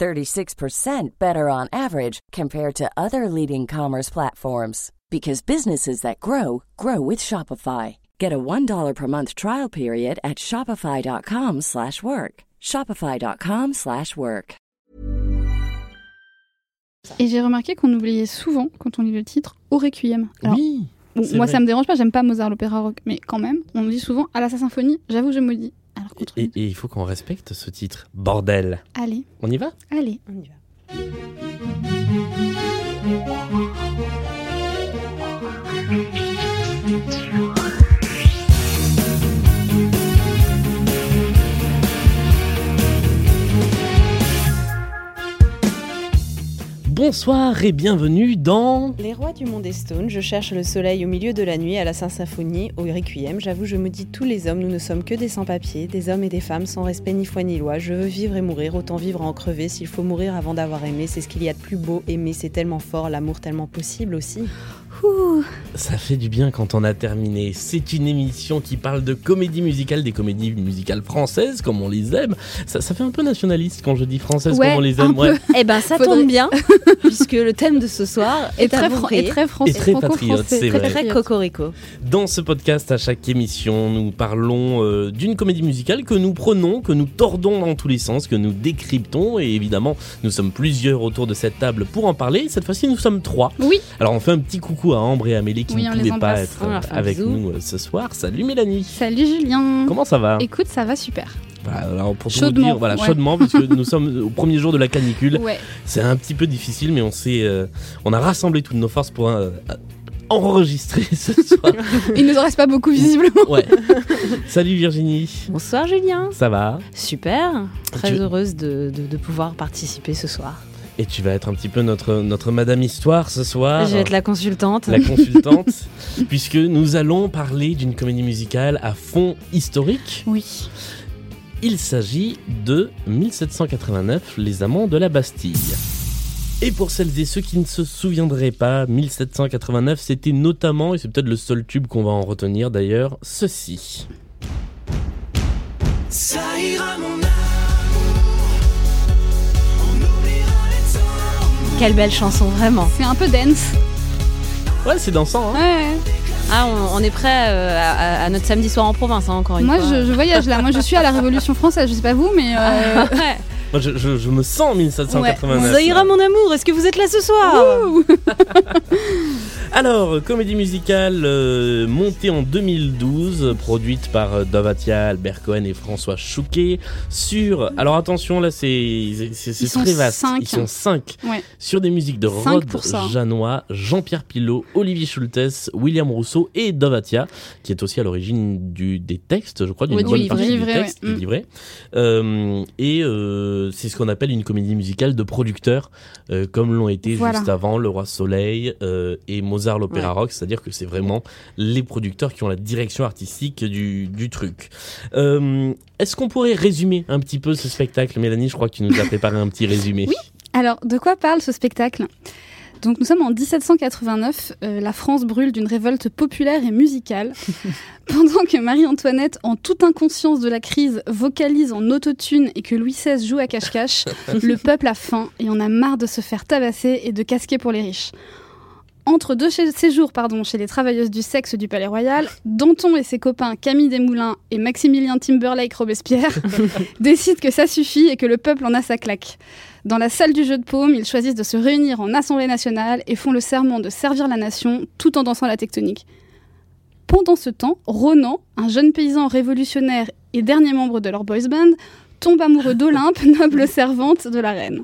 36% better on average compared to other leading commerce platforms because businesses that grow grow with Shopify. Get a $1 per month trial period at shopify.com/work. slash work. shopify.com/work. slash work. Et j'ai remarqué qu'on oubliait souvent, quand on lit le titre, au Requiem. Alors, oui. bon, c'est moi, vrai. ça me dérange pas, j'aime pas Mozart, l'opéra rock, mais quand même, on dit souvent à la sa symphonie, j'avoue, je maudis. Alors, contre Et, et il faut qu'on respecte ce titre. Bordel. Allez, On y va allez. On y va. Bonsoir et bienvenue dans... Les rois du monde est stone, je cherche le soleil au milieu de la nuit, à la Saint-Symphonie, au Requiem. J'avoue, je me dis tous les hommes, nous ne sommes que des sans-papiers, des hommes et des femmes sans respect ni foi ni loi. Je veux vivre et mourir, autant vivre à en crever. S'il faut mourir avant d'avoir aimé, c'est ce qu'il y a de plus beau. Aimer, c'est tellement fort, l'amour tellement possible aussi. Ouh. Ça fait du bien quand on a terminé. C'est une émission qui parle de comédie musicale, des comédies musicales françaises comme on les aime. Ça, ça fait un peu nationaliste quand je dis française Ouais, comme on les un aime. ouais. Eh ben, ça Faudrait- tombe bien, puisque le thème de ce soir Et est très, fran- amoureux, et très français. Et très patriote, franco-français, c'est vrai. très patriote. cocorico. Dans ce podcast, à chaque émission, nous parlons euh, d'une comédie musicale que nous prenons, que nous tordons dans tous les sens, que nous décryptons. Et évidemment, nous sommes plusieurs autour de cette table pour en parler. Cette fois-ci, nous sommes trois. Oui, Alors, on fait un petit coucou à Ambre et Amélie qui Oui, ne on les pouvaient pas embrasse. être On euh, leur fait un avec bisou. nous euh, ce soir. Salut Mélanie. salut Julien. Comment ça va Écoute, ça va super. Voilà, alors pour tout vous Chaudement, dire, voilà, ouais. Oh. chaudement, puisque nous sommes au premier jour de la canicule. Ouais, C'est un petit peu difficile, mais on s'est, euh, on a rassemblé toutes nos forces pour euh, enregistrer ce soir. il nous en reste pas beaucoup visiblement. Ouais. Salut Virginie. Bonsoir Julien. Ça va Super, très Tu- heureuse de, de- de pouvoir participer ce soir. Et tu vas être un petit peu notre, notre Madame Histoire ce soir. Je vais être la consultante. Ah. La consultante, puisque nous allons parler d'une comédie musicale à fond historique. Oui. Il s'agit de 1789, Les Amants de la Bastille. Et pour celles et ceux qui ne se souviendraient pas, 1789, c'était notamment, et c'est peut-être le seul tube qu'on va en retenir d'ailleurs, ceci. Ça ira mon amour, on oubliera les temps. Quelle belle chanson, vraiment. C'est un peu dense. Ouais, c'est dansant, hein Ouais. Ah, on, on est prêt euh, à, à- à notre samedi soir en province, hein, Oh, encore une Moi, fois. je, je voyage là. Moi, je suis à la Révolution française. Je sais pas vous, mais euh, Ouais. Moi, je, je- je me sens en 1789. Ça ira mon amour, est-ce que vous êtes là ce soir ouh. Alors, comédie musicale euh, montée en 2012, produite par euh, Dov Atia, Albert Cohen et François Chouquet, sur... Alors attention, là, c'est c'est- c'est Ils sont très vaste. cinq. Ils sont cinq. Ouais. Sur des musiques de Cinq Rod pour ça. Janois, Jean-Pierre Pilot, Olivier Schultes, William Rousseau et Dov Atia, qui est aussi à l'origine du- des textes, je crois, d'une Ouais, du bonne livret. partie Du livret, des textes, ouais. du Mm. livret. Euh, et euh, c'est ce qu'on appelle une comédie musicale de producteurs, euh, comme l'ont été Voilà. juste avant Le Roi Soleil euh, et Mozart l'Opéra Rock, c'est-à-dire que c'est vraiment les producteurs qui ont la direction artistique du, du truc. Euh, Est-ce qu'on pourrait résumer un petit peu ce spectacle, Mélanie Je crois que tu nous as préparé un petit résumé. Oui. Alors, de quoi parle ce spectacle donc nous sommes en 1789, euh, la France brûle d'une révolte populaire et musicale. Pendant que Marie-Antoinette, en toute inconscience de la crise, vocalise en autotune et que Louis XVI joue à cache-cache, le peuple a faim et en a marre de se faire tabasser et de casquer pour les riches. Entre deux chez- séjours pardon, chez les travailleuses du sexe du Palais Royal, Danton et ses copains Camille Desmoulins et Maximilien Timberlake Robespierre décident que ça suffit et que le peuple en a sa claque. Dans la salle du jeu de paume, ils choisissent de se réunir en Assemblée nationale et font le serment de servir la nation tout en dansant la tectonique. Pendant ce temps, Ronan, un jeune paysan révolutionnaire et dernier membre de leur boys band, tombe amoureux d'Olympe, noble servante de la reine.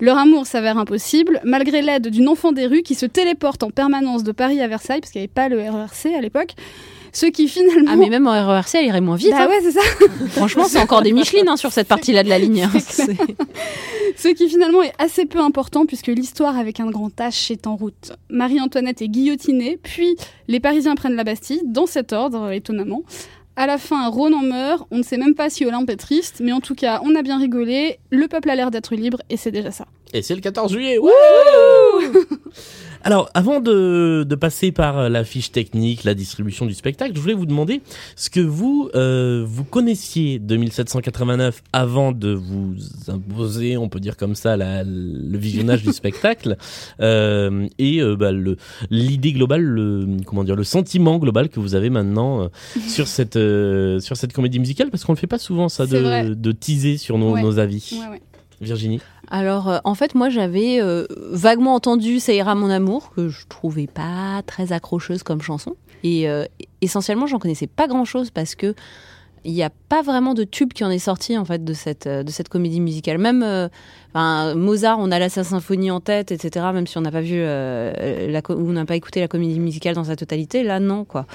Leur amour s'avère impossible, malgré l'aide d'une enfant des rues qui se téléporte en permanence de Paris à Versailles, parce qu'il n'y avait pas le RERC à l'époque, ce qui finalement... Ah, mais même en RERC, elle irait moins vite. Bah hein. ouais, c'est ça. Franchement, c'est encore des Michelin hein, sur cette partie-là de la ligne. hein. C'est- Ce qui finalement est assez peu important puisque l'histoire avec un grand H est en route. Marie-Antoinette est guillotinée, puis les Parisiens prennent la Bastille, dans cet ordre, euh, étonnamment. À la fin, Ronan meurt, on ne sait même pas si Olympe est triste, mais en tout cas, on a bien rigolé, le peuple a l'air d'être libre et c'est déjà ça. Et c'est le 14 juillet. ouais. Alors, avant de, de passer par euh, la fiche technique, la distribution du spectacle, je voulais vous demander ce que vous euh, vous connaissiez de 1789 avant de vous imposer, on peut dire comme ça, la- le visionnage du spectacle euh, et euh, bah, le- l'idée globale, le comment dire, le sentiment global que vous avez maintenant euh, sur cette euh, sur cette comédie musicale, parce qu'on le fait pas souvent ça C'est de, vrai. de teaser sur nos, Ouais. nos avis. Ouais, ouais. Virginie. Alors, euh, en fait, moi, j'avais euh, vaguement entendu Ça ira mon amour, que je trouvais pas très accrocheuse comme chanson. Et euh, essentiellement, j'en connaissais pas grand-chose parce que il n'y a pas vraiment de tube qui en est sorti, en fait, de cette, euh, de cette comédie musicale. Même euh, enfin, Mozart, on a la sa symphonie en tête, etc., même si on n'a pas vu, euh, la co- ou on n'a pas écouté la comédie musicale dans sa totalité, là, non, quoi.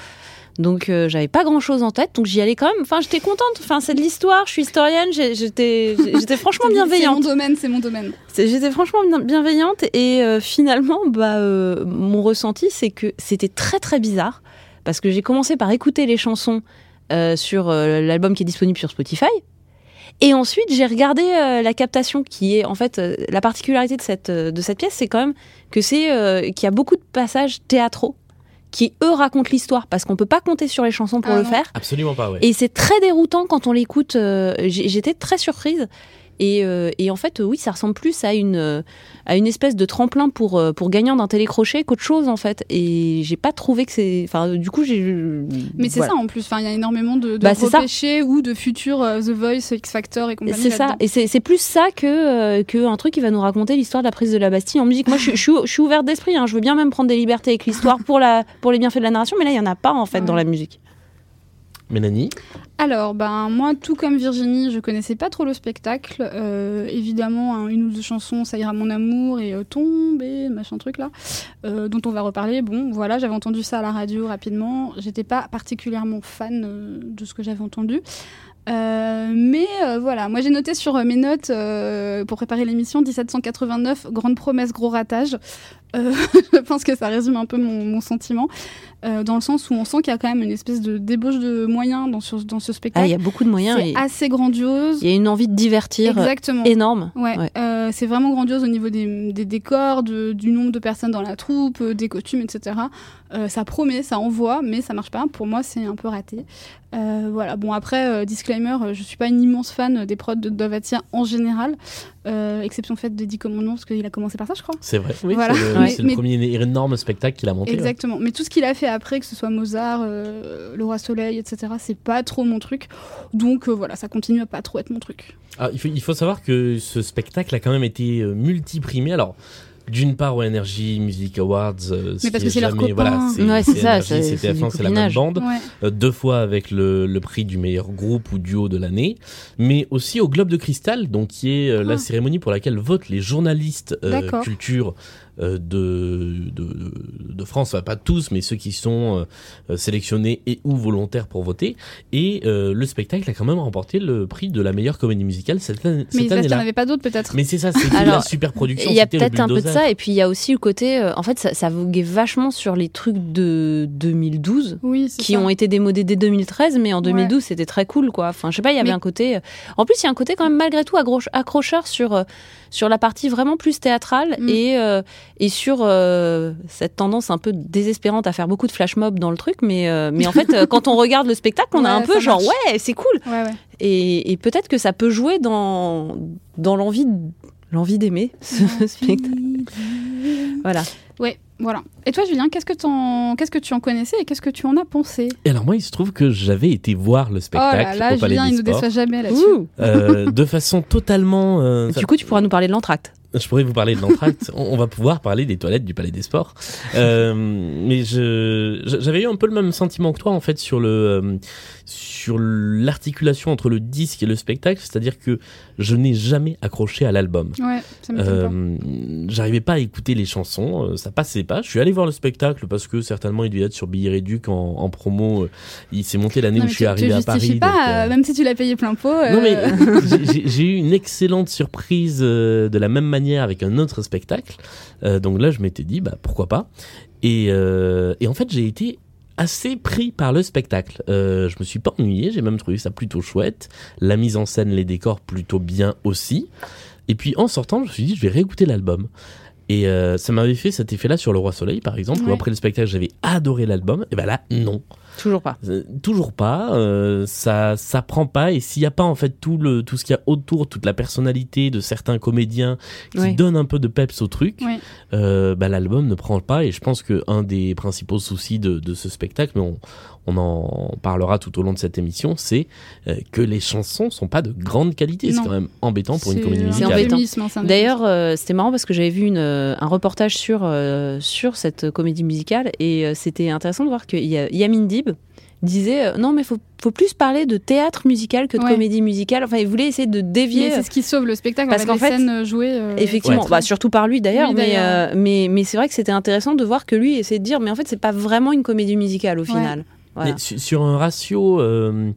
Donc euh, j'avais pas grand chose en tête, donc j'y allais quand même. Enfin, j'étais contente. Enfin, c'est de l'histoire. Je suis historienne. j'ai- J'étais, j'étais franchement bienveillante. C'est mon domaine, c'est mon domaine. C'est- J'étais franchement bien- bienveillante et euh, finalement, bah, euh, mon ressenti, c'est que c'était très très bizarre parce que j'ai commencé par écouter les chansons euh, sur euh, l'album qui est disponible sur Spotify. Et ensuite, j'ai regardé euh, la captation qui est en fait euh, la particularité de cette, euh, de cette pièce, c'est quand même que c'est euh, qu'il y a beaucoup de passages théâtraux qui eux racontent l'histoire parce qu'on peut pas compter sur les chansons pour Ah le non. faire. Absolument pas, ouais. Et c'est très déroutant quand on l'écoute. euh, j'ai- J'étais très surprise. Et, euh, et en fait, euh, oui, ça ressemble plus à une, euh, à une espèce de tremplin pour, euh, pour gagnant d'un télécrochet qu'autre chose, en fait. Et j'ai pas trouvé que c'est. Enfin, du coup, j'ai. euh, Mais c'est voilà. ça en plus, enfin, il y a énormément de, de Bah, c'est ça. repêchés ou de futurs euh, The Voice, X Factor et compagnie. C'est ça, là-dedans. et c'est c'est plus ça que, euh, que un truc qui va nous raconter l'histoire de la prise de la Bastille en musique. Moi, je, suis- je suis- je suis ouverte d'esprit, hein. je veux bien même prendre des libertés avec l'histoire pour, la- pour les bienfaits de la narration, mais là, il y en a pas en fait dans la musique. Mélanie. Alors, ben, moi, tout comme Virginie, je connaissais pas trop le spectacle. Euh, évidemment, hein, une ou deux chansons, Ça ira mon amour et euh, Tomber, machin truc là, euh, dont on va reparler. Bon, voilà, j'avais entendu ça à la radio rapidement. J'étais pas particulièrement fan euh, de ce que j'avais entendu. Euh, mais euh, voilà, moi j'ai noté sur euh, mes notes euh, pour préparer l'émission 1789, grande promesse, gros ratage. Euh, je pense que ça résume un peu mon- mon sentiment. Euh, dans le sens où on sent qu'il y a quand même une espèce de débauche de moyens dans ce, dans ce Ah, Il spectacle. y a beaucoup de moyens, c'est et euh, assez grandiose. il y a une envie de divertir Exactement. énorme. Ouais, Ouais. euh, c'est vraiment grandiose au niveau des, des décors, de- du nombre de personnes dans la troupe, euh, des costumes, etc. Euh, ça promet, ça envoie, mais ça marche pas. Pour moi, c'est un peu raté. Euh, voilà. Bon après, euh, disclaimer, euh, je suis pas une immense fan des prods de Dovatia en général, Euh, exception faite des 10 commandements parce qu'il a commencé par ça, je crois. C'est vrai. Oui, Voilà. C'est le, Ouais. c'est le Mais- premier énorme spectacle qu'il a monté. ouais. Exactement. Mais tout ce qu'il a fait après, que ce soit Mozart, euh, le Roi Soleil, etc., c'est pas trop mon truc. Donc euh, voilà, ça continue à pas trop être mon truc. Ah, il, faut, il faut savoir que ce spectacle a quand même été euh, multiprimé. Alors. D'une part au Energy Music Awards, euh, ce Mais parce qui que est c'est leurs jamais- voilà, copains. c'est Ouais, c'est c'est ça, Energy, c'est- c'est c'est TF1, du c'est la même copinage. bande. Ouais. Euh, deux fois avec le, le prix du meilleur groupe ou duo de l'année, mais aussi au Globe de Cristal, donc qui est euh, la Ah. cérémonie pour laquelle votent les journalistes euh, D'accord. culture euh, de, de, de France, enfin, pas tous, mais ceux qui sont euh, euh, sélectionnés et ou volontaires pour voter. Et euh, le spectacle a quand même remporté le prix de la meilleure comédie musicale cette, année- Mais parce qu'il cette n'y en année-là. avait pas d'autres peut-être. Mais c'est ça, c'est Alors, la super production. Il y a c'était le peut-être un peu de bulldozer. ça, et puis il y a aussi le côté. euh, en fait, ça, ça voguait vachement sur les trucs de 2012 Oui, c'est qui ça. ont été démodés dès 2013, mais en 2012 c'était très cool quoi. Enfin, je sais pas, il y avait Mais- un côté. euh, En plus, il y a un côté quand même malgré tout accroche- accrocheur sur euh, sur la partie vraiment plus théâtrale Mm. et euh, et sur euh, cette tendance un peu désespérante à faire beaucoup de flash mob dans le truc, mais euh, mais en fait, euh, quand on regarde le spectacle, on a Ouais, un peu ça genre marche. ouais, c'est cool. Ouais, ouais. Et, et peut-être que ça peut jouer dans dans l'envie l'envie d'aimer ce spectacle. Voilà. Ouais, voilà. Et toi, Julien, qu'est-ce que, t'en- qu'est-ce que tu en connaissais et qu'est-ce que tu en as pensé Et alors moi, il se trouve que j'avais été voir le Oh spectacle là là, au Palais Julien, des il nous Sports, déçoit jamais là-dessus. Ouh. euh, de façon totalement... euh, Du coup, tu pourras nous parler de l'entracte. Je pourrais vous parler de l'entracte. on, on va pouvoir parler des toilettes du Palais des Sports. Euh, mais je, je- j'avais eu un peu le même sentiment que toi, en fait, sur le, euh, sur l'articulation entre le disque et le spectacle. C'est-à-dire que je n'ai jamais accroché à l'album. Ouais, ça m'étonne pas. Euh, J'arrivais pas à écouter les chansons, euh, ça passait pas. Je suis allé voir le spectacle parce que certainement il devait être sur Billet Réduc en, en promo. euh, Il s'est monté l'année Non, où mais je tu- suis arrivé tu à justifies Paris. donc, pas, euh, euh, même si tu l'as payé plein pot. euh, non mais j'ai- j'ai- j'ai eu une excellente surprise euh, de la même manière avec un autre spectacle. Euh, donc là je m'étais dit bah pourquoi pas. Et, euh, et en fait j'ai été assez pris par le spectacle. Euh, je me suis pas ennuyé, j'ai même trouvé ça plutôt chouette. La mise en scène, les décors plutôt bien aussi. Et puis en sortant je me suis dit je vais réécouter l'album. Et euh, ça m'avait fait cet effet-là sur Le Roi Soleil, par exemple, où Ouais. après le spectacle, j'avais adoré l'album. Et ben là, non. Toujours pas. Euh, toujours pas euh, ça ça prend pas et s'il y a pas en fait tout le tout ce qu'il y a autour toute la personnalité de certains comédiens qui Ouais. donnent un peu de peps au truc Ouais. euh, bah, l'album ne prend pas et je pense que un des principaux soucis de, de ce spectacle mais on, on en parlera tout au long de cette émission c'est euh, que les chansons sont pas de grande qualité c'est Non. quand même embêtant pour une c'est comédie un musicale embêtant. euphémisme, hein, c'est un D'ailleurs, euh, c'était marrant parce que j'avais vu une, euh, un reportage sur, euh, sur cette comédie musicale et euh, c'était intéressant de voir que Ya- Yamin Dib disait euh, non mais faut, faut plus parler de théâtre musical que de Ouais. comédie musicale. Enfin, il voulait essayer de euphémisme. dévier. Mais c'est ce qui sauve le spectacle. Parce en fait, qu'en les fait, scènes euh, jouées. euh, Effectivement, sont bah, surtout par lui d'ailleurs, Oui, mais, d'ailleurs. euh, mais, mais c'est vrai que c'était intéressant de voir que lui essayait de dire mais en fait c'est pas vraiment une comédie musicale au Ouais. final. Voilà. Mais su- sur un ratio euh,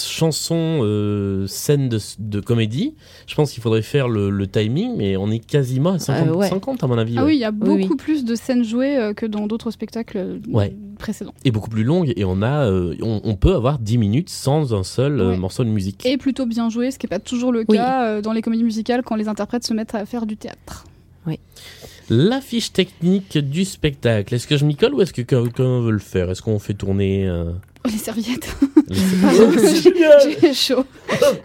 chanson euh, scène de, de comédie, je pense qu'il faudrait faire le, le timing, mais on est quasiment à 50, ouais. 50, à mon avis. Euh, Ah ouais. oui, il y a beaucoup oui. plus de scènes jouées euh, que dans d'autres spectacles euh, Ouais. précédents. Et beaucoup plus longue, et on, a, euh, on, on peut avoir 10 minutes sans un seul euh, Ouais. morceau de musique. Et plutôt bien jouées, ce qui n'est pas toujours le Oui. cas euh, dans les comédies musicales quand les interprètes se mettent à faire du théâtre. La fiche technique du spectacle, est-ce que je m'y colle ou est-ce que quelqu'un veut le faire Est-ce qu'on fait tourner euh, Oh, Les serviettes, les- Pardon, C'est génial j'ai chaud.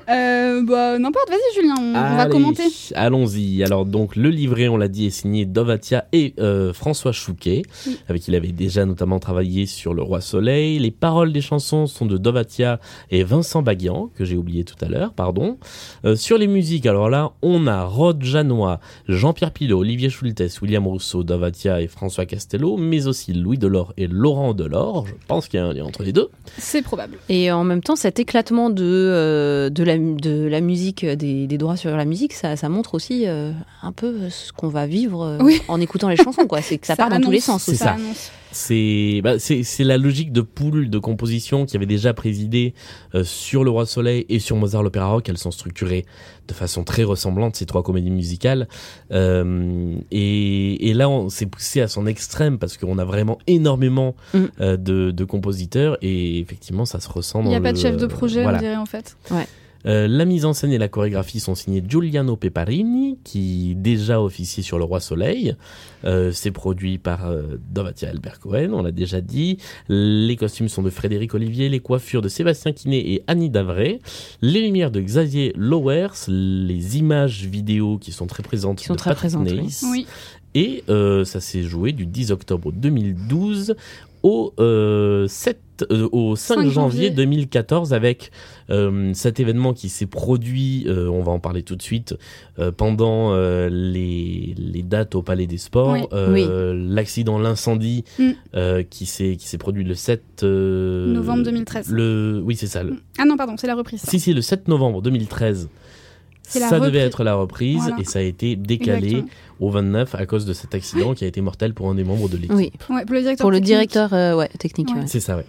Euh, bah, N'importe, vas-y Julien, on, on va Allez, commenter. Allons-y. Alors donc le livret, on l'a dit, est signé Dovatia et euh, François Chouquet, Oui. avec qui il avait déjà notamment travaillé sur Le Roi Soleil. Les paroles des chansons sont de Dovatia et Vincent Baguian, que j'ai oublié tout à l'heure, pardon. Euh, sur les musiques, alors là, on a Rod Janois, Jean-Pierre Pilot, Olivier Schultes, William Rousseau, Dovatia et François Castello, mais aussi Louis Delors et Laurent Delors. Je pense qu'il y a un lien entre les deux. C'est probable. Et en même temps, cet éclatement de, euh, de, la, de la musique, euh, des, des droits sur la musique, ça, ça montre aussi euh, un peu ce qu'on va vivre euh, Oui. en écoutant les chansons. quoi. C'est que ça, part dans tous les annonce, sens. aussi. C'est ça. annonce. C'est bah, c'est c'est la logique de poule de composition qui avait déjà présidé euh, sur Le Roi Soleil et sur Mozart l'Opéra Rock. Elles sont structurées de façon très ressemblante ces trois comédies musicales. Euh, et, et là, on s'est poussé à son extrême parce qu'on a vraiment énormément Mm. euh, de, de compositeurs et effectivement, ça se ressent. Il n'y a dans pas le- de chef de projet, Voilà. on dirait en fait. Euh, la mise en scène et la chorégraphie sont signées Giuliano Peparini, qui déjà officier sur Le Roi Soleil. Euh, c'est produit par euh, Dovatia Albert Cohen, on l'a déjà dit. Les costumes sont de Frédéric Olivier, les coiffures de Sébastien Quinet et Annie Davray. Les lumières de Xavier Lowers, les images vidéo qui sont très présentes Qui sont de très Patrick présentes, oui. Neiss. Oui, Et euh, ça s'est joué du 10 octobre 2012 au, euh, 7, euh, au 5, 5 janvier janvier 2014 avec euh, cet événement qui s'est produit, euh, on va en parler tout de suite, euh, pendant euh, les, les dates au Palais des Sports, Oui. euh, l'accident, l'incendie Mm. euh, qui s'est qui s'est produit le 7... euh, Novembre 2013. Le, oui, c'est ça. le- Ah non, pardon, c'est la reprise. ça. si, si, le 7 novembre 2013. C'est la Ça devait reprise. être la reprise Voilà. et ça a été décalé Exactement. au 29 à cause de cet accident qui a été mortel pour un des membres de l'équipe. Oui, Ouais, pour le directeur. pour le technique. directeur euh, ouais, technique. Ouais. ouais. C'est ça, ouais.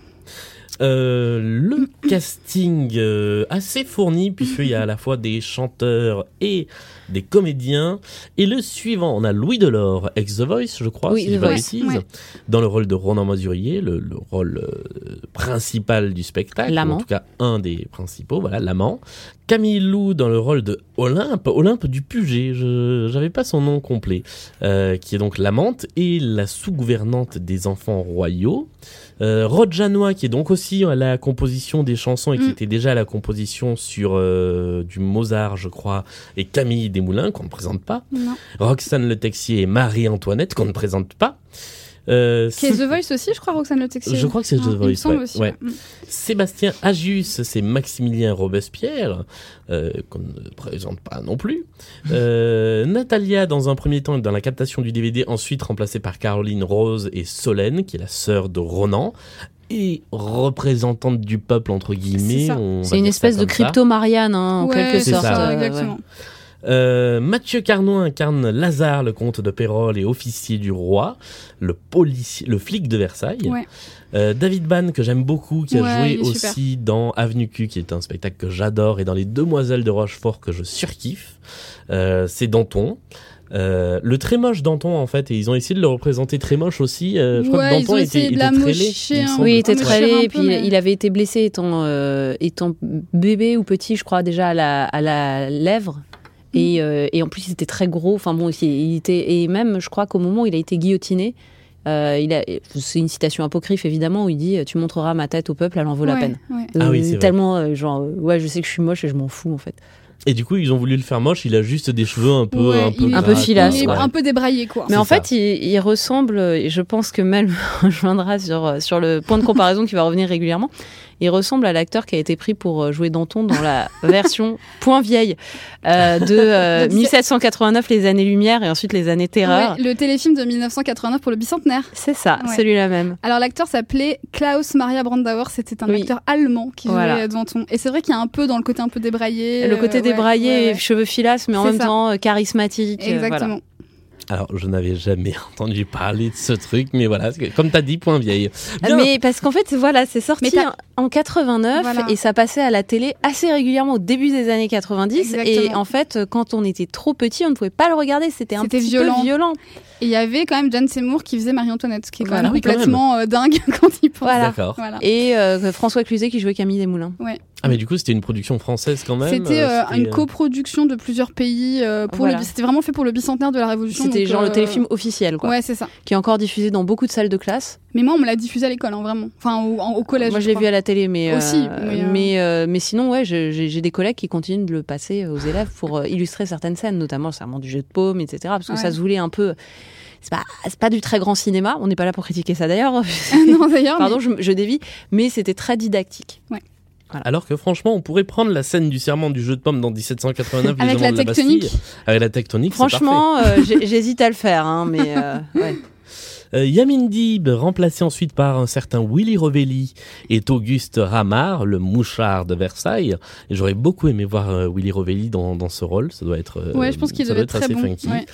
Euh, le casting euh, assez fourni puisqu'il y a à la fois des chanteurs et des comédiens. Et le suivant, on a Louis Delors, ex The Voice, je crois, Oui, si The je dis pas de Voice, bêtises, ouais. dans le rôle de Ronan Masurier, le, le rôle euh, principal du spectacle, L'amant. en tout cas un des principaux, voilà, l'amant. Camille Lou dans le rôle de Olympe, Olympe du Puget, je j'avais pas son nom complet, euh, qui est donc l'amante et la sous-gouvernante des enfants royaux. Euh, Rod Janois, qui est donc aussi à la composition des chansons et qui Mm. était déjà à la composition sur euh, du Mozart, je crois, et Camille Desmoulins, qu'on ne présente pas. Non. Roxane Le Texier et Marie-Antoinette, qu'on ne présente pas. Euh, Qui est The Voice aussi, je crois, Roxane Le Texier. Je crois que c'est The Ah, Il Voice, me semble ouais, aussi. ouais. Mm. Sébastien Agius, c'est Maximilien Robespierre, euh, qu'on ne présente pas non plus. Euh, Natalia, dans un premier temps, dans la captation du DVD, ensuite remplacée par Caroline Rose et Solène, qui est la sœur de Ronan, et représentante du peuple, entre C'est guillemets. ça. on va C'est une dire ça espèce de comme ça. crypto-Marianne, hein, en Ouais, quelque c'est sorte. ça, euh, ouais. exactement. Euh, Mathieu Carnoin incarne Lazare, le comte de Pérol et officier du roi, le, policier, le flic de Versailles. Ouais. Euh, David Ban, que j'aime beaucoup, qui a Ouais, il joué est super. aussi dans Avenue Q, qui est un spectacle que j'adore, et dans Les Demoiselles de Rochefort, que je surkiffe. Euh, c'est Danton. Euh, le très moche Danton en fait et ils ont essayé de le représenter très moche aussi euh, je crois Ouais, que ils Danton ont était, essayé de était la très laid, mocher il me un semble. Oui, il On était me très tire un laid, peu, et puis il- mais- il avait été blessé étant, euh, étant bébé ou petit, je crois, déjà à la, à la lèvre. Mm. Et, euh, et en plus, il était très gros. Enfin bon, il- il était, et même, je crois qu'au moment où il a été guillotiné, euh, il a- c'est une citation apocryphe évidemment où il dit euh, Tu montreras ma tête au peuple, elle en vaut la Ouais, peine. ouais. Ah oui, Euh, c'est vrai. tellement, euh, genre, euh, ouais, je sais que je suis moche et je m'en fous en fait. et du coup ils ont voulu le faire moche il a juste des cheveux un peu Ouais, un peu, il est- Un peu gras, filasse, quoi. Il est ouais. un peu débraillé, quoi. Mais en C'est fait, il, il ressemble, euh, et je pense que Mel me rejoindra sur, euh, sur le point de comparaison qui va revenir régulièrement, il ressemble à l'acteur qui a été pris pour euh, jouer Danton dans la version point vieille euh, de euh, De 1789, les années Lumière, et ensuite les années Terreur. Ouais, le téléfilm de 1989 pour le bicentenaire. C'est ça, Ouais. celui-là même. Alors l'acteur s'appelait Klaus Maria Brandauer, c'était un Oui. acteur allemand qui Voilà. jouait Danton. Et c'est vrai qu'il y a un peu dans le côté un peu débraillé. Le euh, côté ouais, débraillé, ouais, ouais. cheveux filasses, mais en C'est même ça. temps euh, charismatique. euh, voilà. Exactement. Alors, je n'avais jamais entendu parler de ce truc, mais voilà, c'est que- comme t'as dit, point vieille. Ah, Bien. Mais parce qu'en fait, voilà, c'est Mais sorti t'as- en en 89 Voilà. et ça passait à la télé assez régulièrement au début des années 90. Et Exactement. en fait, euh, quand on était trop petit, on ne pouvait pas le regarder. C'était un C'était petit violent. peu violent. Et il y avait quand même Jane Seymour qui faisait Marie-Antoinette, ce qui est quand Voilà, même oui, quand complètement euh, dingue quand il pense. Voilà. D'accord. Voilà. Et euh, François Cluzet qui jouait Camille Desmoulins. Ah, mais du coup, c'était une production française quand même. C'était euh, euh, une euh, coproduction de plusieurs pays. euh, pour Voilà. le- C'était vraiment fait pour le bicentenaire de la Révolution. C'était donc, genre euh, le téléfilm officiel, quoi, Ouais, c'est ça. qui est encore diffusé dans beaucoup de salles de classe. Mais moi, on me l'a diffusé à l'école, hein, vraiment. Enfin, au, en- au collège. Moi, je l'ai vu crois. à la télé, mais euh, Aussi, mais, mais, euh, euh, mais sinon, ouais, je- j'ai j'ai des collègues qui continuent de le passer aux élèves pour euh, illustrer certaines scènes, notamment le serment du jeu de paume, etc. Parce que Ouais. ça se voulait un peu. C'est pas, c'est pas du très grand cinéma. On n'est pas là pour critiquer ça d'ailleurs. non, d'ailleurs. Pardon, je, je dévie, mais c'était très didactique. Alors que franchement, on pourrait prendre la scène du serment du jeu de pommes dans 1789, les Avec amants la de la tectonique. Bastille. Avec la tectonique. c'est Franchement, euh, j'ai- j'hésite à le faire, hein, mais euh, ouais. Euh, Yamin Dib, remplacé ensuite par un certain Willy Revelli, est Auguste Ramard, le mouchard de Versailles. Et J'aurais beaucoup aimé voir euh, Willy Revelli dans, dans ce rôle, ça doit être, euh, Ouais, je pense qu'il ça devait doit être très assez bon. funky. Ouais.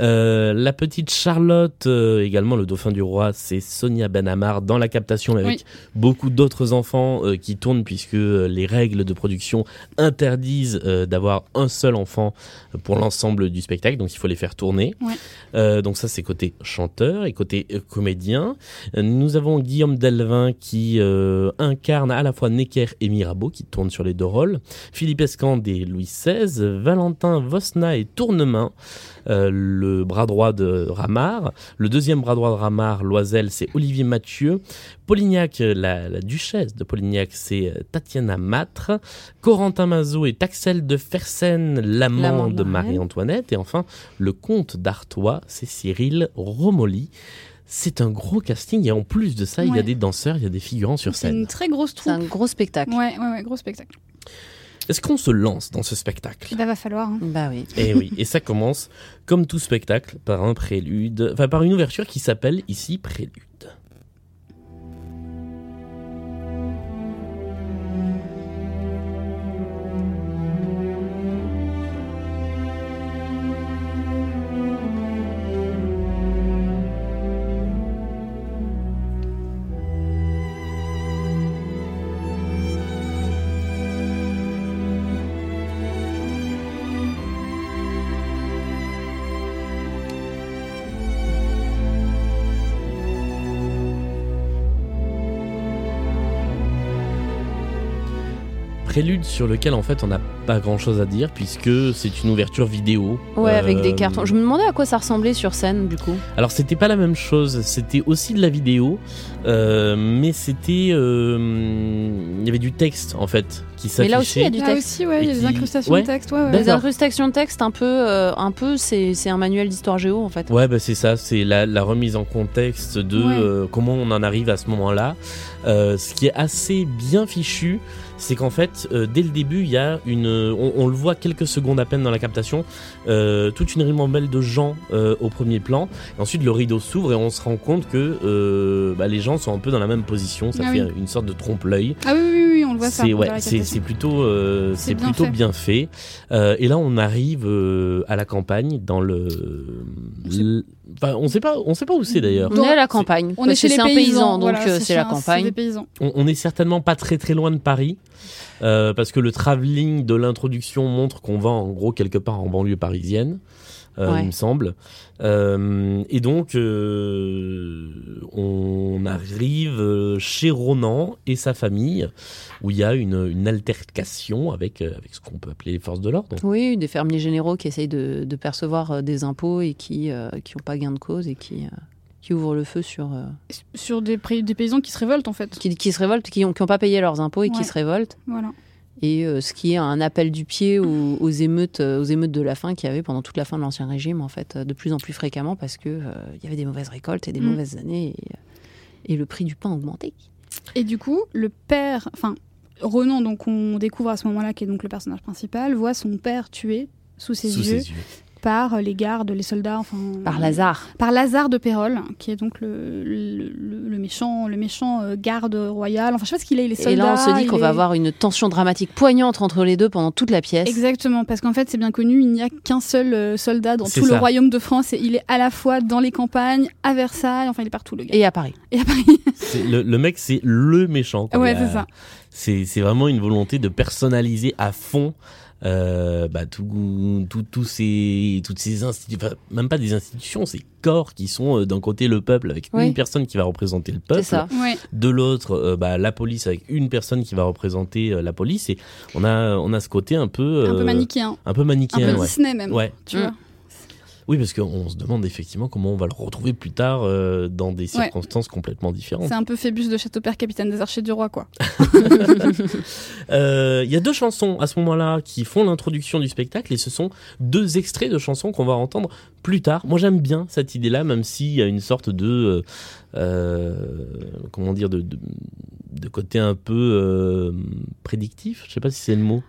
Euh, la petite Charlotte, euh, également le dauphin du roi, c'est Sonia Benamar dans la captation, mais avec Oui. beaucoup d'autres enfants euh, qui tournent, puisque euh, les règles de production interdisent euh, d'avoir un seul enfant euh, pour l'ensemble du spectacle, donc il faut les faire tourner. Ouais. Euh, donc ça, c'est côté chanteur et côté euh, comédien. Euh, Nous avons Guillaume Delvin qui euh, incarne à la fois Necker et Mirabeau, qui tourne sur les deux rôles. Philippe Escande et Louis XVI, Valentin Vosna et Tournemin, euh, le bras droit de Ramard. Le deuxième bras droit de Ramard, Loisel, c'est Olivier Mathieu. Polignac, euh, la, la duchesse de Polignac, c'est euh, Tatiana Matre. Corentin Mazot et Axel de Fersen, l'amant L'amant de de la reine. Marie-Antoinette. Et enfin, le comte d'Artois, c'est Cyril Romoli. C'est un gros casting et en plus de ça, il y a Ouais. des danseurs, il y a des figurants sur C'est une scène. très grosse c'est troupe. un gros spectacle. Ouais, ouais, ouais, gros spectacle. Est-ce qu'on se lance dans ce spectacle Bah, va falloir. hein. Bah oui. Et oui, et ça commence, comme tout spectacle, par un prélude, enfin par une ouverture qui s'appelle ici prélude. Nous prélude sur lequel en fait on n'a pas grand chose à dire puisque c'est une ouverture vidéo. Ouais, avec des Euh, cartons. Je me demandais à quoi ça ressemblait sur scène, du coup. Alors c'était pas la même chose, c'était aussi de la vidéo, euh, mais c'était... euh, il y avait du texte en fait qui s'affichait. Mais là aussi, il y a du Là texte. aussi, ouais, il y a Et des qui- incrustations ouais. de texte. Ouais, ouais. D'accord. Les incrustations de texte, un peu, euh, un peu c'est c'est un manuel d'histoire géo, en fait. Ouais, bah, c'est ça, c'est la, la remise en contexte de hein. Ouais. euh, comment on en arrive à ce moment-là. Euh, ce qui est assez bien fichu, c'est qu'en fait, euh, dès le début, il y a une, on, on le voit quelques secondes à peine dans la captation, euh, toute une ribambelle de gens euh, au premier plan. Et ensuite, le rideau s'ouvre et on se rend compte que euh, bah, les gens sont un peu dans la même position. Ça Ah fait oui. une sorte de trompe-l'œil. Ah oui, oui, oui, on le voit ça. C'est dans ouais, la c'est- captation. c'est plutôt, euh, C'est c'est bien plutôt fait. bien fait. Euh, et là, on arrive euh, à la campagne dans le. On sait- l- Enfin, on sait pas, on sait pas où c'est d'ailleurs. On est à la campagne. On est parce chez que les c'est un paysans, paysan, donc voilà, euh, c'est la chez un- C'est campagne. des paysans. On, on est certainement pas très très loin de Paris euh, parce que le travelling de l'introduction montre qu'on va en gros quelque part en banlieue parisienne. euh, Ouais. Il me semble. Euh, et donc, euh, on arrive euh, chez Ronan et sa famille, où il y a une, une altercation avec, euh, avec ce qu'on peut appeler les forces de l'ordre. Oui, des fermiers généraux qui essayent de, de percevoir euh, des impôts et qui n'ont pas gain de cause et qui, euh, qui ouvrent le feu sur. euh, Sur des, pré- des paysans qui se révoltent, en fait. qui, qui se révoltent, qui n'ont qui ont pas payé leurs impôts et Ouais. qui se révoltent. Voilà. Et euh, ce qui est un appel du pied aux, aux émeutes, euh, aux émeutes de la faim qu'il y avait pendant toute la fin de l'Ancien Régime, en fait, euh, de plus en plus fréquemment parce qu'il il y avait des mauvaises récoltes et des Mm. mauvaises années. Et, euh, et le prix du pain augmentait. Et du coup, le père, enfin, Ronan, donc on découvre à ce moment-là, qui est donc le personnage principal, voit son père tué sous ses Sous yeux ses yeux. par les gardes, les soldats, enfin. Par Lazare. Par Lazare de Pérol, qui est donc le, le, le- le méchant, le méchant euh, garde royal. Enfin, je sais pas ce qu'il est, il est soldat. et là, on se dit il qu'on va est- avoir une tension dramatique poignante entre les deux pendant toute la pièce. Exactement, parce qu'en fait, c'est bien connu, il n'y a qu'un seul euh, soldat dans C'est tout le ça. royaume de France et il est à la fois dans les campagnes, à Versailles, enfin, il est partout, le gars. Et à Paris. Et à Paris. C'est- le, le mec, c'est le méchant. quoi. ouais, Ah, Il y a- c'est ça. C'est, c'est vraiment une volonté de personnaliser à fond euh, bah, tout, tout, tous ces, toutes ces institutions, même pas des institutions, ces corps qui sont euh, d'un côté le peuple avec Oui. une personne qui va représenter le C'est peuple, ça. Ouais. de l'autre euh, bah, la police avec une personne qui va représenter euh, la police. Et on a, on a ce côté un peu, Un peu euh, manichéen. un peu Un manichéen, peu ouais. Disney, même. Ouais. Mmh. Tu Mm. vois. Oui, parce qu'on se demande effectivement comment on va le retrouver plus tard euh, dans des Ouais. circonstances complètement différentes. C'est un peu Phébus de Châteaupers, capitaine des archers du roi, quoi. Euh, Il y a deux chansons à ce moment-là qui font l'introduction du spectacle et ce sont deux extraits de chansons qu'on va entendre plus tard. Moi j'aime bien cette idée-là, même s'il y a une sorte de euh, euh, comment dire de, de, de côté un peu euh, prédictif. Je sais pas si c'est le mot.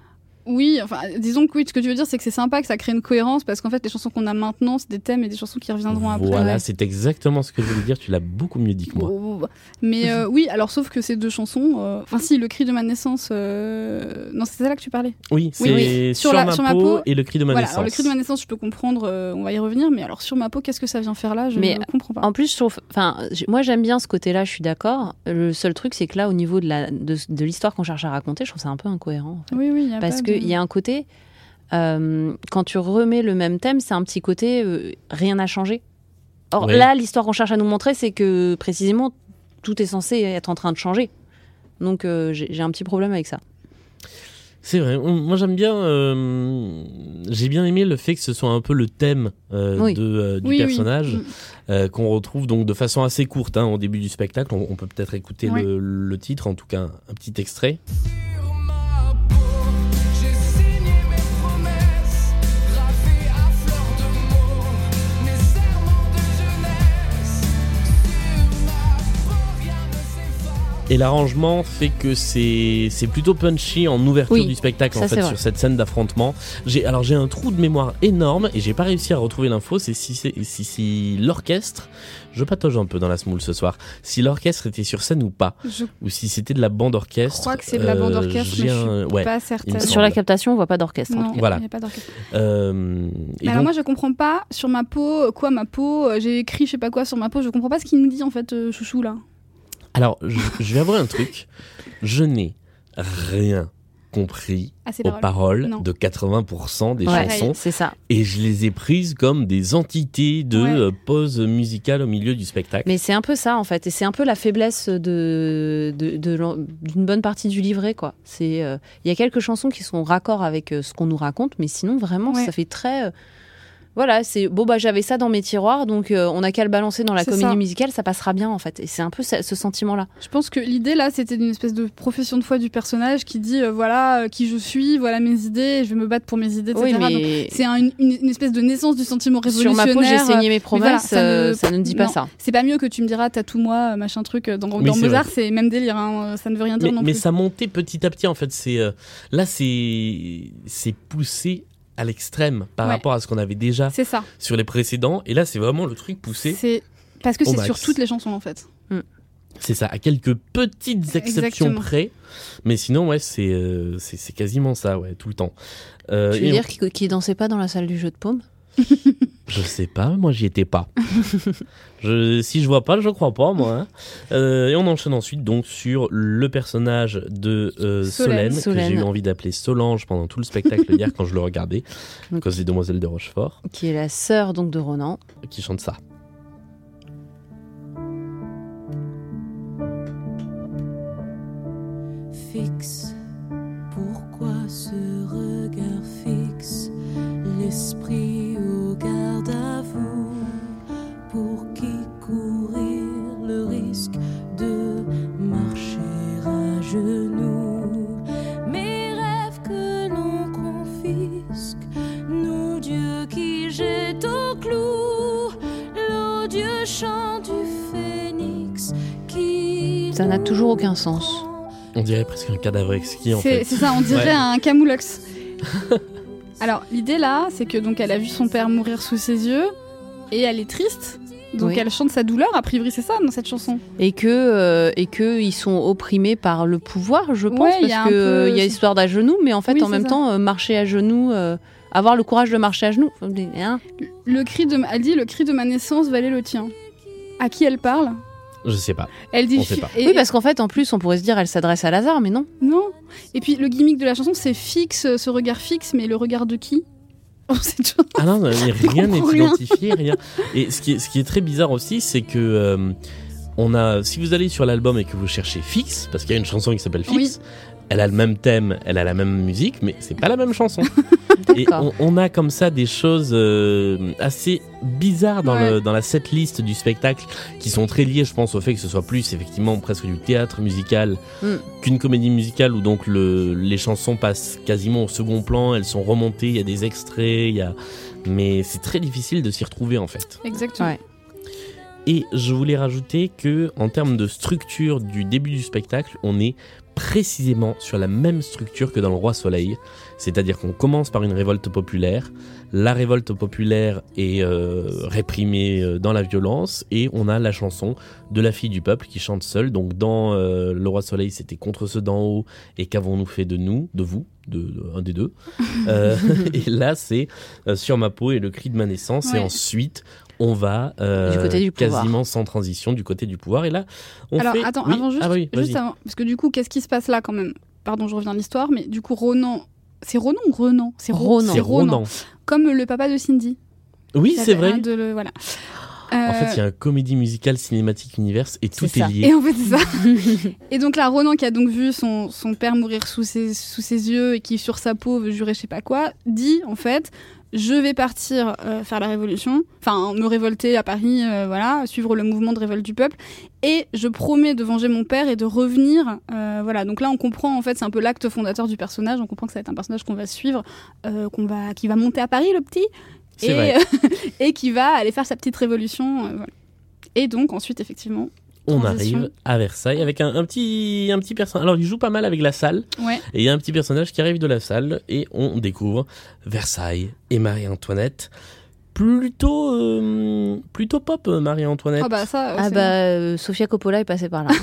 Oui, enfin, disons que oui, ce que tu veux dire, c'est que c'est sympa que ça crée une cohérence parce qu'en fait, les chansons qu'on a maintenant, c'est des thèmes et des chansons qui reviendront après. Voilà, ouais. c'est exactement ce que je voulais dire. Tu l'as beaucoup mieux dit que moi. Mais euh, oui, alors sauf que ces deux chansons, euh, enfin si, le cri de ma naissance, euh, non, c'est celle-là que tu parlais. Oui, c'est oui. Sur, Sur la- ma sur ma peau, peau. et le cri de ma voilà, naissance. alors le cri de ma naissance, je peux comprendre, euh, on va y revenir, mais alors sur ma peau, qu'est-ce que ça vient faire là Je Mais- ne comprends pas. En plus, je trouve, enfin, j- moi j'aime bien ce côté-là, je suis d'accord. Le seul truc, c'est que là, au niveau de la de, de l'histoire qu'on cherche à raconter, je trouve ça un peu incohérent. en fait. Oui, oui, il y a Parce pas de- qu'il y a un côté, euh, quand tu remets le même thème, c'est un petit côté euh, rien n'a changé. Or Ouais. là, l'histoire qu'on cherche à nous montrer, c'est que précisément tout est censé être en train de changer. Donc euh, j'ai j'ai un petit problème avec ça. C'est vrai. On- Moi, j'aime bien. euh, J'ai bien aimé le fait que ce soit un peu le thème euh, Oui. de, euh, du Oui, oui. personnage Mm. euh, qu'on retrouve donc de façon assez courte hein, au début du spectacle. On, on peut peut-être écouter Ouais. le, le titre, en tout cas un, un petit extrait. Sur ma peau, j'ai signé mes promesses, gravé à fleur de mots, mes serments de jeunesse. Sur ma peau, rien ne s'efface. Et l'arrangement fait que c'est c'est plutôt punchy en ouverture Oui. du spectacle Ça, en c'est fait vrai. sur cette scène d'affrontement. J'ai alors j'ai un trou de mémoire énorme et j'ai pas réussi à retrouver l'info. C'est si c'est- si si l'orchestre. Je patauge un peu dans la smoule ce soir. Si l'orchestre était sur scène ou pas, Je ou si c'était de la bande orchestre. Je crois que c'est de la bande orchestre, j'ai mais je un- suis ouais. pas il me certaine. semble. Sur la captation, on voit pas d'orchestre. en Non, tout cas. Voilà. il n'y a pas d'orchestre. Euh, et Mais Bah, alors donc, moi je comprends pas sur ma peau euh, quoi ma peau euh, j'ai écrit je sais pas quoi sur ma peau je comprends pas ce qu'il nous dit en fait euh, chouchou là alors, je, je vais avouer un truc. Je n'ai rien compris Ah, c'est aux drôle. paroles Non. de 80% des Ouais. chansons. C'est ça. Et je les ai prises comme des entités de Ouais. euh, pause musicale au milieu du spectacle. Mais c'est un peu ça en fait, et c'est un peu la faiblesse de de- de l'en- d'une bonne partie du livret quoi. C'est euh, il y a quelques chansons qui sont en raccord avec euh, ce qu'on nous raconte, mais sinon vraiment Ouais. ça fait très euh, voilà c'est bon bah j'avais ça dans mes tiroirs donc euh, on a qu'à le balancer dans la C'est comédie ça. musicale ça passera bien en fait. Et c'est un peu ça- ce sentiment là. Je pense que l'idée là, c'était d'une espèce de profession de foi du personnage qui dit euh, voilà euh, qui je suis, voilà mes idées, je vais me battre pour mes idées, etc. Oui Donc, mais C'est un- une, une espèce de naissance du sentiment sur révolutionnaire. ma peau j'ai euh, saigné mes voilà, promesses, ça ne- euh, ça ne, dit pas non. ça. C'est pas mieux que tu me diras t'as tout moi, euh, machin truc. euh, Dans, Oui, dans c'est Mozart, c'est même délire, hein, euh, ça ne veut rien dire Mais, non mais plus. ça montait petit à petit, en fait. C'est euh, là, c'est c'est poussé à l'extrême par Ouais. rapport à ce qu'on avait déjà C'est ça. sur les précédents. Et là, c'est vraiment le truc poussé. bah, C'est parce que au c'est max. sur toutes les chansons en fait. C'est ça, à quelques petites exceptions Exactement. près. Mais sinon, ouais, c'est euh, c'est c'est quasiment ça, ouais, tout le temps. Euh, Tu veux et dire qu'ils qu'ils dansaient pas dans la salle du jeu de paume Je sais pas, moi j'y étais pas. je, si je vois pas, je crois pas moi. hein. Euh, et on enchaîne ensuite donc sur le personnage de euh, Solène, Solène. Solène. que j'ai eu envie d'appeler Solange pendant tout le spectacle hier quand je le regardais, à cause des Demoiselles de Rochefort, qui est la sœur donc de Ronan. qui chante ça. fixe. Pourquoi ce regard fixe l'esprit au garde à vous Pour qui courir le risque de marcher à genoux Mes rêves que l'on confisque, nos dieux qui jettent au clou l'odieux chant du phénix qui. Ça n'a nous toujours aucun sens. prend On dirait presque un cadavre exquis en C'est fait. c'est ça, on dirait Ouais. un camoulox. Alors l'idée là, c'est que donc elle a vu son père mourir sous ses yeux et elle est triste. Donc Oui. elle chante sa douleur, a priori c'est ça dans cette chanson. et que euh, et que ils sont opprimés par le pouvoir, je pense, Ouais, il y a parce un que peu- euh, il y a l'histoire d'à genoux, mais en fait, Oui, en c'est même ça. temps, euh, marcher à genoux, euh, avoir le courage de marcher à genoux, hein, Le cri de, ma- elle dit le cri de ma naissance valait le tien. À qui elle parle Je sais pas. Elle dit On sait pas. et- Oh, oui, parce qu'en fait, en plus, on pourrait se dire, elle s'adresse à Lazare, mais non. Non. Et puis le gimmick de la chanson, c'est fixe, ce regard fixe, mais le regard de qui On sait toujours. Ah non, mais rien n'est comprends rien. identifié, rien. Et ce qui est, ce qui est très bizarre aussi, c'est que euh, on a, si vous allez sur l'album et que vous cherchez Fix, parce qu'il y a une chanson qui s'appelle Fix, elle a le même thème, elle a la même musique, mais c'est pas la même chanson. et D'accord. on, on a comme ça des choses euh, assez bizarres dans, Ouais. le, dans la setlist du spectacle, qui sont très liées, je pense, au fait que ce soit plus effectivement presque du théâtre musical Mm. qu'une comédie musicale où donc le, les chansons passent quasiment au second plan, elles sont remontées, il y a des extraits, il y a mais c'est très difficile de s'y retrouver en fait. Exactement. Ouais. Et je voulais rajouter que en termes de structure du début du spectacle, on est précisément sur la même structure que dans le Roi Soleil, c'est-à-dire qu'on commence par une révolte populaire, la révolte populaire est euh, réprimée euh, dans la violence et on a la chanson de la fille du peuple qui chante seule. Donc dans euh, le Roi Soleil, c'était contre ceux d'en haut et qu'avons-nous fait de nous, de vous, de, de- un des deux. Euh, et là, c'est euh, sur ma peau et le cri de ma naissance et Ouais. ensuite. On va euh, Du côté du pouvoir. quasiment sans transition du côté du pouvoir. Et là, on Alors fait... attends, oui, avant juste, ah oui, juste vas-y. avant, parce que du coup, qu'est-ce qui se passe là quand même Pardon, je reviens à l'histoire, mais du coup, Ronan, c'est Ronan ou Renan C'est Ro- Ronan. C'est Ronan. Comme le papa de Cindy. Oui, Il c'est avait vrai. un de le- voilà. En Euh, fait, il y a un comédie musical cinématique universe et tout C'est est, ça. lié. Et en fait, c'est ça. et donc là, Ronan, qui a donc vu son, son père mourir sous ses, sous ses yeux et qui, sur sa peau, veut jurer je sais pas quoi, dit en fait Je vais partir euh, faire la révolution, enfin, me révolter à Paris, euh, voilà, suivre le mouvement de révolte du peuple, et je promets de venger mon père et de revenir. euh, voilà, donc là, on comprend en fait, c'est un peu l'acte fondateur du personnage, on comprend que ça va être un personnage qu'on va suivre, euh, qu'on va, qui va monter à Paris, le petit, C'est et, vrai. et qui va aller faire sa petite révolution. euh, voilà. Et donc, ensuite, effectivement, On Transition. arrive à Versailles avec un, un petit, un petit personnage. Alors, il joue pas mal avec la salle. ouais. Et il y a un petit personnage qui arrive de la salle et on découvre Versailles et Marie-Antoinette. Plutôt, euh, plutôt pop, euh, Marie-Antoinette. Ah bah ça, euh, Ah c'est bon. bah, euh, Sofia Coppola est passée par là.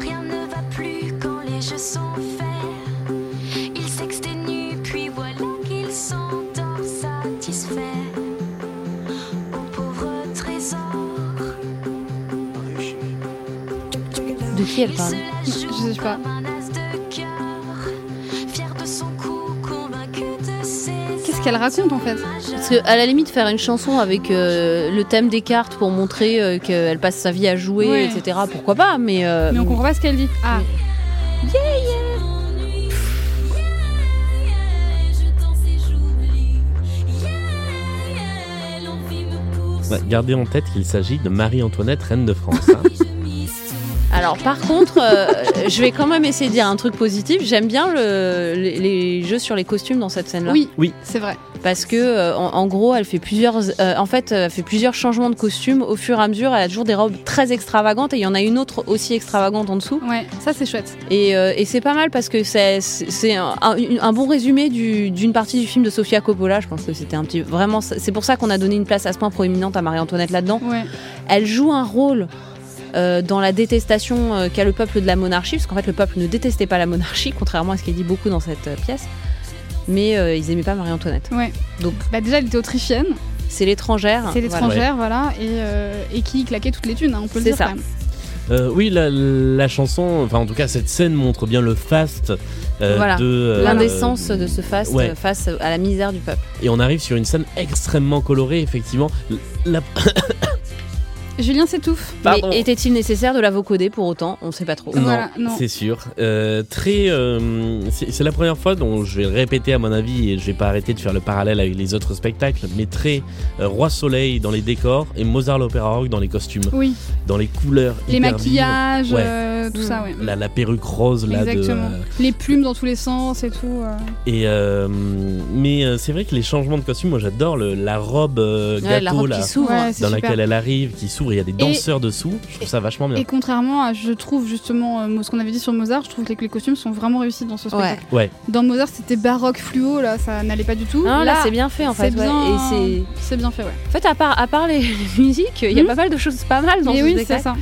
Rien ne va plus quand les jeux sont faits. Ils s'exténuent, puis voilà qu'ils sont satisfaits. Au pauvre trésor, de qui elle il parle se la joue Je sais pas. comme un as de cœur. qu'elle raconte en fait. Parce que, à la limite, faire une chanson avec euh, le thème des cartes pour montrer euh, qu'elle passe sa vie à jouer, Ouais. etc., pourquoi pas, mais. euh, Mais on comprend pas ce qu'elle dit. Ah, Ouais, gardez en tête qu'il s'agit de Marie-Antoinette, reine de France. hein. Alors par contre, euh, je vais quand même essayer de dire un truc positif. J'aime bien le- les, les jeux sur les costumes dans cette scène-là, oui, Oui. c'est vrai. parce que euh, en, en gros, elle fait plusieurs, euh, en fait, euh, elle fait plusieurs changements de costumes au fur et à mesure. Elle a toujours des robes très extravagantes et il y en a une autre aussi extravagante en dessous. Ouais, ça c'est chouette. Et, euh, et c'est pas mal parce que c'est- c'est c'est un, un- un bon résumé du- d'une partie du film de Sofia Coppola. Je pense que c'était un petit, vraiment, c'est pour ça qu'on a donné une place à ce point proéminente à Marie-Antoinette là-dedans Ouais. elle joue un rôle euh, dans la détestation euh, qu'a le peuple de la monarchie, parce qu'en fait le peuple ne détestait pas la monarchie, contrairement à ce qui est dit beaucoup dans cette euh, pièce, mais euh, ils aimaient pas Marie-Antoinette. Ouais. Donc Bah déjà, elle était autrichienne, c'est l'étrangère. c'est Ah, Voilà. l'étrangère, voilà, et, euh, et qui claquait toutes les thunes, hein, on peut le C'est dire ça. quand même. Euh, oui, la, la chanson, enfin en tout cas cette scène montre bien le faste euh, Voilà. de euh, L'indécence de ce face Ouais. euh, face à la misère du peuple. Et on arrive sur une scène extrêmement colorée, effectivement. La- Julien s'étouffe. Pardon. Mais était-il nécessaire de la vocoder pour autant On sait pas trop. Non, Voilà, non. c'est sûr. Euh, très, euh, c'est c'est la première fois dont je vais le répéter à mon avis et je vais pas arrêter de faire le parallèle avec les autres spectacles, mais très euh, Roi Soleil dans les décors et Mozart l'Opéra Rock dans les costumes, Oui, dans les couleurs. les hyper maquillages, Ouais. euh, tout Mm. ça, ouais. vives. La, la perruque rose là de, Exactement. euh, Les plumes dans tous les sens et tout. euh. et euh, mais euh, c'est vrai que les changements de costumes moi j'adore le- la robe euh, Ouais, la gâteau robe là qui s'ouvre. Ouais, c'est dans super. laquelle elle arrive qui s'ouvre il y a des danseurs dessous je trouve ça vachement bien Et contrairement à, je trouve justement, euh, ce qu'on avait dit sur Mozart, je trouve que les costumes sont vraiment réussis dans ce spectacle. Ouais. Ouais. Dans Mozart, c'était baroque fluo, là, ça n'allait pas du tout. Hein, là, c'est bien fait en fait. c'est ouais. bien- Et c'est bien fait, ouais. c'est- en fait, à part, à part les les musiques, il y a Mhm. pas mal de choses pas mal dans Mais ce oui, c'est spectacle. ça.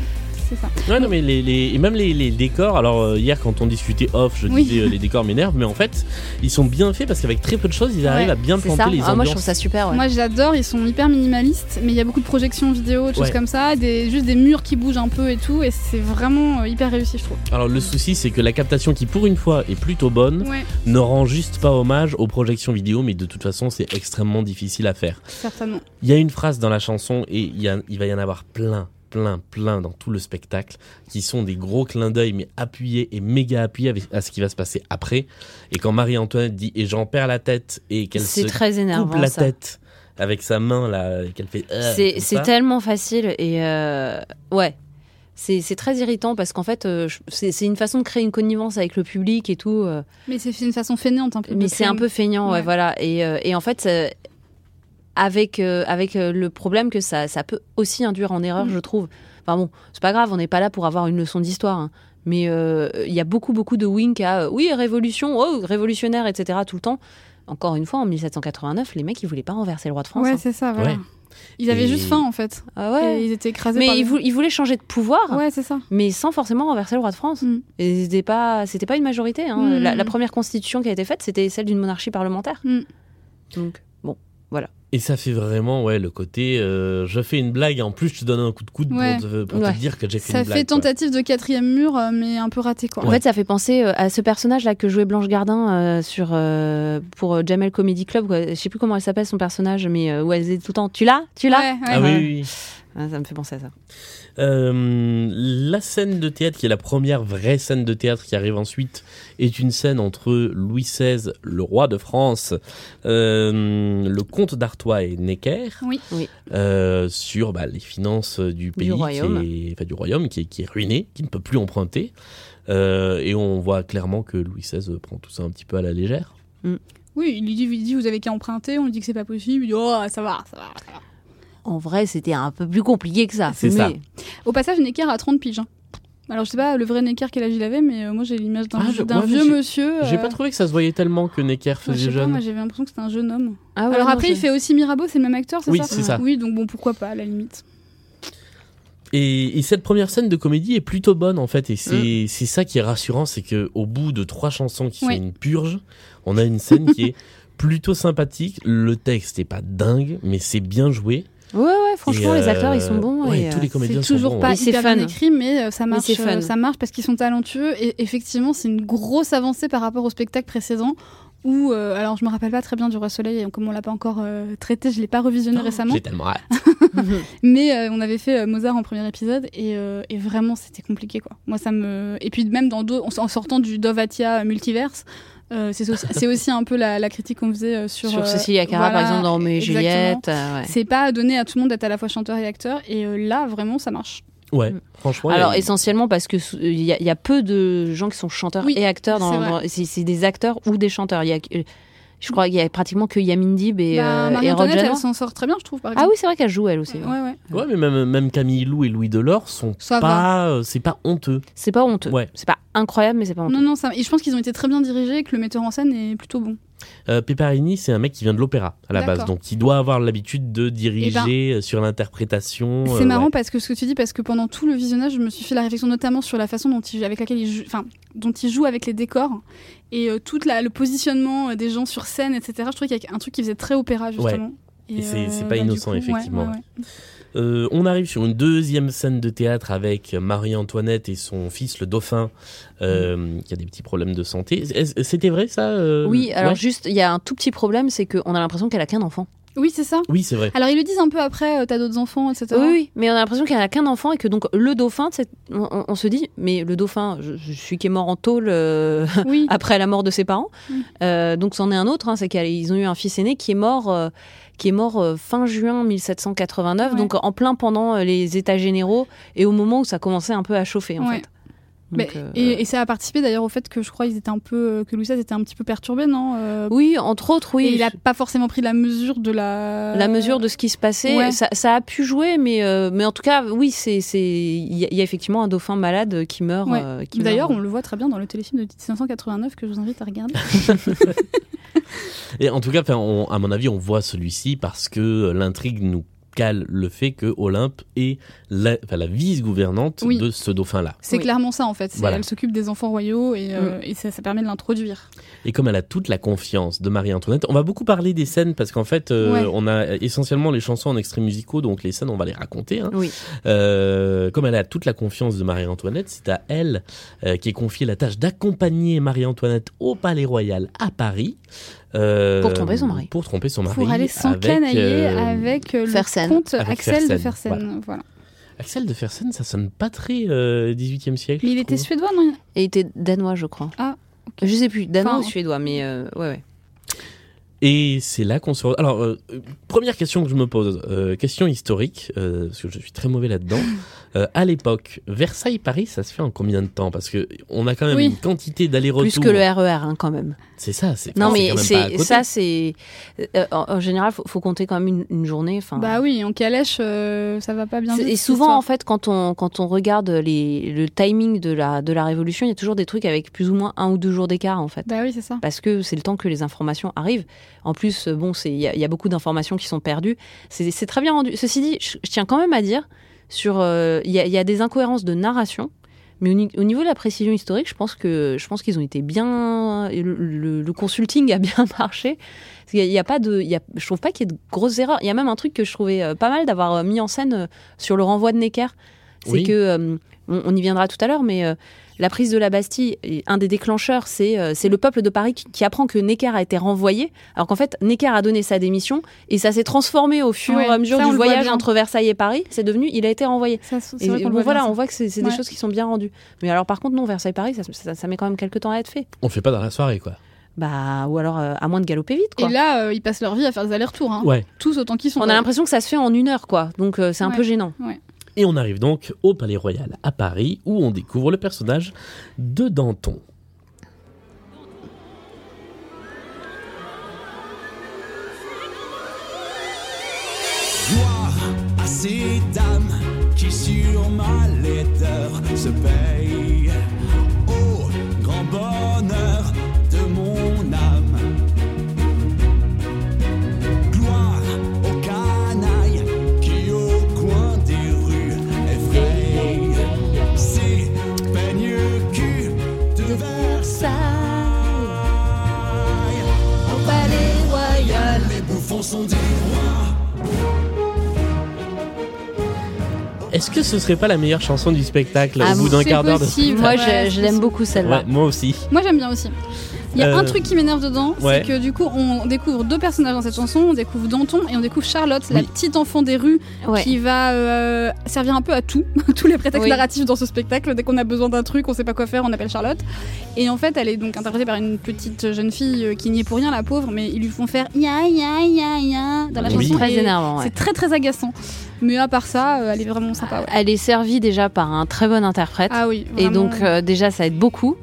C'est ça. Ouais, non, mais les, les- et même les, les décors. Alors, euh, hier, quand on discutait off, je Oui. disais euh, les décors m'énervent, mais en fait, ils sont bien faits parce qu'avec très peu de choses, ils arrivent Ouais, à bien C'est ça. planter les Ah, ambiances. moi, je trouve ça super. ouais. Moi j'adore, ils sont hyper minimalistes, mais il y a beaucoup de projections vidéo, de choses Ouais. comme ça, des, juste des murs qui bougent un peu et tout, et c'est vraiment euh, hyper réussi, je trouve. Alors, le souci, c'est que la captation, qui pour une fois est plutôt Mmh. bonne, Ouais, ne rend juste pas hommage aux projections vidéo, mais de toute façon, c'est extrêmement difficile à faire. certainement. Il y a une phrase dans la chanson, et il, y a- il va y en avoir plein, plein, plein dans tout le spectacle, qui sont des gros clins d'œil, mais appuyés et méga appuyés avec- à ce qui va se passer après. Et quand Marie-Antoinette dit Et j'en perds la tête, et qu'elle se C'est très énervant. coupe la ça. tête avec sa main là et qu'elle fait euh, C'est comme c'est ça. tellement facile et euh, ouais. C'est c'est très irritant parce qu'en fait, euh, je- c'est c'est une façon de créer une connivence avec le public et tout, euh, Mais c'est une façon fainéante un peu. mais de c'est créer un peu feignant, ouais, Ouais. voilà. Et, euh, et en fait, euh, avec, euh, avec euh, le problème que ça, ça peut aussi induire en erreur, Mm. je trouve. Enfin bon, c'est pas grave, on n'est pas là pour avoir une leçon d'histoire, hein. mais euh, il y a beaucoup, beaucoup de wink à euh, oui, révolution, oh, révolutionnaire, etc. tout le temps. Encore une fois, en 1789, les mecs, ils voulaient pas renverser le roi de France. Ouais, hein. c'est ça, voilà. Ouais. Ils avaient Et- juste faim en fait. Ah ouais. Et ils étaient écrasés par Mais ils, les- vou- ils voulaient changer de pouvoir. Ouais, c'est ça. mais sans forcément renverser le roi de France. Mm. Et c'était pas, c'était pas une majorité. hein. Mm. La, la première constitution qui a été faite, c'était celle d'une monarchie parlementaire. Mm. Donc, et ça fait vraiment ouais le côté euh, je fais une blague en plus je te donne un coup de coude pour Ouais. te, pour te Ouais. dire que j'ai fait Ça une blague fait quoi. tentative de quatrième mur, euh, mais un peu raté quoi. en fait, ça fait penser euh, à ce personnage-là que jouait Blanche Gardin euh, sur euh, pour euh, Jamel Comedy Club. quoi. Je sais plus comment elle s'appelle son personnage, mais euh, où elle disait tout le temps "Tu l'as, tu l'as". Ouais, ouais. ah oui, oui, oui. Ah, ça me fait penser à ça. Euh, la scène de théâtre qui est la première vraie scène de théâtre qui arrive ensuite est une scène entre Louis XVI le roi de France euh, le comte d'Artois et Necker Oui. Oui. euh, sur bah, les finances du pays royaume. Qui est, enfin, du royaume qui est, qui est ruiné qui ne peut plus emprunter Euh, et on voit clairement que Louis XVI prend tout ça un petit peu à la légère Oui, il lui dit, il dit vous avez qu'à emprunter, on lui dit que c'est pas possible, il dit oh ça va, ça va, ça va. En vrai, c'était un peu plus compliqué que ça. C'est mais- ça. Au passage, Necker a 30 piges. hein. Alors je sais pas le vrai Necker quel âge il avait, mais euh, moi j'ai l'image d'un Ah, je- d'un ouais, vieux j'ai- monsieur. j'ai euh, pas trouvé que ça se voyait tellement que Necker moi, je faisait sais pas, jeune moi j'avais l'impression que c'était un jeune homme. Ah ouais, Alors non, après, je- il fait aussi Mirabeau, c'est le même acteur, c'est Oui, ça c'est ça. Oui, donc bon, pourquoi pas, à la limite. Et, et cette première scène de comédie est plutôt bonne en fait, et c'est c'est ça qui est rassurant, c'est que au bout de trois chansons qui Mm. Oui. sont une purge, on a une scène qui est plutôt sympathique. Le texte est pas dingue, mais c'est bien joué. Ouais, ouais. Franchement, Et, les acteurs, ils euh, sont bons. ouais, et, euh, tous les comédiens C'est sont toujours bons. pas Et c'est hyper fun. bien écrit, mais euh, ça Mais marche, c'est fun. euh, ça marche parce qu'ils sont talentueux. Et effectivement, c'est une grosse avancée par rapport au spectacle précédent. ou euh, alors je me rappelle pas très bien du Roi Soleil, et comme on l'a pas encore euh, traité, je l'ai pas revisionné récemment, J'ai tellement hâte. mais euh, on avait fait euh, Mozart en premier épisode et, euh, et vraiment c'était compliqué quoi. Moi ça me et puis même dans Do- en s- en sortant du Dovatia multiverse, euh, c'est aussi, c'est aussi un peu la, la critique qu'on faisait euh, sur Sur euh, Cécile Yakara, par voilà, exemple, dans Mes exactement. Juliette. euh, ouais. C'est pas donné à tout le monde d'être à la fois chanteur et acteur et euh, là vraiment ça marche. Ouais, Mm. franchement. Alors il y a- essentiellement parce que sou- il y, a- il y a peu de gens qui sont chanteurs Oui, et acteurs dans, c'est vrai. dans- c'est c'est des acteurs ou des chanteurs. Il y a que- je crois qu'il y a pratiquement que Yamin Dib et, Bah, euh, et Rob Marie-Antoinette Janois. elle s'en sort très bien je trouve par Ah exemple. oui, c'est vrai qu'elle joue elle aussi. ouais ouais. ouais, mais même, même Camille Lou et Louis Delors sont Ça pas. euh, C'est pas honteux. C'est pas honteux. Ouais. C'est pas incroyable, mais c'est pas honteux. Non non ça et je pense qu'ils ont été très bien dirigés et que le metteur en scène est plutôt bon. Euh, Pepparini, c'est un mec qui vient de l'opéra à la D'accord. Eh ben, base, donc il doit avoir l'habitude de diriger euh, sur l'interprétation. C'est euh, marrant ouais. parce que ce que tu dis, parce que pendant tout le visionnage, je me suis fait la réflexion notamment sur la façon dont il, avec laquelle il joue, enfin, dont il joue avec les décors et euh, toute la, le positionnement euh, des gens sur scène, etc. Je trouvais qu'il y a un truc qui faisait très opéra justement. euh, bah, Et c'est- c'est pas du innocent, effectivement, ouais, ouais, ouais. ouais. Euh, on arrive sur une deuxième scène de théâtre avec Marie-Antoinette et son fils, le dauphin, euh, qui a des petits problèmes de santé. Est-ce- C'était vrai ça euh, Oui, alors ouais juste, il y a un tout petit problème, c'est qu'on a l'impression qu'elle a qu'un enfant. Oui, c'est ça. Oui, c'est vrai. Alors ils le disent un peu après, euh, t'as d'autres enfants, etc. Oui, oui, mais on a l'impression qu'elle a qu'un enfant et que donc le dauphin, tu sais, on, on- on se dit, mais le dauphin, je, je suis qui est mort en tôle euh, Oui. après la mort de ses parents. Oui. Euh, donc c'en est un autre, hein, c'est qu'ils ont eu un fils aîné qui est mort, euh, qui est mort euh, fin juin 1789, Ouais. donc en plein pendant euh, les États généraux et au moment où ça commençait un peu à chauffer en Ouais. fait. Mais- Donc, euh, et, et ça a participé d'ailleurs au fait que je crois ils étaient un peu, euh, que Louis XVI était un petit peu perturbé, non Euh, oui, entre autres, et oui. il a pas forcément pris la mesure de la. La mesure de ce qui se passait, Euh, Ouais. ça, ça a pu jouer, mais, euh, mais en tout cas, oui, c'est c'est- il y, a- il y a effectivement un dauphin malade qui meurt. Ouais. euh, qui meurt. D'ailleurs, on le voit très bien dans le téléfilm de 1989 que je vous invite à regarder. Et en tout cas, enfin, on- à mon avis, on voit celui-ci parce que l'intrigue nous cale le fait que Olympe est la, enfin, la vice-gouvernante Oui. de ce dauphin-là. C'est Oui. Mm. clairement ça en fait. C'est- Voilà. Elle s'occupe des enfants royaux et, euh, et ça, ça permet de l'introduire. Et comme elle a toute la confiance de Marie-Antoinette, on va beaucoup parler des scènes parce qu'en fait, euh, Ouais. on a essentiellement les chansons en extraits musicaux, donc les scènes, on va les raconter. hein. Oui. Euh, comme elle a toute la confiance de Marie-Antoinette, c'est à elle euh, qui est confiée la tâche d'accompagner Marie-Antoinette au Palais Royal à Paris. euh, Pour tromper son mari. Pour tromper son mari. Pour aller s'encanailler euh, avec, euh, Fersen. le comte Avec Axel de Fersen, Fersen. Voilà. Axel de Fersen, ça sonne pas très euh, 18e siècle. Mais je il était trouve. suédois, non Et il était danois, je crois. Ah, ok. Je sais plus, danois Enfin, ou suédois, mais euh, ouais, ouais. Et c'est là qu'on se. re- Alors, euh, euh, première question que je me pose, euh, question historique, euh, parce que je suis très mauvais là-dedans. Euh, à l'époque, Versailles-Paris, ça se fait en combien de temps Parce que on a quand même Oui. une quantité Plus d'allers-retours. que le RER, hein, quand même. C'est ça, c'est non, enfin, mais c'est quand même pas à c'est côté. ça, c'est euh, en, en général, faut, faut compter quand même une, une journée. Enfin, Bah oui, en calèche, euh, ça va pas bien. Ah. c'est- vite, et cette souvent, en histoire. fait, quand on quand on regarde les, le timing de la de la révolution, il y a toujours des trucs avec plus ou moins un ou deux jours d'écart, en fait. Bah oui, c'est ça. Parce que c'est le temps que les informations arrivent. En plus, euh, bon, c'est- il y, a- il y a beaucoup d'informations qui sont perdues. C'est c'est très bien rendu. Ceci dit, je, je tiens quand même à dire sur euh, il y, a- il y a des incohérences de narration, mais au, ni- au niveau de la précision historique, je pense que je pense qu'ils ont été bien. Le, le- le consulting a bien marché. Parce qu'il y a- Il y a pas de, il y a- je trouve pas qu'il y ait de grosses erreurs. Il y a même un truc que je trouvais euh, pas mal d'avoir euh, mis en scène euh, sur le renvoi de Necker. C'est Oui. que euh, on, on y viendra tout à l'heure, mais euh, la prise de la Bastille, et un des déclencheurs, c'est euh, c'est le peuple de Paris qui, qui apprend que Necker a été renvoyé, alors qu'en fait Necker a donné sa démission et ça s'est transformé au fur et Ouais, à mesure ça, on du le voit voyage bien. entre Versailles et Paris. C'est devenu, il a été renvoyé. Ça, c'est Et vrai qu'on bon, le voit voilà, bien, on ça. voit que c'est c'est Ouais. des choses qui sont bien rendues. Mais alors, par contre, non, Versailles-Paris, ça, ça- ça met quand même quelques temps à être fait. On fait pas dans la soirée, quoi. Bah, ou alors, euh, à moins de galoper vite, quoi. Et là, euh, ils passent leur vie à faire des allers-retours, hein. Ouais. tous autant qu'ils sont. on a l'impression que ça se fait en une heure, quoi. Donc, euh, c'est un Ouais. peu gênant. Et on arrive donc au Palais Royal à Paris, où on découvre le personnage de Danton. Gloire à ces dames qui sur ma laideur se payent au grand bonheur de mon âme. Gloire aux canailles qui au coin des rues effrayent ces peignes cul de Versailles. Au palais royal, les bouffons sont des rois. Est-ce que ce serait pas la meilleure chanson du spectacle Ah au bon, bout d'un c'est quart d'heure de possible. Moi, Ouais, je, je c'est l'aime possible. beaucoup, celle-là. Ouais, moi aussi. Moi, j'aime bien aussi. Il y a Euh, un truc qui m'énerve dedans, ouais. c'est que du coup, on découvre deux personnages dans cette chanson. On découvre Danton et on découvre Charlotte, la Oui. petite enfant des rues Ouais. qui va euh, servir un peu à tout, tous les prétextes Oui. narratifs dans ce spectacle. Dès qu'on a besoin d'un truc, on sait pas quoi faire, on appelle Charlotte. Et en fait, elle est donc interprétée par une petite jeune fille euh, qui n'y est pour rien, la pauvre, mais ils lui font faire ya ya ya ya dans la Oui. chanson. Très et énervant. ouais. Ah C'est très très agaçant. Mais à part ça, euh, elle est vraiment sympa. ouais. Elle est servie déjà par un très bon interprète. Ah oui. Et vraiment. donc euh, déjà ça aide beaucoup.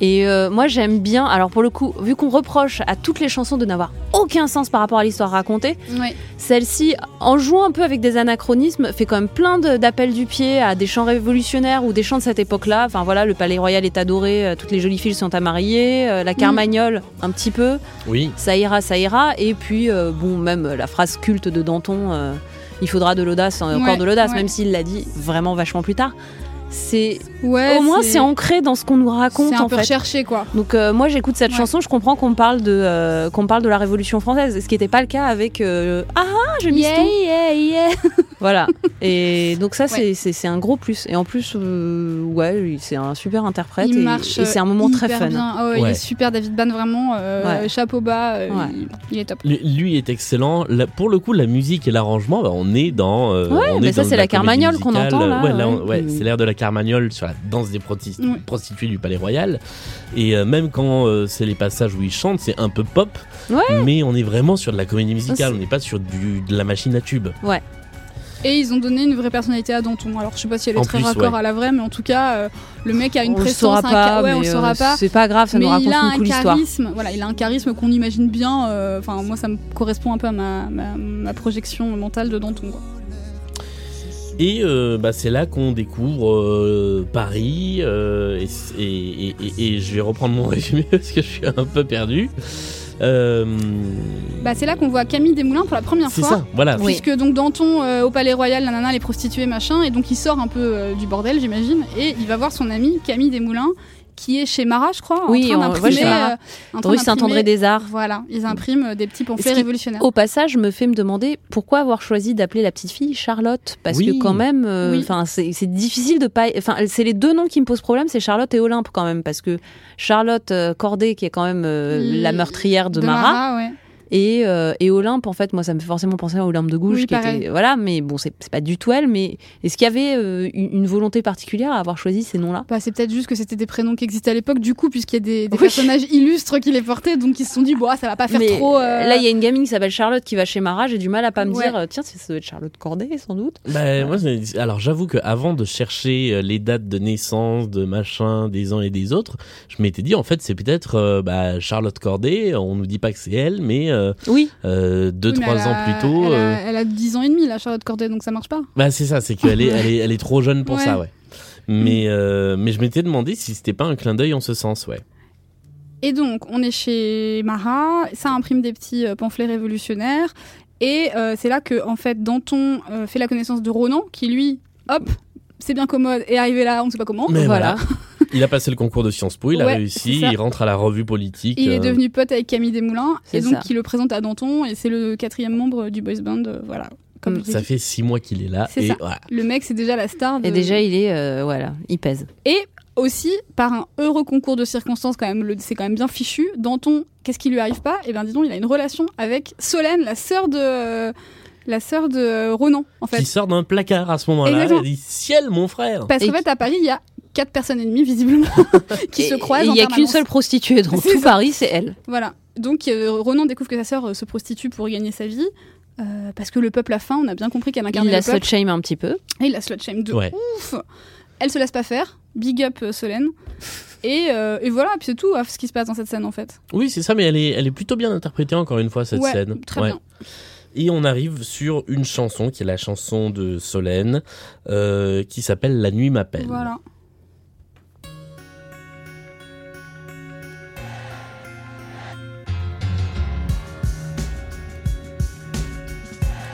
Et euh, moi j'aime bien, alors pour le coup, vu qu'on reproche à toutes les chansons de n'avoir aucun sens par rapport à l'histoire racontée, Ouais. celle-ci, en jouant un peu avec des anachronismes, fait quand même plein de- d'appels du pied à des chants révolutionnaires ou des chants de cette époque-là. Enfin voilà, le Palais Royal est adoré, euh, toutes les jolies filles sont à marier, euh, la Mm. Carmagnole un petit peu, Oui. ça ira, ça ira. Et puis euh, bon, même euh, la phrase culte de Danton, euh, il faudra de l'audace, euh, encore Ouais, de l'audace, ouais. même s'il l'a dit vraiment vachement plus tard. C'est Ouais, au moins, c'est ancré dans ce qu'on nous raconte C'est un en peu fait. recherché quoi. Donc euh, moi, j'écoute cette Ouais. chanson, je comprends qu'on parle de euh, qu'on parle de la Révolution française, ce qui n'était pas le cas avec euh, Ah ah, je mise Yeah, tout. yeah, yeah. Voilà. Et donc ça, c'est- c'est c'est un gros plus. Et en plus, euh, ouais, c'est un super interprète Il et, marche. et c'est un moment très hyper fun. bien. Ah ouais, Il Ouais. est super, David Ban, vraiment. euh, Ouais. Chapeau bas, euh, Ouais. il, il est top. Lui- Lui est excellent. La- pour le coup, la musique et l'arrangement, bah, on est dans. euh, Ouais, on mais est ça, dans c'est la comédie Carmagnole qu'on musicale. entend, là, Ouais, on- ouais. ouais, Mm. c'est l'air de la Carmagnole sur la danse des proti- Ouais. prostituées du Palais Royal. Et euh, même quand euh, c'est les passages où ils chantent, c'est un peu pop. Ouais. Mais on est vraiment sur de la comédie musicale. C'est- On n'est pas sur du, de la machine à tube. Et ils ont donné une vraie personnalité à Danton. Alors je sais pas si elle est En très plus, raccord ouais. à la vraie, mais en tout cas, euh, le mec a une on le présence. saura un pas, ca- ouais, on mais, le saura euh, pas. c'est pas grave, ça mais nous raconte il a une un cool histoire. charisme, voilà, il a un charisme qu'on imagine bien. euh, Enfin, moi, ça me correspond un peu à ma, ma- ma projection mentale de Danton. quoi. Et euh, bah, c'est là qu'on découvre euh, Paris. euh, et, c- et- et- et- et je vais reprendre mon résumé parce que je suis un peu perdu. Euh, Bah, c'est là qu'on voit Camille Desmoulins pour la première c'est fois. ça, voilà. Oui. Puisque donc Danton euh, au Palais Royal, la nana, les prostituées, machin, et donc il sort un peu euh, du bordel, j'imagine, et il va voir son ami Camille Desmoulins, qui est chez Marat, je crois, Oui, en on- train ouais, d'imprimer. euh, chez Marat. en train Rue d'imprimer- Saint-André des Arts. Voilà, ils impriment euh, des petits pamphlets qui- révolutionnaires. Au passage, me fait me demander pourquoi avoir choisi d'appeler la petite fille Charlotte parce Oui. que quand même, euh, Oui. enfin c'est- c'est difficile de pas. Enfin, c'est les deux noms qui me posent problème, c'est Charlotte et Olympe quand même parce que Charlotte euh, Corday qui est quand même euh, L- la meurtrière de, Marat, ouais. et, euh, et Olympe en fait, moi ça me fait forcément penser à Olympe de Gouges Oui, qui pareil. était voilà, mais bon c'est c'est pas du tout elle, mais est-ce qu'il y avait euh, une une volonté particulière à avoir choisi ces noms-là Bah, c'est peut-être juste que c'était des prénoms qui existaient à l'époque, du coup, puisqu'il y a des, des Oui. personnages illustres qui les portaient, donc ils se sont dit, bah, ça va pas faire Mais trop. euh, Là, il y a une gamine qui s'appelle Charlotte qui va chez Marat. J'ai du mal à pas me Ouais. dire, euh, tiens, ça doit être Charlotte Corday, sans doute. Bah, moi, c'est- alors j'avoue que avant de chercher euh, les dates de naissance, de machin, des uns et des autres, je m'étais dit en fait c'est peut-être euh, bah, Charlotte Corday. On nous dit pas que c'est elle, mais euh, Oui, euh, deux oui, mais trois elle ans a- plus tôt, Oh Elle a, euh, elle a 10 ans et demi, la Charlotte Corday, donc ça marche pas. bah c'est ça, c'est qu'elle est, elle est, elle est trop jeune pour ça, ouais. Mais Mm. euh, mais je m'étais demandé si c'était pas un clin d'œil en ce sens, ouais. Et donc, on est chez Marat, ça imprime des petits euh, pamphlets révolutionnaires. Et euh, c'est là que, en fait, Danton euh, fait la connaissance de Ronan, qui lui, hop, c'est bien commode, est arrivé là, on ne sait pas comment. Mais voilà. voilà. Il a passé le concours de Sciences Po, il a Oh, Ouais, réussi, c'est ça. il rentre à la revue politique. Il est euh, devenu pote avec Camille Desmoulins, et C'est donc ça. il le présente à Danton, et c'est le quatrième membre du boys band, euh, voilà. Comme Mm, je l'ai Ça dit. fait six mois qu'il est là C'est et ça. voilà. Le mec, c'est déjà la star. De... et déjà il est euh, voilà, il pèse. Et aussi, par un heureux concours de circonstances, quand même, le- c'est quand même bien fichu. Danton, qu'est-ce qui lui arrive pas Eh bien, disons, il a une relation avec Solène, la sœur de. euh, la sœur de euh, Ronan, en qui fait. sort d'un placard à ce moment-là. Exactement. Il dit ciel mon frère. Parce Et qu'en fait, à Paris, il y a quatre personnes ennemies, visiblement, qui Et- se croisent. et Il en n'y a qu'une permanence. seule prostituée dans C'est tout ça. Paris, c'est elle. Voilà. Donc, euh, Ronan découvre que sa sœur euh, se prostitue pour gagner sa vie. euh, parce que le peuple a faim, on a bien compris qu'elle incarne Il le la peuple. slut shame un petit peu. Et il la slut shame de Ouais. ouf. Elle se laisse pas faire. Big up euh, Solène. Et, euh, et voilà, puis c'est tout euh, ce qui se passe dans cette scène en fait. Oui, c'est ça, mais elle est, elle est plutôt bien interprétée encore une fois cette ouais, scène. Très Ouais. bien. Et on arrive sur une chanson qui est la chanson de Solène, euh, qui s'appelle La nuit m'appelle. Voilà.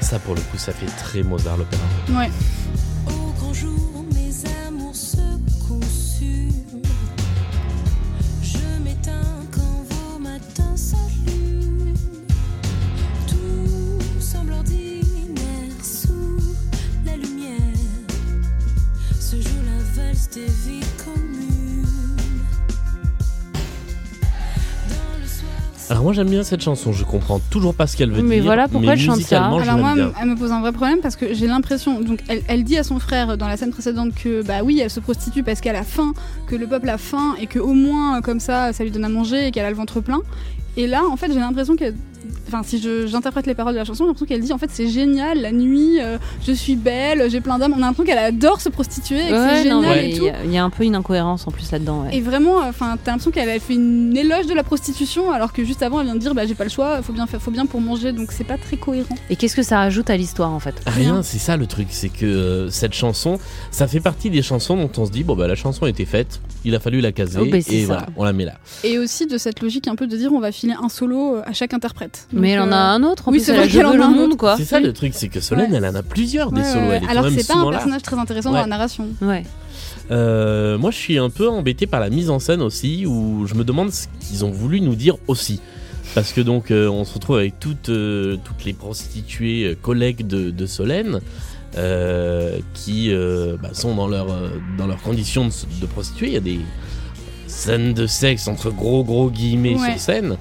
Ça pour le coup, ça fait très Mozart l'opéra. Ouais. Au grand jour, mes amours se consument. Je m'éteins quand vos matins s'allument. Tout semble ordinaire sous la lumière. Se joue la valse des vies communes. Alors moi j'aime bien cette chanson, je comprends toujours pas ce qu'elle veut Mais dire. voilà pourquoi mais je chante ça. musicalement, je Alors moi, l'aime bien. elle me pose un vrai problème parce que j'ai l'impression, donc elle, elle dit à son frère dans la scène précédente que bah oui, elle se prostitue parce qu'elle a faim, que le peuple a faim et que au moins euh, comme ça, ça lui donne à manger et qu'elle a le ventre plein. Et là, en fait, j'ai l'impression qu'elle, enfin, si je- j'interprète les paroles de la chanson, j'ai l'impression qu'elle dit en fait c'est génial la nuit, euh, je suis belle, j'ai plein d'hommes. On a l'impression qu'elle adore se prostituer, et que c'est Ouais, non, génial mais et il tout. y, a- il y a un peu une incohérence en plus là-dedans. ouais. Et vraiment, euh, enfin, t'as l'impression qu'elle elle fait une éloge de la prostitution, alors que juste avant, elle vient de dire, bah, j'ai pas le choix, faut bien, faire- faut bien pour manger, donc c'est pas très cohérent. Et qu'est-ce que ça rajoute à l'histoire en fait Rien, c'est ça le truc, c'est que euh, cette chanson, ça fait partie des chansons dont on se dit bon bah la chanson a été faite, il a fallu la caser Oh, bah, c'est et ça. voilà, on la met là. Et aussi de cette logique un peu de dire on va filer un solo euh, à chaque interprète. Donc, Mais elle en a euh, un autre en oui, plus, c'est elle vrai a qu'elle Je veux en a le un monde autre. quoi. C'est ça le truc, c'est que Solène Ouais. elle en a plusieurs des ouais, solos, euh, ouais, elle est Alors quand que même c'est pas un souvent là. personnage très intéressant Ouais. dans la narration. Ouais. Euh, moi je suis un peu embêté par la mise en scène aussi, où je me demande ce qu'ils ont voulu nous dire aussi. Parce que donc euh, on se retrouve avec toutes, euh, toutes les prostituées euh, collègues de, de Solène. euh, qui euh, bah, sont dans leur euh, dans leurs conditions de, s- de prostituées. Il y a des scènes de sexe entre gros gros guillemets Ouais. sur scène.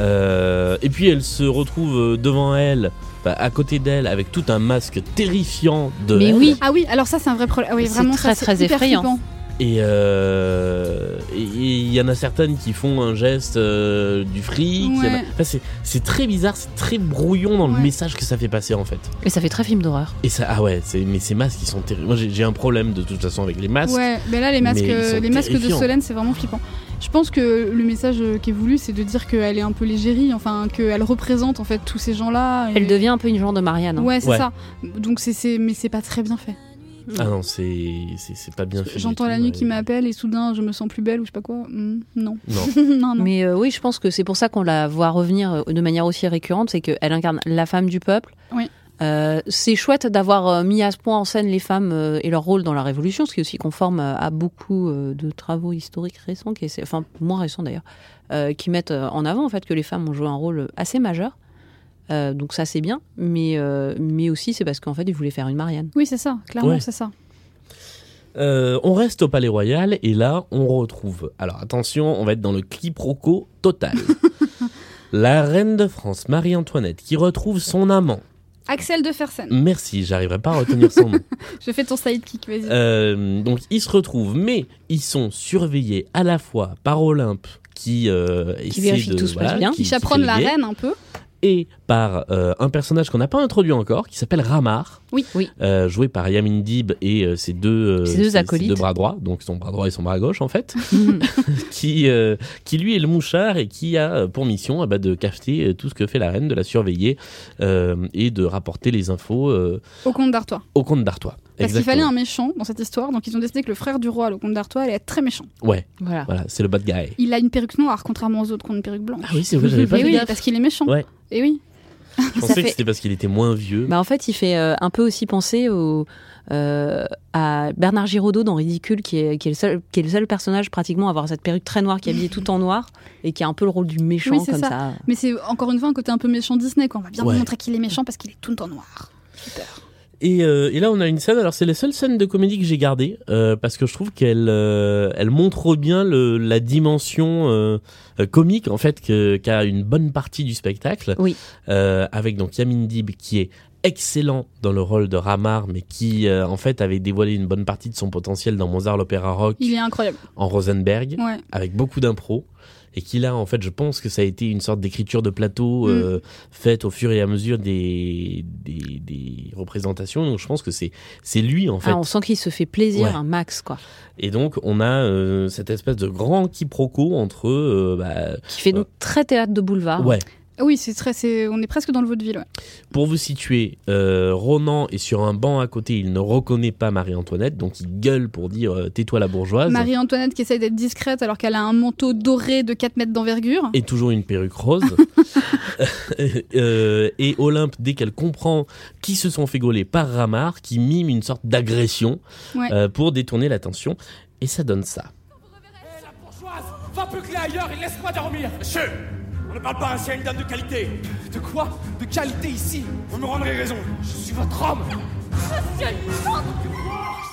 Euh, et puis elle se retrouve euh, devant elle, bah, à côté d'elle, avec tout un masque terrifiant de Mais elle. oui, Ah oui, alors ça c'est un vrai problème. Ah oui, C'est vraiment ça, très, c'est très hyper effrayant. flippant. Et euh, et- et il y en a certaines qui font un geste euh, du fric. il y en a- Ouais. enfin, c'est- c'est très bizarre, c'est très brouillon dans le Ouais. message que ça fait passer en fait. mais ça fait très film d'horreur. Et ça, ah ouais, c'est- mais ces masques ils sont terribles. Moi j'ai j'ai un problème de toute façon avec les masques. Ouais, mais là les masques, Ah, mais ils euh, sont les masques de terrifiants. Solène c'est vraiment flippant. Je pense que le message euh, qui est voulu c'est de dire qu'elle est un peu légérie, enfin qu'elle représente en fait tous ces gens-là. et- Elle devient un peu une genre de Marianne. hein. Ouais, c'est Ouais. ça. Donc c'est- c'est, mais c'est pas très bien fait. Ah non, c'est c'est- c'est pas bien fait. du J'entends tout, la nuit ouais. qui m'appelle et soudain je me sens plus belle ou je sais pas quoi. Hmm, non. Non. non, non. Mais euh, oui, je pense que c'est pour ça qu'on la voit revenir euh, de manière aussi récurrente, c'est qu'elle incarne la femme du peuple. Oui. Euh, c'est chouette d'avoir euh, mis à ce point en scène les femmes euh, et leur rôle dans la Révolution, ce qui est aussi conforme euh, à beaucoup euh, de travaux historiques récents, qui essaient- enfin moins récents d'ailleurs, euh, qui mettent euh, en avant en fait que les femmes ont joué un rôle assez majeur. Euh, donc ça c'est bien, mais euh, mais aussi c'est parce qu'en fait ils voulaient faire une Marianne. Oui, c'est ça, clairement, Ouais. c'est ça. Euh, on reste au Palais Royal et là, on retrouve. Alors attention, on va être dans le quiproquo total. la reine de France, Marie-Antoinette, qui retrouve son amant. Axel de Fersen. Merci, j'arriverai pas à retenir son nom. Je fais ton sidekick, vas-y. Hmm. Euh, donc ils se retrouvent, mais ils sont surveillés à la fois par Olympe, qui, euh, essaie vérifie de- que tout se passe bien. qui chaperonne fait la les guets, reine un peu. et par euh, un personnage qu'on n'a pas introduit encore, qui s'appelle Ramar. Oui, oui. euh, joué par Yamin Dib et euh, ses deux, euh, Ses deux acolytes. deux bras droits, donc son bras droit et son bras gauche en fait, qui, euh, qui lui est le mouchard et qui a euh, pour mission eh ben, de cafeter euh, tout ce que fait la reine, de la surveiller euh, et de rapporter les infos euh, Au comte d'Artois. au comte d'Artois. Parce qu'il fallait Exactement. un méchant dans cette histoire, donc ils ont décidé que le frère du roi, le comte d'Artois, allait être très méchant. Ouais, Voilà. voilà, c'est le bad guy. Il a une perruque noire, contrairement aux autres qui ont une perruque blanche. Ah oui, c'est vrai, j'avais pas Et fait oui, gaffe. parce qu'il est méchant. Ouais. Et oui. Je Ça pensais que fait- c'était parce qu'il était moins vieux. Bah en fait, il fait euh, un peu aussi penser au, euh, à Bernard Giraudot dans Ridicule, qui est, qui, est le seul, qui est le seul personnage pratiquement à avoir cette perruque très noire, qui est habillée tout en noir, et qui a un peu le rôle du méchant Oui, c'est comme ça. ça. Mais c'est encore une fois un côté un peu méchant Disney, quoi. On va bien vous Ouais. montrer qu'il est méchant parce qu'il est tout le temps noir. Super. Et, euh, et là, on a une scène. Alors, c'est la seule scène de comédie que j'ai gardée euh, parce que je trouve qu'elle euh, elle montre bien le, la dimension euh, euh, comique en fait que- qu'a une bonne partie du spectacle. Oui. Euh, avec donc Yamin Dib qui est excellent dans le rôle de Ramar, mais qui euh, en fait avait dévoilé une bonne partie de son potentiel dans Mozart l'opéra rock Il est incroyable. en Rosenberg, Ouais. avec beaucoup d'impro. Et qui là, en fait, je pense que ça a été une sorte d'écriture de plateau euh, faite au fur et à mesure des, des, des représentations. Donc je pense que c'est c'est lui, en fait. Ah, on sent qu'il se fait plaisir Ouais. un max, quoi. Et donc on a euh, cette espèce de grand quiproquo entre... euh, bah, Qui fait donc très théâtre de boulevard. ouais, Ah Oui, c'est très, c'est, on est presque dans le vaudeville. Ouais. Pour vous situer, euh, Ronan est sur un banc à côté, il ne reconnaît pas Marie-Antoinette, donc il gueule pour dire euh, tais-toi la bourgeoise. Marie-Antoinette qui essaye d'être discrète alors qu'elle a un manteau doré de 4 mètres d'envergure. et toujours une perruque rose. Euh, et Olympe, dès qu'elle comprend qui se sont fait gauler par Ramar, qui mime une sorte d'agression Ouais. euh, pour détourner l'attention. Et ça donne ça. La bourgeoise va peupler ailleurs et laisse-moi dormir Monsieur On ne parle pas ainsi à une dame de qualité De quoi De qualité ici Vous me rendrez raison Je suis votre homme Monsieur le comte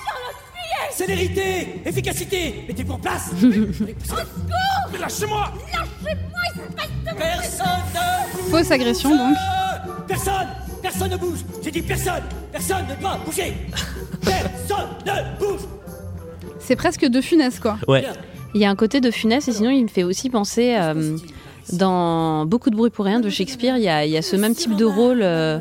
Charlotte Fuyet Célérité Efficacité Mettez-vous en place Mais Lâchez-moi Lâchez-moi, il se passe Personne ne Fausse agression, Ah, donc. bouge Personne Personne ne bouge J'ai dit personne Personne ne doit bouger Personne ne bouge C'est presque de funès, quoi. Ouais. Il y a un côté de funeste et sinon il me fait aussi penser euh, dans beaucoup de bruit pour rien de Shakespeare. Il y a, il y a ce même type de rôle euh,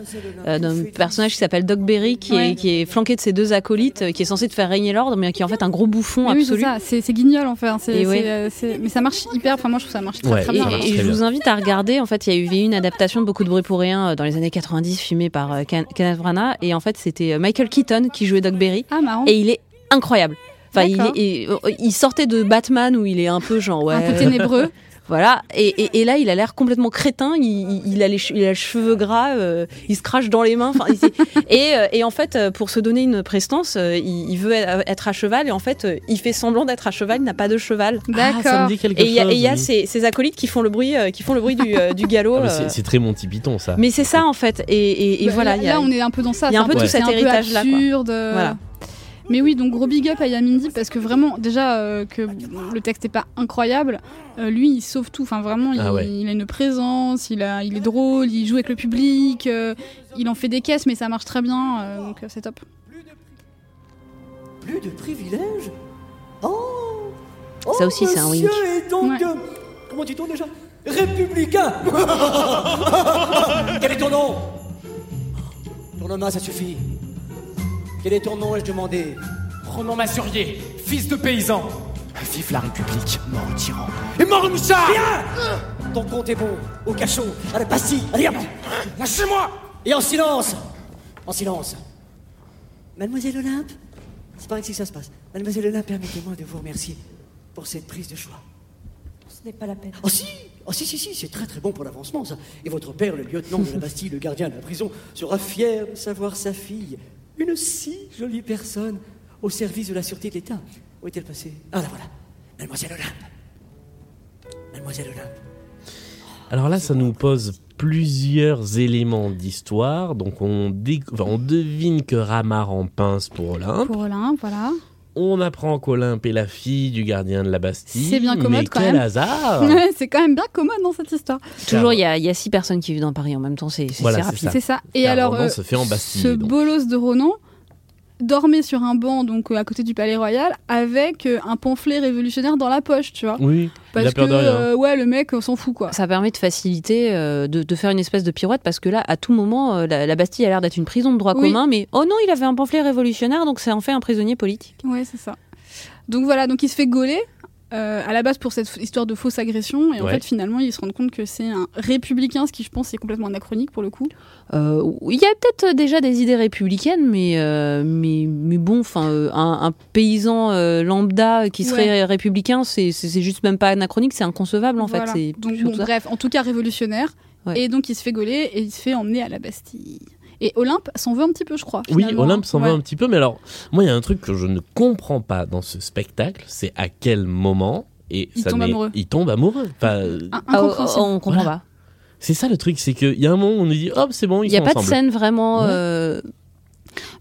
euh, d'un personnage qui s'appelle Doc Berry qui, Ouais. est, qui est flanqué de ses deux acolytes euh, qui est censé de faire régner l'ordre mais qui est en fait un gros bouffon Mais oui, c'est absolu. ça, c'est c'est guignol, en fait. hein, c'est- Et ouais. c'est, euh, c'est- Mais ça marche hyper, enfin, moi, je trouve ça marche très, Ouais, très Et, bien. ça marche et très je vous bien. invite à regarder, en fait, il y a eu une adaptation de Beaucoup de bruit pour rien euh, dans les années 90 filmée par euh, Ken- Kenneth Branagh et en fait c'était euh, Michael Keaton qui jouait Doc Berry Ah, marrant. et il est incroyable. Enfin, il, D'accord. est- il- euh, il sortait de Batman où il est un peu genre ouais, euh, Un peu ténébreux. Voilà, et, et- et là il a l'air complètement crétin, il, il- il a les che- il a les cheveux gras, euh, il se crache dans les mains. Enfin, il s'est- et, euh, et en fait, euh, pour se donner une prestance, euh, il, il veut être à cheval et en fait, euh, il fait semblant d'être à cheval, il n'a pas de cheval. Ah, ça me D'accord. dit quelque Et il y a, chose, et il y a oui. ces, ces acolytes qui font le bruit, euh, qui font le bruit du, euh, du galop. Ah, mais euh. c'est- c'est très Monty Python, ça. mais c'est ça en fait, et, et- et Bah, Là, voilà. il y a- là, on est un peu dans ça. il y a un c'est peu tout c'est cet un peu héritage-là, quoi. absurde, euh, Voilà. Mais oui, donc gros big up à Yamindi parce que vraiment, déjà euh, que le texte n'est pas incroyable, euh, lui il sauve tout. Enfin vraiment, il, Ah ouais. il a une présence, il, a, il est drôle, il joue avec le public, euh, il en fait des caisses, mais ça marche très bien, euh, donc euh, c'est top. Plus de privilèges Oh Ça aussi, c'est un Monsieur wink. est donc... Ouais. euh, comment dit-on déjà Républicain Quel est ton nom Ton nom, ça suffit. Quel est ton nom, ai-je demandé Ronan Massurier, fils de paysan. Vive la République, mort au tyran. Et mort au moussard Ton compte est bon, au cachot, à la pastille, allez hop Lâchez-moi Et en silence En silence Mademoiselle Olympe C'est pas ainsi que ça se passe. Mademoiselle Olympe, permettez-moi de vous remercier pour cette prise de choix. Ce n'est pas la peine. Oh si Oh si, si, si, c'est très très bon pour l'avancement, ça. Et votre père, le lieutenant de la Bastille, le gardien de la prison, sera fier de savoir sa fille, une si jolie personne, au service de la Sûreté de l'État. Où est-elle passée Ah la voilà Mademoiselle Olympe Mademoiselle Olympe Alors là, ça nous pose plusieurs éléments d'histoire. Donc on, dé- enfin, on devine que Ramaran pince pour Olympe. Pour Olin, voilà. On apprend qu'Olympe est la fille du gardien de la Bastille. C'est bien commode, mais quand quel même. hasard c'est quand même bien commode dans cette histoire. Toujours, il y, a, il y a six personnes qui vivent dans Paris en même temps, c'est c'est- Voilà, c'est c'est rapide. ça. C'est ça. Et Car alors, euh, Ronan se fait en Bastille, ce donc. bolos de Ronan dormait sur un banc donc euh, à côté du Palais Royal avec euh, un pamphlet révolutionnaire dans la poche, tu vois. Oui, Parce il a peur que de rien. euh, ouais, le mec, on s'en fout quoi. Ça permet de faciliter, euh, de, de faire une espèce de pirouette parce que là, à tout moment, euh, la, la Bastille a l'air d'être une prison de droit Oui. commun, mais oh non, il avait un pamphlet révolutionnaire, donc ça en fait un prisonnier politique. Ouais, c'est ça. Donc voilà, donc il se fait gauler euh, à la base pour cette f- histoire de fausse agression et en Ouais. fait finalement ils se rendent compte que c'est un républicain, ce qui je pense est complètement anachronique pour le coup. Euh, Il y a peut-être déjà des idées républicaines, mais euh, mais, mais bon, enfin, euh, un, un paysan euh, lambda qui serait républicain, c'est c'est- c'est juste même pas anachronique, c'est inconcevable en Voilà. fait. c'est Donc surtout bon, ça. bref, en tout cas révolutionnaire. Ouais. Et donc il se fait gauler et il se fait emmener à la Bastille. Et Olympe s'en veut un petit peu, je crois. Oui, finalement. Olympe s'en va Ouais. un petit peu, mais alors, moi, il y a un truc que je ne comprends pas dans ce spectacle, c'est à quel moment et Il ça tombe n'est- amoureux. Il tombe amoureux. Enfin, Un- Ah, incompréhensible. on comprend Voilà. pas. c'est ça le truc, c'est qu'il y a un moment où on nous dit, hop, c'est bon, Il ils n'y a sont pas ensemble. de scène vraiment. Ouais. euh,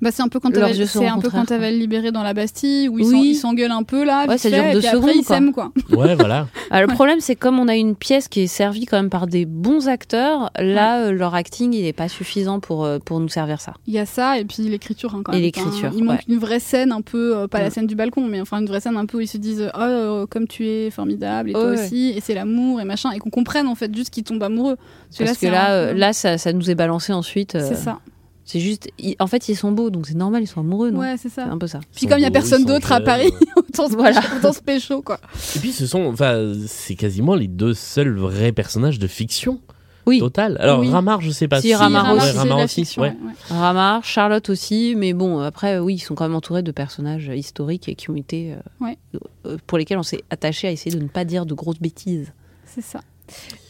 Bah, c'est un peu quand Leurs elle yeux va- sont c'est un peu contraires, quand elle va le libérer dans la Bastille où ils Oui. s'en- ils s'engueulent un peu là. Ouais, vite ça fait, dure et deux puis après, secondes, ils quoi. s'aiment quoi. Ouais, voilà. Ah, le problème, c'est comme on a une pièce qui est servie quand même par des bons acteurs, là, euh, leur acting, il n'est pas suffisant pour, euh, pour nous servir ça. Il y a ça et puis l'écriture hein, quand Et même. l'écriture, Enfin, il manque ouais. Mm. une vraie scène un peu, euh, pas la Ouais. scène du balcon, mais enfin une vraie scène un peu où ils se disent oh euh, comme tu es formidable et Ouais, toi ouais. aussi et c'est l'amour et machin et qu'on comprenne en fait juste qu'ils tombent amoureux. Parce que c'est là, un- euh, là ça, ça nous est balancé ensuite. euh, c'est ça. C'est juste, ils- en fait, ils sont beaux, donc c'est normal, ils sont amoureux, non Ouais, c'est C'est ça. un peu ça. Puis comme il y a Ils sont beaux, personne ils sont d'autre à jeunes. Paris, autant se Voilà. pécho- autant se pécho quoi. Et puis ce sont, enfin, c'est quasiment les deux seuls vrais personnages de fiction. Oui. Total. Alors Oui. Ramar, je sais pas Si, Ramar ouais, aussi, c'est de la Ramar aussi. fiction, ouais. ouais, ouais. Ramar, Charlotte aussi, mais bon, après, oui, ils sont quand même entourés de personnages historiques et qui ont été. euh, Ouais. euh, Pour lesquels on s'est attaché à essayer de ne pas dire de grosses bêtises. C'est ça.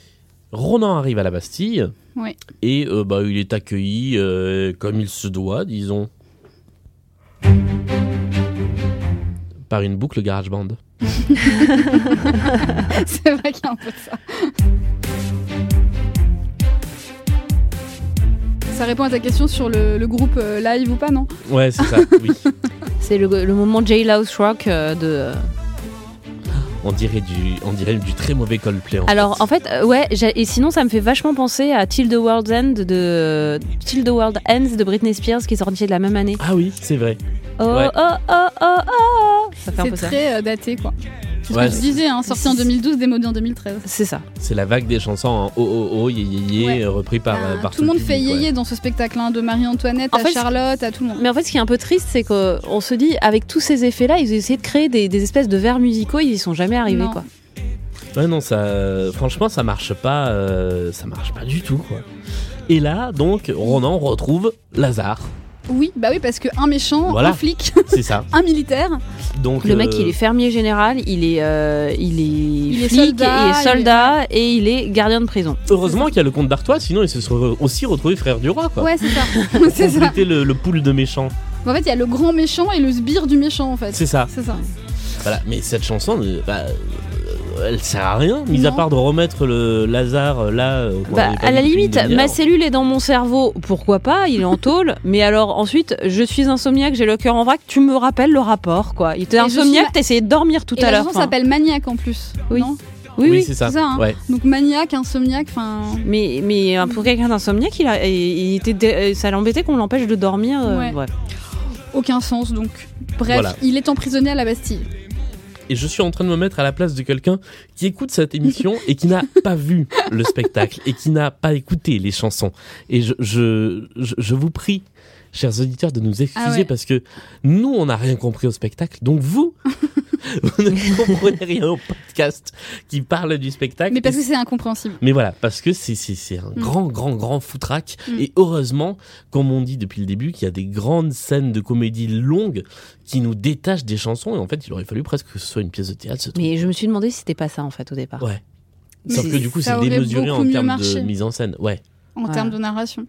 Ronan arrive à la Bastille. Ouais. Et euh, bah, il est accueilli euh, comme il se doit, disons. Par une boucle GarageBand. c'est vrai qu'il y a un peu de ça. Ça répond à ta question sur le, le groupe euh, live ou pas, non Ouais, c'est ça, oui. C'est le, le moment Jailhouse Rock euh, de. On dirait du, on dirait du très mauvais Coldplay. En Alors fait. en fait, euh, ouais, j'ai- et sinon ça me fait vachement penser à Till the World's End de Till the World Ends de Britney Spears qui est sorti de la même année. Ah oui, c'est vrai. Oh Ouais. oh oh oh oh. Ça fait un C'est peu ça. très euh, daté, quoi. C'est Ouais, ce que je disais, hein, sorti en 2012, démodé en 2013. C'est ça. C'est la vague des chansons en oh oh oh, yé yé yé, Ouais. euh, repris par, euh, par Ah, Tout le monde fait public, ouais. yéyé dans ce spectacle, hein, de Marie-Antoinette En à fait, Charlotte, à tout le monde. Mais en fait, ce qui est un peu triste, c'est qu'on se dit, avec tous ces effets-là, ils ont essayé de créer des, des espèces de vers musicaux, ils y sont jamais arrivés. Non. Quoi. Ouais non ça euh, franchement ça marche pas euh, ça marche pas du tout quoi. Et là donc Ronan retrouve Lazare, Oui, bah oui, parce que un méchant, Voilà. un flic, c'est ça. un militaire, Donc Le mec, euh, il est fermier général, il est, euh, il est est flic, soldat, il est soldat et il est gardien de prison. heureusement qu'il y a le comte d'Artois sinon il se serait aussi retrouvé frère du roi quoi. ouais, c'est ça. Pour c'est ça. compléter le, le pool de méchants. En fait, il y a le grand méchant et le sbire du méchant, en fait. C'est ça. C'est ça. Voilà, mais cette chanson, euh, bah, euh, elle sert à rien, mis à Non. part de remettre le Lazare euh, là. euh, qu'on Bah, avait pas à mis la depuis une limite, demi-heure. ma cellule est dans mon cerveau, pourquoi pas, il est en tôle, mais alors ensuite, je suis insomniaque, j'ai le cœur en vrac, tu me rappelles le rapport, quoi. Il était Et je suis là- insomniaque, t'essayais de dormir tout Et à la l'heure. chanson enfin. s'appelle Maniac en plus. Oui. non Oui, oui, oui. c'est ça. c'est ça, hein. ouais. Donc Maniac, Insomniac, enfin. Mais, mais euh, pour quelqu'un d'insomniaque, il a, il était, dé- euh, ça l'embêtait qu'on l'empêche de dormir. euh, Ouais. bref. Aucun sens, donc. Bref, Voilà. il est emprisonné à la Bastille. Et je suis en train de me mettre à la place de quelqu'un qui écoute cette émission et qui n'a pas vu le spectacle et qui n'a pas écouté les chansons. Et je, je, je, je vous prie, chers auditeurs, de nous excuser Ah ouais. parce que nous, on n'a rien compris au spectacle. Donc vous, vous ne comprenez rien au podcast qui parle du spectacle. Mais parce que c'est incompréhensible. Mais voilà, parce que c'est- c'est c'est un Mm. grand, grand, grand foutraque. Mm. Et heureusement, comme on dit depuis le début, qu'il y a des grandes scènes de comédie longues qui nous détachent des chansons. Et en fait, il aurait fallu presque que ce soit une pièce de théâtre, ce truc. Mais je me suis demandé si c'était pas ça en fait au départ. Ouais. Mais Sauf que du coup, ça c'est aurait démesuré beaucoup en mieux termes de marché. mise en scène. Ouais. En Voilà. termes de narration.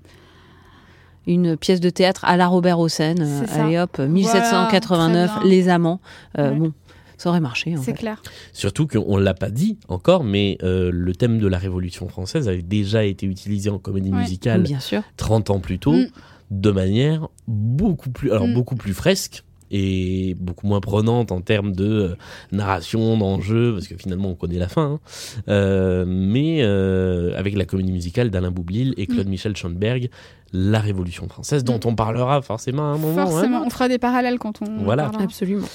Une pièce de théâtre à la Robert Hossein, euh, C'est ça. allez hop, 1789, Voilà, très bien. Les Amants. Euh, Ouais. Bon, ça aurait marché. En C'est fait. clair. Surtout qu'on ne l'a pas dit encore, mais euh, le thème de la Révolution française avait déjà été utilisé en comédie Ouais. musicale Bien sûr. 30 ans plus tôt, Mm. de manière beaucoup plus, alors Mm. beaucoup plus fresque et beaucoup moins prenante en termes de euh, narration, d'enjeu, parce que finalement on connaît la fin, hein. Euh, mais euh, avec la comédie musicale d'Alain Boublil et Claude Michel Schoenberg, La Révolution française, dont Mm. on parlera forcément à un moment. hein. Forcément, on fera des parallèles quand on. Voilà. parlera. Absolument.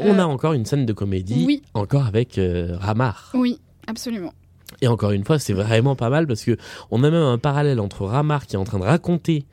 On Euh, a encore une scène de comédie, oui. encore avec euh, Ramar. Oui, absolument. Et encore une fois, c'est vraiment pas mal parce que on a même un parallèle entre Ramar qui est en train de raconter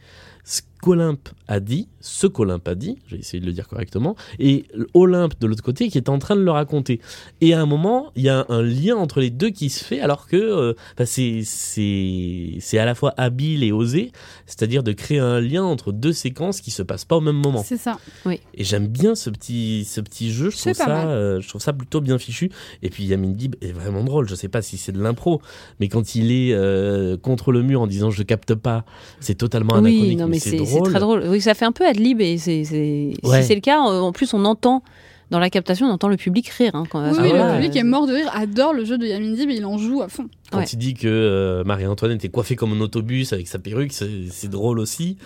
ce qu'Olympe a dit, ce qu'Olympe a dit, j'ai essayé de le dire correctement, et Olympe de l'autre côté qui est en train de le raconter. Et à un moment, il y a un lien entre les deux qui se fait alors que euh, bah, c'est- c'est c'est à la fois habile et osé, c'est-à-dire de créer un lien entre deux séquences qui se passent pas au même moment. C'est ça. Et j'aime bien ce petit, ce petit jeu, je C'est trouve, pas ça, mal. euh, je trouve ça plutôt bien fichu. Et puis Yamin Dib est vraiment drôle, je sais pas si c'est de l'impro, mais quand il est euh, contre le mur en disant je capte pas, c'est totalement oui, anachronique, non, mais, mais c'est c'est c'est drôle. très drôle. Oui, ça fait un peu ad lib et c'est c'est- Ouais. si c'est le cas, euh, en plus on entend dans la captation, on entend le public rire. hein, quand, à Oui, ce Ah oui, moment-là, le public euh, est mort de rire, adore le jeu de Yamin Dib et il en joue à fond. Quand Ouais. il dit que euh, Marie-Antoinette est coiffée comme un autobus avec sa perruque, c'est c'est drôle aussi.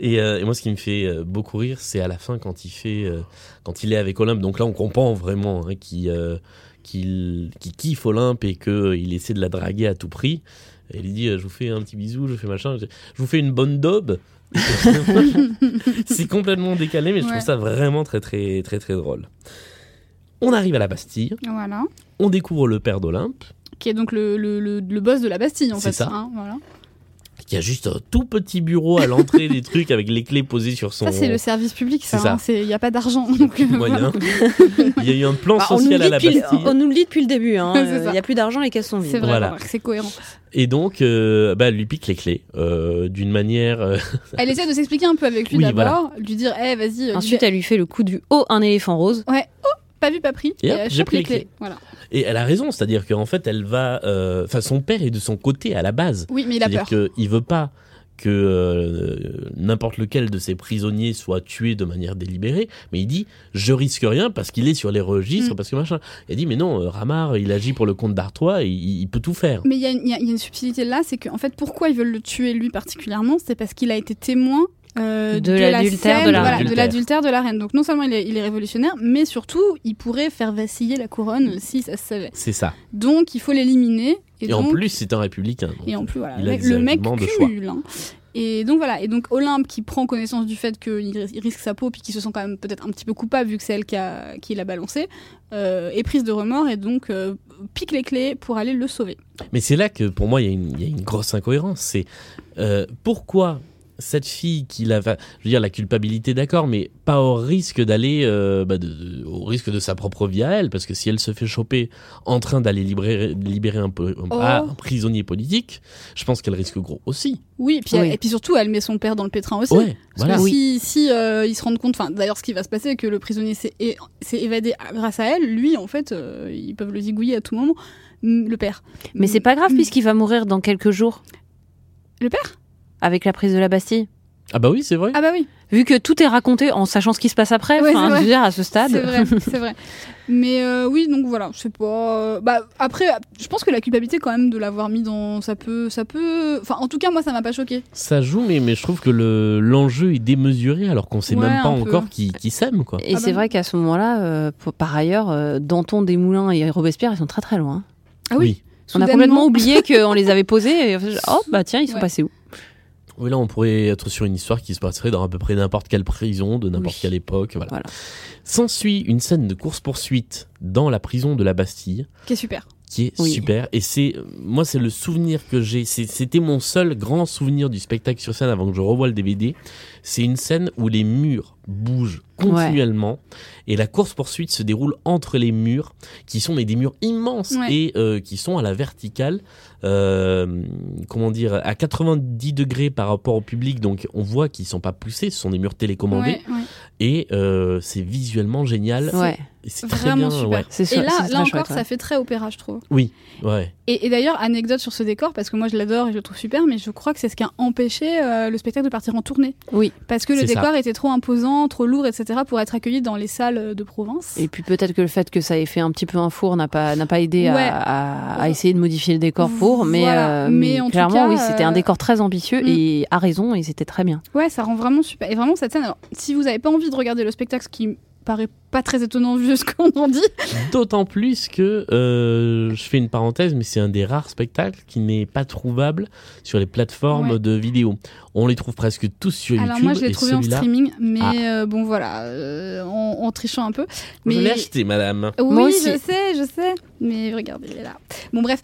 Et, euh, et moi, ce qui me fait euh, beaucoup rire, c'est à la fin quand il fait, euh, quand il est avec Olympe. Donc là, on comprend vraiment hein, qu'il euh, qu'il- qu'il kiffe Olympe et qu'il essaie de la draguer à tout prix. Et il lui dit, euh, je vous fais un petit bisou, je fais machin, je je vous fais une bonne daube. c'est complètement décalé, mais je Ouais. trouve ça vraiment très très très très drôle. On arrive à la Bastille, Voilà. on découvre le père d'Olympe. Qui est donc le, le, le, le boss de la Bastille, en C'est fait. ça. hein, voilà. Il y a juste un tout petit bureau à l'entrée des trucs avec les clés posées sur son Ça, c'est le service public, ça. C'est ça. hein, c'est- Il n'y a pas d'argent. donc, euh, voilà. moyen. Il y a eu un plan bah, on, nous social à le dit la depuis, Bastille. le- on nous le dit depuis le début. hein, C'est euh, Il ça. n'y a plus d'argent, les caisses sont C'est vides. vrai, Voilà. remarque, c'est cohérent. Et donc, euh, bah, elle lui pique les clés euh, d'une manière. euh, Elle essaie de s'expliquer un peu avec lui Oui, d'abord, lui dire Eh, vas-y, euh, Ensuite, elle lui fait le coup du haut un éléphant rose. pas vu, pas pris. Et Et hop, elle j'ai chope pris les les clés. clés. Voilà. Et elle a raison, c'est-à-dire qu'en fait, elle va. euh, Enfin, son père est de son côté à la base. Oui, mais il a C'est-à-dire peur. qu'il veut pas que euh, n'importe lequel de ses prisonniers soit tué de manière délibérée, mais il dit je risque rien parce qu'il est sur les registres, Mm. parce que machin. Elle dit mais non, euh, Ramar, il agit pour le compte d'Artois, et il, il peut tout Mm. faire. Mais il y, a une- il y a il y a une subtilité là, c'est que en fait, pourquoi ils veulent le tuer lui particulièrement C'est parce qu'il a été témoin euh, De la l'adultère scène, de la voilà, reine. de l'adultère de la reine. Donc non seulement il est, il est révolutionnaire, mais surtout il pourrait faire vaciller la couronne si ça se savait. C'est ça. Donc il faut l'éliminer. Et, Et, en donc- plus, c'est un républicain. donc. et en plus, voilà, Il le a mec- des le mec arguments de choix. cumule. hein. Et donc voilà, et donc Olympe qui prend connaissance du fait qu'il ris- il risque sa peau, puis qu'il se sent quand même peut-être un petit peu coupable vu que c'est elle qui, a- qui l'a balancé, euh, est prise de remords et donc euh, pique les clés pour aller le sauver. Mais c'est là que pour moi, il y a une, il y a une grosse incohérence. C'est euh, pourquoi cette fille qui la va. Je veux dire, la culpabilité, d'accord, mais pas au risque d'aller. euh, bah, de- de- au risque de sa propre vie à elle, parce que si elle se fait choper en train d'aller libérer, libérer un, peu- un- Oh. ah, un prisonnier politique, je pense qu'elle risque gros aussi. Oui, et puis, elle- Oui. et puis surtout, elle met son père dans le pétrin aussi. Ouais, Parce voilà. que si, si euh, ils se rendent compte, enfin d'ailleurs ce qui va se passer, c'est que le prisonnier s'est é- s'est évadé à- grâce à elle, lui en fait, euh, ils peuvent le zigouiller à tout moment, Mm, le père. Mais c'est pas grave puisqu'il va mourir dans quelques jours Le père avec la prise de la Bastille. Ah bah oui, c'est vrai. Ah bah oui, Vu que tout est raconté en sachant ce qui se passe après, Ouais, enfin, c'est je veux vrai. dire, à ce stade. c'est vrai, c'est vrai. Mais euh, oui, donc voilà, je sais pas. euh, bah après, je pense que la culpabilité quand même de l'avoir mis dans, ça peut, ça peut. Enfin, en tout cas, moi ça m'a pas choqué. Ça joue, mais, mais je trouve que le- l'enjeu est démesuré alors qu'on sait Ouais, même pas un peu. encore qui, qui s'aime, quoi. Et Ah c'est bah vrai qu'à ce moment-là, euh, pour- par ailleurs, euh, Danton, Desmoulins et Robespierre, ils sont très très loin. Ah oui. On a Soudainement- complètement oublié qu'on les avait posés. Et, oh bah tiens, ils sont Ouais. passés où Oui, là, on pourrait être sur une histoire qui se passerait dans à peu près n'importe quelle prison, de n'importe Oui. quelle époque. Voilà. Voilà. S'ensuit une scène de course-poursuite dans la prison de la Bastille, Qui est super. qui est Oui. super. Et c'est, moi, c'est le souvenir que j'ai. C'est- C'était mon seul grand souvenir du spectacle sur scène avant que je revoie le DVD. C'est une scène où les murs bougent continuellement et la course-poursuite se déroule entre les murs, qui sont mais des murs immenses Ouais. et euh, qui sont à la verticale euh, comment dire, à 90 degrés par rapport au public, donc on voit qu'ils sont pas poussés, ce sont des murs télécommandés, Ouais, ouais. et euh, c'est visuellement génial. Ouais, Et C'est très bien. Vraiment super. Ouais. c'est Et chou- là, c'est là très encore, chouette, ouais. ça fait très opéra, je trouve. ouais. Et, et d'ailleurs, anecdote sur ce décor, parce que moi je l'adore et je le trouve super, mais je crois que c'est ce qui a empêché euh, le spectacle de partir en tournée. Oui. Parce que le C'est ça. décor était trop imposant, trop lourd, etc., pour être accueilli dans les salles de province. Et puis peut-être que le fait que ça ait fait un petit peu un four n'a pas, n'a pas aidé à- Ouais. à, à essayer de modifier le décor four, mais, Voilà. euh, Mais mais en tout clairement, cas, oui, c'était euh, un décor très ambitieux mm. et à raison, et c'était très bien. Ouais, ça rend vraiment super. Et vraiment, cette scène, alors, si vous n'avez pas envie de regarder le spectacle, ce qui me paraît pas très étonnant vu ce qu'on en dit, D'autant plus que, euh, je fais une parenthèse, mais c'est un des rares spectacles qui n'est pas trouvable sur les plateformes Ouais. de vidéo. On les trouve presque tous sur alors YouTube. moi je l'ai et trouvé en celui-là, streaming, mais Ah. euh, bon voilà, euh, en, en trichant un peu. Je Mais l'ai acheté, madame. Oui, Moi aussi. je sais, je sais. Mais regardez, il est là. Bon, bref.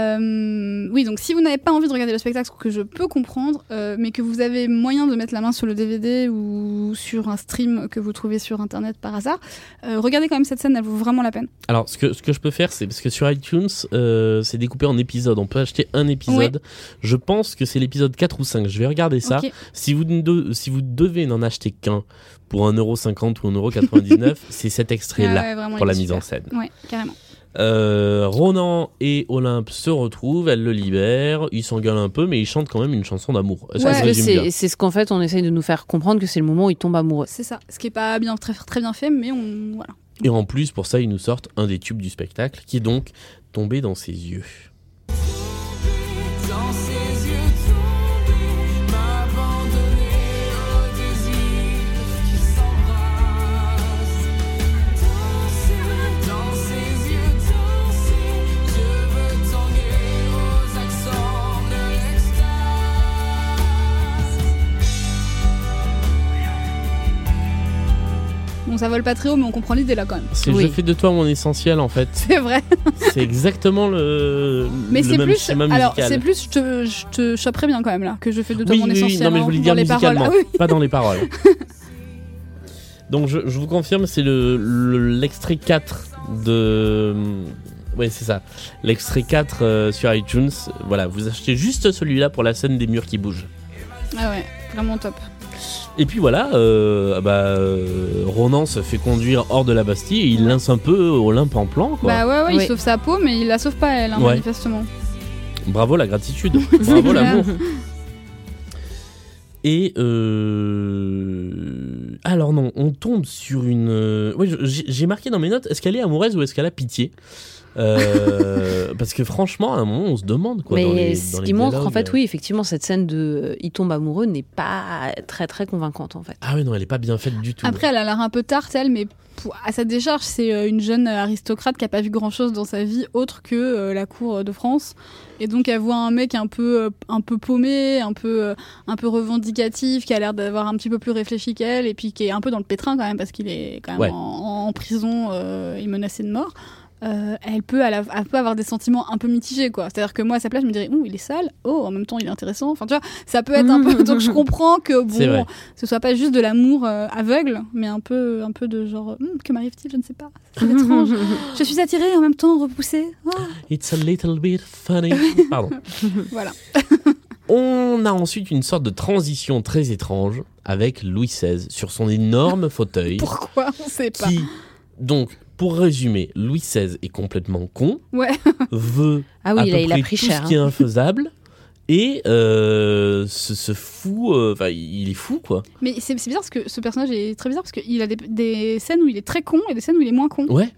Euh, oui, donc si vous n'avez pas envie de regarder le spectacle, ce que je peux comprendre, euh, mais que vous avez moyen de mettre la main sur le DVD ou sur un stream que vous trouvez sur Internet par hasard, euh, regardez quand même cette scène, elle vaut vraiment la peine. Alors, ce que, ce que je peux faire, c'est parce que sur iTunes, euh, c'est découpé en épisodes. On peut acheter un épisode. Je pense que c'est l'épisode 4 ou 5. Je vais regarder ça. Ok. Si vous, ne de- si vous devez n'en acheter qu'un pour 1,50€ ou 1,99€, c'est cet Ah extrait-là ouais, vraiment, pour il la est mise en super. scène. Ouais, carrément. Euh, Ronan et Olympe se retrouvent, elle le libère, ils s'engueulent un peu, mais ils chantent quand même une chanson d'amour. Ouais. Ça se Parce que résume bien. c'est c'est ce qu'en fait, on essaye de nous faire comprendre que c'est le moment où ils tombent amoureux. C'est ça. Ce qui est pas bien, très, très bien fait, mais on. Voilà. Et en plus, pour ça, ils nous sortent un des tubes du spectacle qui est donc tombé dans ses yeux. Dans ses yeux tombés, m'abandonner au désir qui s'embrasse. Danser, dans ses yeux danser, je veux tanguer aux accents de l'extase. Bon, ça vole pas très haut, mais on comprend l'idée là quand même. C'est Oui. Je fais de toi mon essentiel en fait. C'est vrai. C'est exactement le, Mais le c'est même plus. schéma Alors, musical. c'est plus, je te, je te choperai bien quand même là, que je fais de toi oui, mon oui, oui, essentiel. non mais je hein, voulais dans dire les paroles. musicalement, Ah oui, pas dans les paroles. Donc je, je vous confirme, c'est le- le- l'extrait 4 de... euh, Ouais, c'est ça. L'extrait 4 euh, sur iTunes. Voilà, vous achetez juste celui-là pour la scène des murs qui bougent. Ah ouais, vraiment top. Et puis voilà, euh, bah, euh, Ronan se fait conduire hors de la Bastille et il lance un peu Olympe en plan. Quoi. Bah ouais, ouais, Oui. il sauve sa peau, mais il la sauve pas elle, hein, Ouais. manifestement. Bravo la gratitude, bravo clair. l'amour. Et euh, alors non, on tombe sur une. euh, Oui, je- j'ai j'ai marqué dans mes notes. Est-ce qu'elle est amoureuse ou est-ce qu'elle a pitié Euh, Parce que franchement, à un moment, on se demande quoi. dans les- Mais dans ce les qui montre, en dialogues, fait, euh. oui, effectivement, cette scène de euh, il tombe amoureux n'est pas très très convaincante, en fait. Ah oui, non, elle est pas bien faite du tout. Après, elle a l'air un peu tarte, elle, mais pour- à sa décharge, c'est euh, une jeune aristocrate qui a pas vu grand-chose dans sa vie autre que euh, la cour de France. Et donc, elle voit un mec un peu, euh, un peu paumé, un peu, euh, un peu revendicatif, qui a l'air d'avoir un petit peu plus réfléchi qu'elle, et puis qui est un peu dans le pétrin quand même, parce qu'il est quand même Ouais. en, en prison euh, et menacé de mort. Euh, elle, peut, à la- elle peut avoir des sentiments un peu mitigés, quoi. C'est-à-dire que moi, à sa place, je me dirais, ouh, il est sale, oh, en même temps, il est intéressant. Enfin, tu vois, ça peut être un peu. Donc, je comprends que, C'est vrai. bon, ce soit pas juste de l'amour euh, aveugle, mais un peu, un peu de genre Hum, que m'arrive-t-il, je ne sais pas. C'est étrange. je suis attirée et en même temps repoussée. Ah. It's a little bit funny. Pardon. Voilà. On a ensuite une sorte de transition très étrange avec Louis XVI sur son énorme fauteuil. Pourquoi On sait pas. Bah. qui, donc, pour résumer, Louis XVI est complètement con, Ouais. veut Ah à oui, là, peu il a près pris tout cher. ce qui est hein. infaisable et euh, ce, ce fou, euh, enfin, il est fou quoi. Mais c'est c'est bizarre parce que ce personnage est très bizarre parce qu'il a des, des scènes où il est très con et des scènes où il est moins con. Ouais. hein.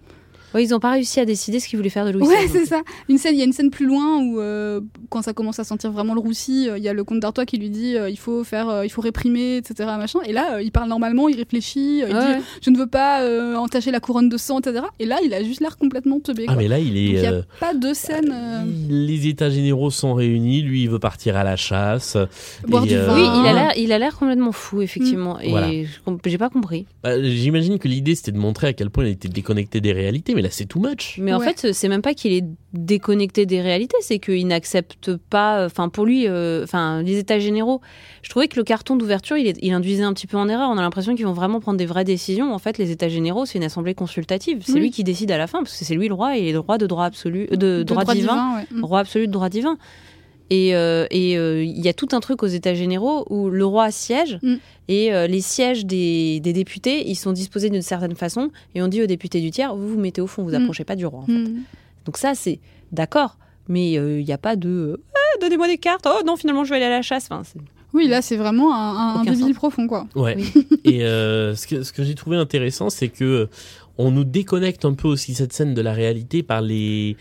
Ouais, ils n'ont pas réussi à décider ce qu'ils voulaient faire de Louis ouais, XVI. c'est ça. Une scène, il y a une scène plus loin où euh, quand ça commence à sentir vraiment le roussi, euh, il y a le comte d'Artois qui lui dit euh, il faut faire, euh, il faut réprimer, etc. Machin. Et là, euh, il parle normalement, il réfléchit, euh, il Ouais, dit ouais. je ne veux pas euh, entacher la couronne de sang, etc. Et là, il a juste l'air complètement teubé. Ah quoi. mais là il Donc, Il est. n'y a euh, pas de scène. euh, Les états généraux sont réunis, lui il veut partir à la chasse. euh, Boire du vin. Oui, il a Ah. l'air, il a l'air complètement fou, effectivement. Et Voilà. je comp- j'ai pas compris. Bah, J'imagine que l'idée c'était de montrer à quel point il était déconnecté des réalités, mais là c'est too much. Mais en Ouais. fait, c'est même pas qu'il est déconnecté des réalités, c'est qu'il n'accepte pas. Enfin, pour lui, euh, enfin, les états généraux. Je trouvais que le carton d'ouverture, il, est- il induisait un petit peu en erreur. On a l'impression qu'ils vont vraiment prendre des vraies décisions. En fait, les états généraux, c'est une assemblée consultative. C'est Oui. lui qui décide à la fin, parce que c'est lui le roi et les droits de droit absolu, euh, de, de droit, divin. ouais. Mm. roi absolu de droit divin. Et euh, et, euh, il y a tout un truc aux États généraux où le roi siège Mm. et euh, les sièges des, des députés, ils sont disposés d'une certaine façon et on dit aux députés du tiers, vous vous mettez au fond, vous Mm. approchez pas du roi. en fait. Mm. Donc ça, c'est d'accord, mais euh, il n'y a pas de euh, Ah, donnez-moi des cartes, oh non, finalement je vais aller à la chasse. Enfin, c'est- Oui, là, c'est vraiment un, un Aucun débile sens. profond, quoi. Ouais. Et euh, ce que, ce que j'ai trouvé intéressant, c'est que euh, on nous déconnecte un peu aussi cette scène de la réalité par les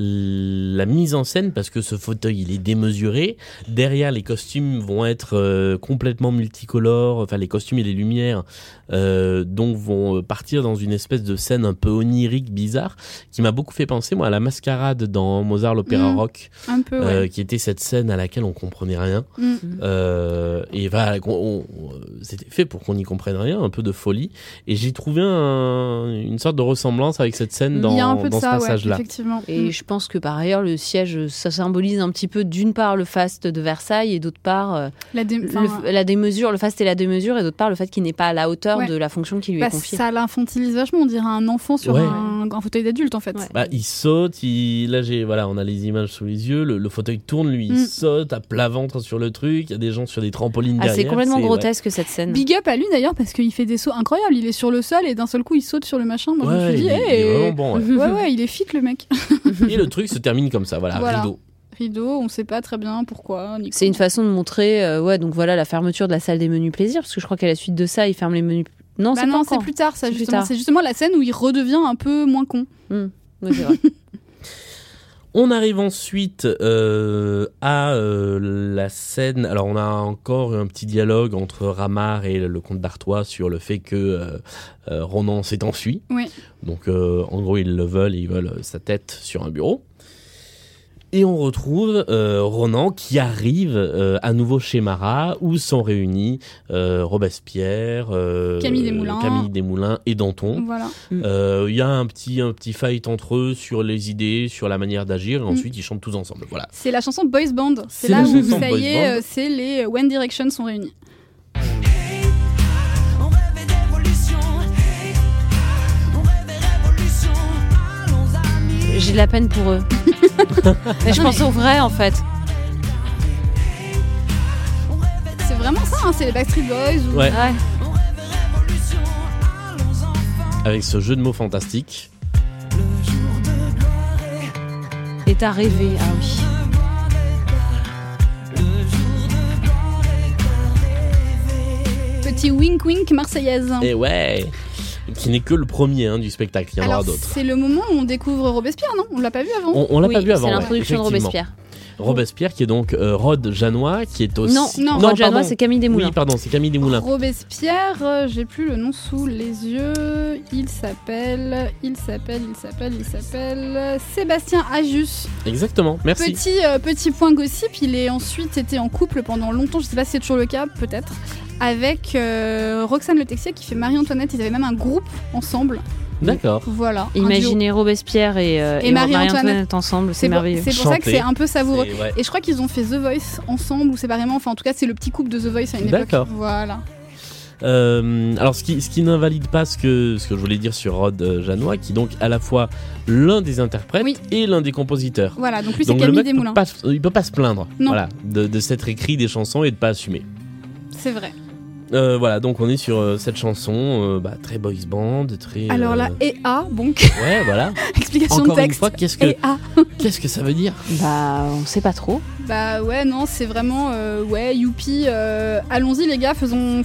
la mise en scène parce que ce fauteuil il est démesuré derrière les costumes vont être euh, complètement multicolores enfin les costumes et les lumières euh, donc vont euh, partir dans une espèce de scène un peu onirique bizarre qui m'a beaucoup fait penser moi à la mascarade dans Mozart l'opéra Mm. rock Un peu, euh, ouais. qui était cette scène à laquelle on comprenait rien. Mm. Euh, et voilà, qu'on- on- euh, c'était fait pour qu'on n'y comprenne rien, un peu de folie. Et j'ai trouvé un- une sorte de ressemblance avec cette scène il y a un dans, peu de dans ce ça, ouais, passage-là. effectivement. Et Mm. je pense que par ailleurs, le siège, ça symbolise un petit peu d'une part le faste de Versailles et d'autre part euh, La dé- le- enfin, la démesure, le faste et la démesure et d'autre part le fait qu'il n'est pas à la hauteur Ouais. de la fonction qui lui bah, est confiée. ça l'infantilise vachement, on dirait un enfant sur Ouais. un, un fauteuil d'adulte, en fait. Ouais. Bah, il saute, il... là j'ai voilà, on a les images sous les yeux, le, le fauteuil tourne, lui il Mm. saute à plat ventre sur le truc, il y a des gens sur des trampolines Ah, derrière. c'est complètement ouais. grotesque cette scène. Big up à lui, d'ailleurs, parce qu'il fait des sauts incroyables. Il est sur le sol et d'un seul coup, il saute sur le machin. Moi, je me Ouais, suis il, dit, est- il est hey, vraiment bon. ouais. Ouais, ouais, il est fit, le mec. et le truc se termine comme ça, voilà, Voilà. rideau. Rideau, on sait pas très bien pourquoi. ni C'est une comment. façon de montrer, euh, ouais, donc voilà la fermeture de la salle des menus plaisirs, parce que je crois qu'à la suite de ça, ils ferment les menus. Non, Bah c'est pas non, c'est encore. plus tard, ça, C'est plus justement. tard. C'est justement la scène où il redevient un peu moins con. Ouais, c'est vrai. On arrive ensuite euh, à euh, la scène. Alors, on a encore un petit dialogue entre Ramar et le comte d'Artois sur le fait que euh, euh, Ronan s'est enfui. Oui. Donc, euh, en gros, ils le veulent, ils veulent sa tête sur un bureau. Et on retrouve euh, Ronan qui arrive euh, à nouveau chez Marat, où sont réunis euh, Robespierre, euh, Camille Desmoulins. Camille Desmoulins et Danton. Voilà. Euh, Il y a un petit, un petit fight entre eux sur les idées, sur la manière Mm. d'agir, et ensuite ils chantent tous ensemble. Voilà. C'est la chanson Boys Band. C'est C'est là la où, chanson ça Boys y est, Band. euh, c'est les One Direction sont réunis. On rêvait d'évolution. Hey, on rêvait révolution. Allons amis. J'ai de la peine pour eux. mais je pense au vrai en fait. On rêvait C'est vraiment ça, hein, c'est les Backstreet Boys. Ou... Ouais. Ouais. on rêvait révolution. Allons enfants. Avec ce jeu de mots fantastique. Le jour de gloire est Et t'as rêvé, ah oui. de gloire est tard. Le jour de gloire est tard rêvé. petit wink wink marseillaise. Et ouais Qui n'est que le premier hein, du spectacle, il y en aura Alors, d'autres. c'est le moment où on découvre Robespierre, non On l'a pas vu avant. On, on l'a Oui, pas vu avant. C'est ouais, l'introduction de effectivement. Robespierre. Robespierre qui est donc euh, Rod Janois qui est aussi. Non, non, Rod Janois, pardon. c'est Camille Desmoulins. Oui, pardon, c'est Camille Desmoulins. Robespierre, euh, j'ai plus le nom sous les yeux. Il s'appelle, il s'appelle, il s'appelle, il s'appelle euh, Sébastien Ajus. Exactement, merci. Petit, euh, petit point gossip, il est ensuite été en couple pendant longtemps, je sais pas si c'est toujours le cas, peut-être, avec euh, Roxane Le Texier qui fait Marie-Antoinette. Ils avaient même un groupe ensemble. D'accord. Voilà. un duo. Imaginez Robespierre et, euh, Et et Marie-Antoinette. Marie-Antoinette ensemble, c'est C'est pour, merveilleux. c'est pour ça que Chanter. c'est un peu savoureux. C'est- ouais. Et je crois qu'ils ont fait The Voice ensemble ou séparément. Enfin, en tout cas, c'est le petit couple de The Voice à une D'accord. époque. Voilà. Euh, alors, ce qui, ce qui n'invalide pas ce que, ce que je voulais dire sur Rod euh, Janois, qui est donc à la fois l'un des interprètes Oui. et l'un des compositeurs. Voilà. Donc lui, c'est donc le Camille mec peut Desmoulins. pas, se- il peut pas se plaindre, Non. voilà, de, de s'être écrit des chansons et de pas assumer. C'est vrai. Euh, voilà, donc on est sur euh, cette chanson, euh, bah, très boys band, très. Alors là, euh, EA, donc, ouais, voilà. explication Encore de une texte. E fois, qu'est-ce que, EA. qu'est-ce que ça veut dire Bah, on sait pas trop. Bah ouais, non, c'est vraiment. euh, ouais, youpi, euh, allons-y les gars, faisons.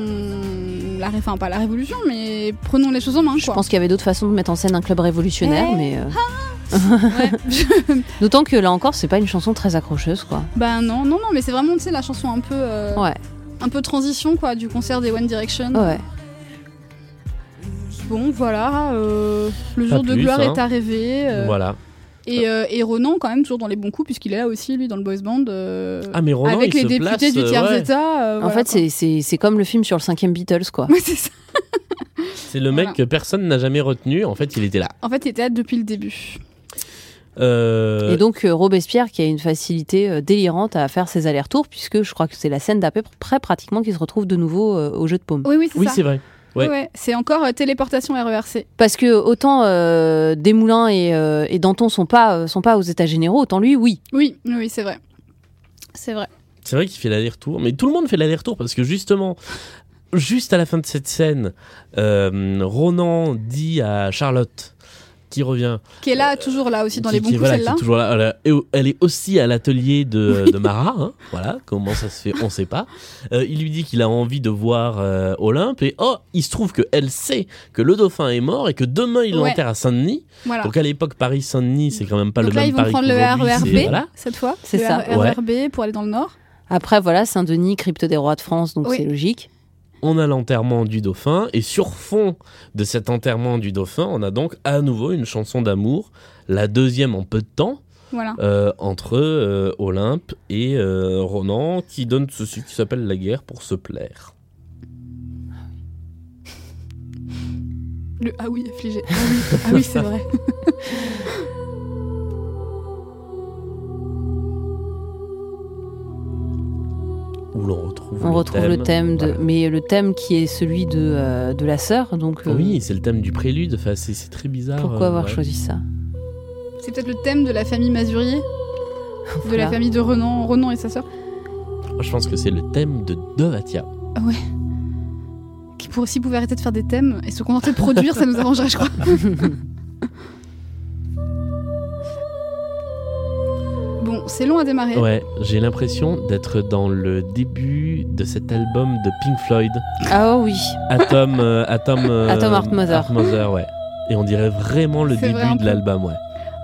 faisons la ré... Enfin, pas la révolution, mais prenons les choses en main, Je quoi. pense qu'il y avait d'autres façons de mettre en scène un club révolutionnaire, Eh, mais euh, Ouais. d'autant que là encore, c'est pas une chanson très accrocheuse, quoi. bah non, non, non, mais c'est vraiment, tu sais, la chanson un peu. euh, Ouais. Un peu transition, quoi, du concert des One Direction. Ouais. Bon, voilà, euh, le Pas jour de plus, gloire hein. est arrivé. euh, Voilà. et, euh, et Ronan, quand même, toujours dans les bons coups, puisqu'il est là aussi, lui, dans le boys band. euh, Ah, mais Ronan, avec il les se députés place, du euh, tiers ouais. état. euh, en voilà, fait, quoi. c'est- c'est c'est comme le film sur le cinquième Beatles, quoi. Ouais, c'est ça. C'est le mec Voilà. que personne n'a jamais retenu. En fait, il était là. En fait, il était là depuis le début. Euh, Et donc euh, Robespierre qui a une facilité euh, délirante à faire ses allers-retours, puisque je crois que c'est la scène d'après près pratiquement qui se retrouve de nouveau euh, au jeu de paume. Oui, oui, c'est oui, ça. c'est vrai. ouais. C'est encore euh, téléportation RERC. Parce que autant euh, Desmoulins et, euh, et Danton sont pas, euh, sont pas aux états généraux, autant lui, oui. Oui, oui, oui, c'est vrai. C'est vrai. C'est vrai qu'il fait l'aller-retour, mais tout le monde fait l'aller-retour parce que justement, juste à la fin de cette scène, euh, Ronan dit à Charlotte qui revient, Qui est là, toujours là aussi, dans Euh, qui- les bons qui- coups, voilà, qui est celle-là. toujours là, elle a- et- elle est aussi à l'atelier de, de Marat, hein, voilà, comment ça se fait, on sait pas. Euh, il lui dit qu'il a envie de voir euh, Olympe et oh, il se trouve que elle sait que le dauphin est mort et que demain il Ouais. l'enterre à Saint-Denis. Voilà. Donc à l'époque Paris-Saint-Denis, c'est quand même pas Donc le là, même ils vont Paris prendre le E qu'aujourd'hui, RERB, c'est- voilà. cette fois. C'est Le ça. RERB pour aller dans le nord. Après, voilà, Saint-Denis, crypte des rois de France, donc Oui. c'est logique. on a l'enterrement du dauphin et sur fond de cet enterrement du dauphin, on a donc à nouveau une chanson d'amour, la deuxième en peu de temps, Voilà. euh, entre euh, Olympe et euh, Ronan, qui donne ceci qui s'appelle la guerre pour se plaire. Le ah oui, affligé. Ah oui, ah oui, c'est vrai. Où l'on retrouve, On le, retrouve thème. le thème, de, Voilà. mais le thème qui est celui de, euh, de la sœur, donc euh, Ah Oui, c'est le thème du prélude, enfin, c'est c'est très bizarre. pourquoi euh, avoir ouais. choisi ça C'est peut-être le thème de la famille Masurier, de la Voilà. famille de Renan, Renan et sa sœur, Moi, Je pense que c'est le thème de Dovatia. qui pour s'ils pouvaient arrêter de faire des thèmes et se contenter de produire, ça nous arrangerait, je crois. Bon, c'est long à Eh. démarrer. Ouais, j'ai l'impression d'être dans le début de cet album de Pink Floyd. Ah oh oui, Atom, euh, Atom, euh, Atom Heart Mother. Heart Mother, ouais. Et on dirait vraiment le C'est début vrai, un de peu. l'album, ouais.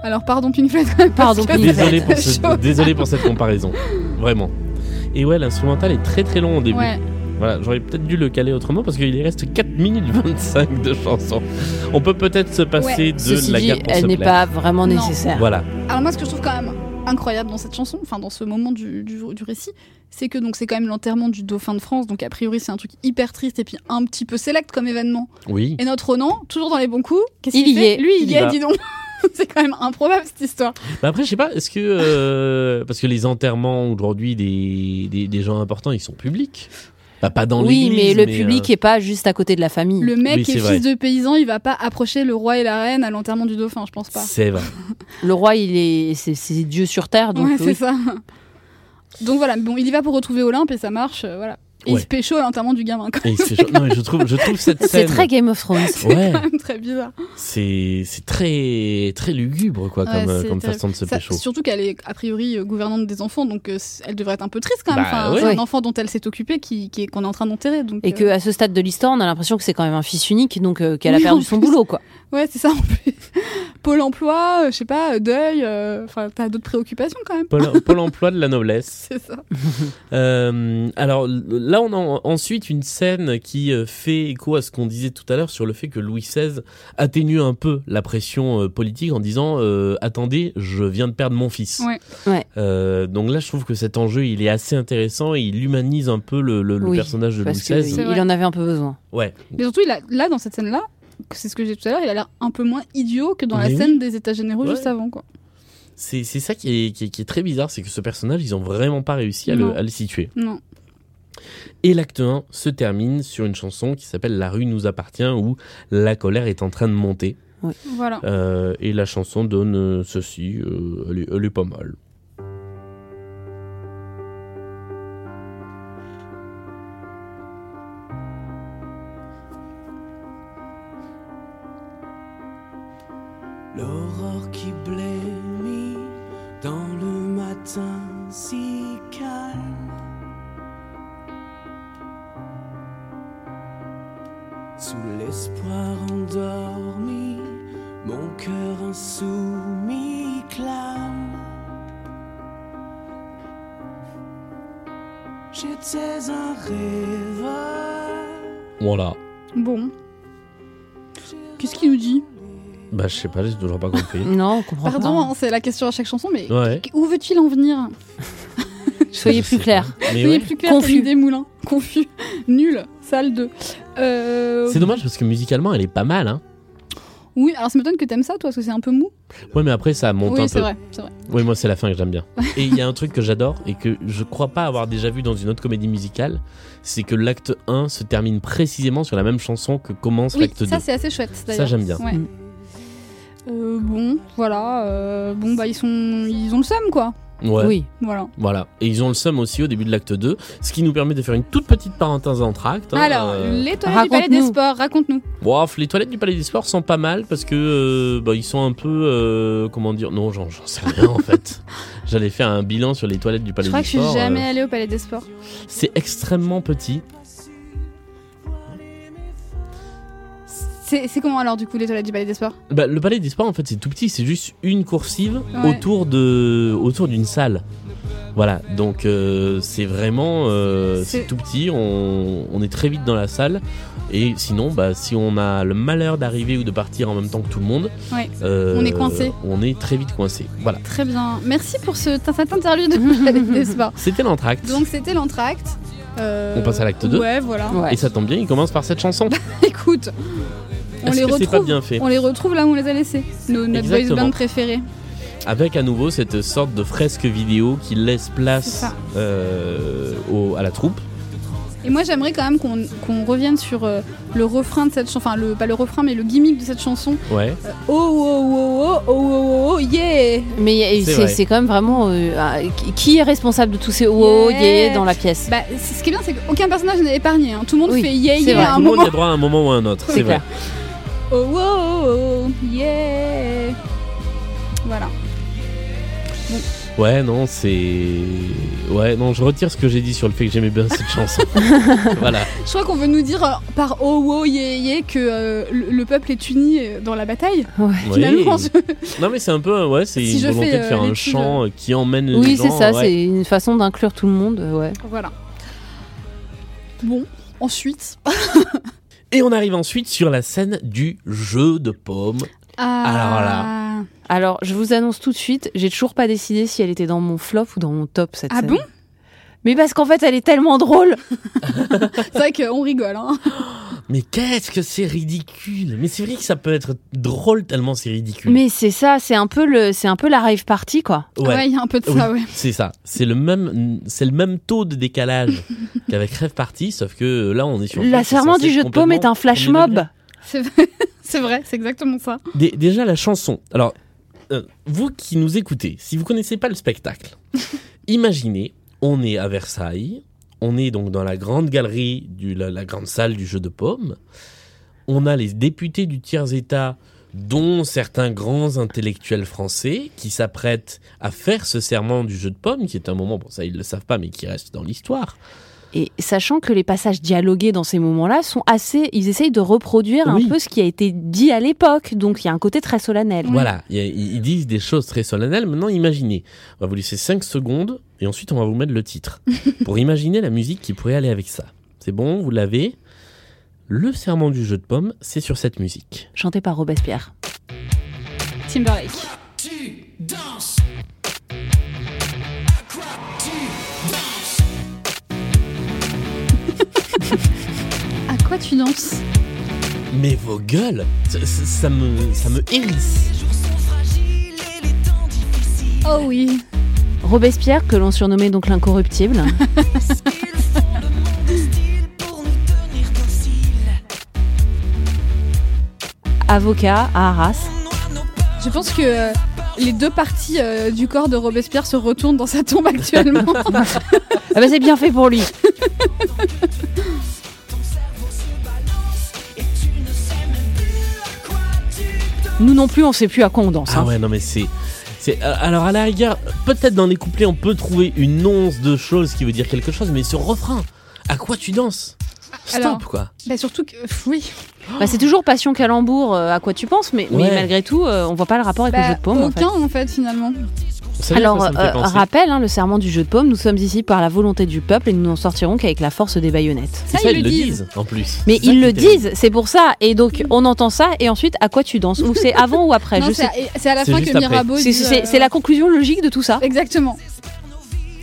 Alors, pardon, Pink Floyd, quand même, parce Pardon, que Pink c'est Désolé très pour, ce- chaud. désolé pour cette comparaison, vraiment. Et ouais, l'instrumental est très très long au début. Ouais. Voilà, j'aurais peut-être dû le caler autrement parce qu'il reste 4 minutes 25 de chanson. On peut peut-être se passer de ceci la dit, guerre pour se elle n'est plaire. pas vraiment Non. nécessaire. Voilà, Alors moi, ce que je trouve quand même incroyable dans cette chanson, enfin dans ce moment du, du- du récit, c'est que donc c'est quand même l'enterrement du dauphin de France, donc a priori c'est un truc hyper triste et puis un petit peu select comme événement. oui. Et notre Ronan, toujours dans les bons coups, qu'est-ce Il qu'il y fait est. Lui, il Il y y est, va. dis donc. c'est quand même improbable cette histoire. Mais Bah, après, je sais pas, est-ce que. euh, parce que les enterrements aujourd'hui des, des, des gens importants, ils sont publics. Bah, pas dans oui, mais l'église, le public euh, est pas juste à côté de la famille. Le mec Oui, est c'est fils vrai. de paysan, il va pas approcher le roi et la reine à l'enterrement du dauphin, je pense pas. C'est vrai. Le roi, il est, c'est, c'est Dieu sur terre, donc ouais, oui. c'est ça. Donc voilà, bon, il y va pour retrouver Olympe et ça marche, euh, voilà. Et Ouais. il se pécho à l'enterrement du gamin. quoi. Et il se fait chaud. Non, mais je trouve, je trouve cette C'est scène. très Game of Thrones. C'est Ouais. quand même très bizarre. C'est c'est très, très lugubre, quoi, Ouais, comme, euh, c'est comme terrible. façon de se Ça- pécho. surtout qu'elle est a priori euh, gouvernante des enfants, donc euh, c- elle devrait être un peu triste quand même. Bah, Enfin, ouais. C'est Ouais. un enfant dont elle s'est occupée qui, qui est- qu'on est en train d'enterrer. Donc, Et euh, que à ce stade de l'histoire, on a l'impression que c'est quand même un fils unique, donc euh, qu'elle a Oui, perdu en son plus. boulot, quoi. Ouais, c'est ça en plus. Pôle emploi, euh, je sais pas, euh, deuil, euh, enfin, t'as d'autres préoccupations quand même. Pôle, Pôle emploi de la noblesse. C'est ça. Euh, alors l- là, on a en- ensuite une scène qui euh, fait écho à ce qu'on disait tout à l'heure sur le fait que Louis XVI atténue un peu la pression euh, politique en disant euh, Attendez, je viens de perdre mon fils. Ouais. Ouais. Euh, donc là, je trouve que cet enjeu, il est assez intéressant et il humanise un peu le, le- le Oui, personnage de Louis Parce que XVI. il C'est vrai. il en avait un peu besoin. Ouais. Mais surtout, il a- là, dans cette scène-là, que c'est ce que j'ai dit tout à l'heure, il a l'air un peu moins idiot que dans Mais la oui. scène des États généraux Ouais. juste avant. Quoi. C'est c'est ça qui est, qui, est, qui est très bizarre, c'est que ce personnage, ils ont vraiment pas réussi à Non. le, à le situer. Non. Et l'acte 1 se termine sur une chanson qui s'appelle La rue nous appartient où la colère est en train de monter. Voilà. Euh, et la chanson donne euh, ceci, euh, elle, est, elle est pas mal. L'aurore qui blêmit dans le matin si calme. Sous l'espoir endormi, mon cœur insoumis clame. J'étais un rêveur. Voilà. Bon. Qu'est-ce qu'il nous dit Bah je sais pas, j'ai toujours pas compris. Non, on comprend Pardon, pas. hein, c'est la question à chaque chanson, mais Ouais. où veut-il en venir Soyez Je plus sais clair. pas. Mais Oui, ouais. plus clair Confus. des moulins. Confus. Nul. Sale 2. Euh... C'est dommage parce que musicalement elle est pas mal. Hein. Oui, alors ça m'étonne que t'aimes ça, toi, parce que c'est un peu mou. Ouais mais après ça monte oui, un c'est peu. vrai, c'est vrai. Oui moi c'est la fin que j'aime bien. Et il y a un truc que j'adore et que je crois pas avoir déjà vu dans une autre comédie musicale, c'est que l'acte 1 se termine précisément sur la même chanson que commence Oui, l'acte 2. ça, c'est assez chouette. Ça d'ailleurs. j'aime bien. Ouais. Mm. Euh, bon, voilà. euh, bon, bah, ils, sont... ils ont le seum, quoi. Ouais. Oui. Voilà. Voilà. Et ils ont le seum aussi au début de l'acte 2, ce qui nous permet de faire une toute petite parenthèse entre actes. hein. Alors, Euh, les toilettes du Palais des raconte-nous. Sports, raconte-nous. bof, les toilettes du Palais des Sports sont pas mal parce que euh, bah, ils sont un peu. euh, comment dire Non, j'en j'en sais rien en fait. J'allais faire un bilan sur les toilettes du Palais Je crois des que je Sports. suis jamais euh, allée au Palais des Sports. C'est extrêmement petit. C'est c'est comment alors, du coup, les toilettes du Palais des Sports Bah, le Palais des Sports en fait c'est tout petit, c'est juste une coursive Ouais. autour de autour d'une salle. Voilà, donc euh, c'est vraiment euh, C'est- c'est tout petit, on, on est très vite dans la salle. Et sinon, bah, si on a le malheur d'arriver ou de partir en même temps que tout le monde, Ouais. euh, On est coincé. On est très vite coincé. Voilà, Très bien. Merci pour ce, cet interlude au Palais des Sports. c'était l'entracte. Donc, c'était l'entracte. Euh, On passe à l'acte deux Ouais, voilà. Ouais. Et ça tombe bien, il commence par cette chanson. Écoute, on Est-ce les que c'est pas retrouve. bien fait On les retrouve là où on les a laissés. Nos- notre Exactement. boys band préféré. Avec à nouveau cette sorte de fresque vidéo qui laisse C'est place ça. euh, au- à la troupe. Et moi j'aimerais quand même qu'on qu'on revienne sur euh, le refrain de cette chanson, enfin le, pas le refrain mais le gimmick de cette chanson. Ouais. Euh, oh oh oh oh oh oh oh oh yeah Mais y a- C'est c'est vrai. c'est quand même vraiment. euh, ah, qui- qui est responsable de tous ces wow, Yeah. yeah dans la pièce Bah c'est- ce qui est bien c'est qu'aucun personnage n'est épargné, hein. tout le monde Oui, fait yeah c'est yeah vrai. à un Tout le monde y moment. a droit à un moment ou à un autre, C'est c'est vrai. Oh oh oh oh yeah Voilà. Ouais, non, c'est. Ouais, non, je retire ce que j'ai dit sur le fait que j'aimais bien cette chanson. voilà. Je crois qu'on veut nous dire euh, par oh oh yeah yeah que euh, le, le peuple est uni euh, dans la bataille. Oui. Finalement, je- Non, mais c'est un peu. Ouais, c'est Si une je volonté fais, de euh, faire un l'étude- chant euh, qui emmène les Oui, gens. c'est ça, ouais. c'est une façon d'inclure tout le monde, euh, ouais. voilà. Bon, ensuite. Et on arrive ensuite sur la scène du jeu de pommes. Alors là. Alors, je vous annonce tout de suite, j'ai toujours pas décidé si elle était dans mon flop ou dans mon top cette Ah scène. bon Mais parce qu'en fait, elle est tellement drôle. C'est vrai qu'on rigole, hein. Mais qu'est-ce que c'est ridicule Mais c'est vrai que ça peut être drôle tellement c'est ridicule. Mais c'est ça, c'est un peu le, c'est un peu la rave party quoi. Ouais. Ah Ouais, il y a un peu de Oui, ça, ouais. C'est ça. C'est le même, c'est le même taux de décalage qu'avec Rêve Party, sauf que là on est sur. La serment du jeu de paume est un flash mob. C'est vrai, c'est vrai, c'est exactement ça. Dé- déjà la chanson. Alors, euh, vous qui nous écoutez, si vous connaissez pas le spectacle, imaginez, on est à Versailles, on est donc dans la grande galerie, du, la, la grande salle du jeu de paume. On a les députés du tiers-État, dont certains grands intellectuels français, qui s'apprêtent à faire ce serment du jeu de paume, qui est un moment, bon ça ils le savent pas, mais qui reste dans l'histoire. Et sachant que les passages dialogués dans ces moments-là sont assez. Ils essayent de reproduire Oui. un peu ce qui a été dit à l'époque. Donc il y a un côté très solennel. Voilà, il y a- ils ils disent des choses très solennelles. Maintenant, imaginez. On va vous laisser 5 secondes et ensuite on va vous mettre le titre pour imaginer la musique qui pourrait aller avec ça. C'est bon, vous l'avez. Le serment du jeu de pomme, c'est sur cette musique. Chanté par Robespierre. Timberlake. Tu danses À quoi tu danses À quoi tu danses Mais vos gueules, ça, ça- ça me, ça me hérisse. Les jours sont fragiles et les temps difficiles Oh oui. Robespierre, que l'on surnommait donc l'incorruptible. Parce qu'ils font le monde hostile pour nous tenir dociles avocat à Arras. On noie nos peurs Je pense que euh, les deux parties euh, du corps de Robespierre se retournent dans sa tombe actuellement. Ah bah c'est bien fait pour lui. Ton cerveau se balance Et tu ne sais même plus à quoi tu Nous non plus, on sait plus à quoi on danse. Ah hein. ouais, non mais c'est... c'est- euh, Alors à la rigueur, peut-être dans les couplets on peut trouver une once de choses qui veut dire quelque chose, mais ce refrain, à quoi tu danses Stop Alors, quoi bah surtout que pff, oui. Bah, c'est toujours passion calembour euh, à quoi tu penses, mais, mais Ouais. malgré tout, euh, on voit pas le rapport avec Bah, le jeu de paume. en fait. aucun en fait, finalement. Vous savez à Alors, quoi ça me fait euh, penser rappel, hein, le serment du jeu de paume, nous sommes ici par la volonté du peuple et nous n'en sortirons qu'avec la force des baïonnettes. C'est ça, ça, ils ils le le disent. disent en plus. Mais C'est ça qui ils le est terrible. disent, c'est pour ça. Et donc, on entend ça, et ensuite, à quoi tu danses Ou c'est avant ou après Non, Je c'est sais. à, et- c'est à la C'est fin juste que après. Mirabeau C'est- dit. C'est euh, c'est la conclusion logique de tout ça. Exactement.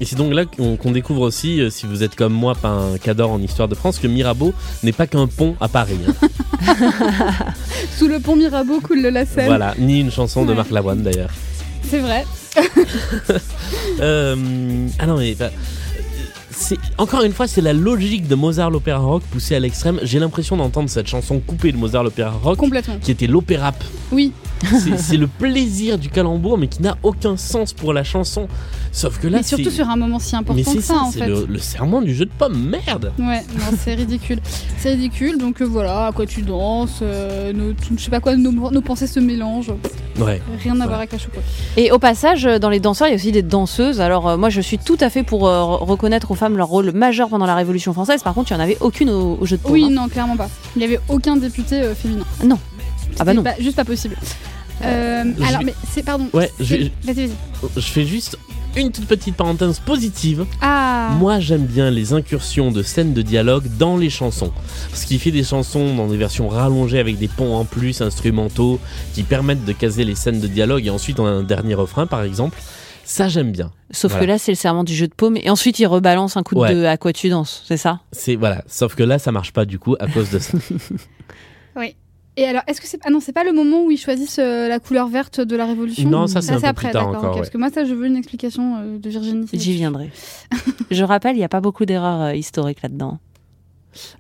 Et c'est donc là qu'on qu'on découvre aussi, euh, si vous êtes comme moi, pas un cador en histoire de France, que Mirabeau n'est pas qu'un pont à Paris. hein. Sous le pont Mirabeau coule le lacet. voilà, ni une chanson de Ouais. Marc Lavoine d'ailleurs. C'est vrai. Euh, ah non mais... bah, c'est- encore une fois, c'est la logique de Mozart l'opéra rock poussée à l'extrême. J'ai l'impression d'entendre cette chanson coupée de Mozart l'opéra rock, Complètement. qui était l'opéra Oui. C'est- c'est le plaisir du calembour, mais qui n'a aucun sens pour la chanson. Sauf que là, Mais surtout c'est- sur un moment si important mais que c'est ça, ça, en c'est fait. le, le serment du jeu de pomme. Merde. Ouais, non, c'est ridicule. C'est ridicule, donc euh, voilà, à quoi tu danses, euh, nos- tu- je sais pas quoi, nos, nos pensées se mélangent. Ouais. Rien à Ouais. voir avec la chocolat. Et au passage, euh, dans les danseurs, il y a aussi des danseuses. Alors, euh, moi, je suis tout à fait pour euh, re- reconnaître aux femmes leur rôle majeur pendant la Révolution française. Par contre, il n'y en avait aucune au, au jeu de paume. Oui, hein. non, clairement pas. Il y avait aucun député euh, féminin. Non. Ah bah C'était non. pas- juste pas possible. Euh, je alors, vais- mais c'est. Pardon. Ouais, c'est- je vais- Vas-y, vas-y. Je fais juste une toute petite parenthèse positive. Ah Moi, j'aime bien les incursions de scènes de dialogue dans les chansons. Ce qui fait des chansons dans des versions rallongées avec des ponts en plus, instrumentaux, qui permettent de caser les scènes de dialogue et ensuite on a un dernier refrain, par exemple. Ça, j'aime bien. Sauf Voilà. que là, c'est le serment du jeu de paume. Et ensuite, il rebalance un coup Ouais. de à quoi tu danses, c'est ça C'est voilà. Sauf que là, ça marche pas du coup à cause de ça. Et alors, est-ce que c'est. Ah non, c'est pas le moment où ils choisissent euh, la couleur verte de la Révolution Non, ça, c'est un peu après, plus tard d'accord. encore, ok, ouais. Parce que moi, ça, je veux une explication euh, de Virginie. J'y viendrai. je rappelle, il n'y a pas beaucoup d'erreurs euh, historiques là-dedans.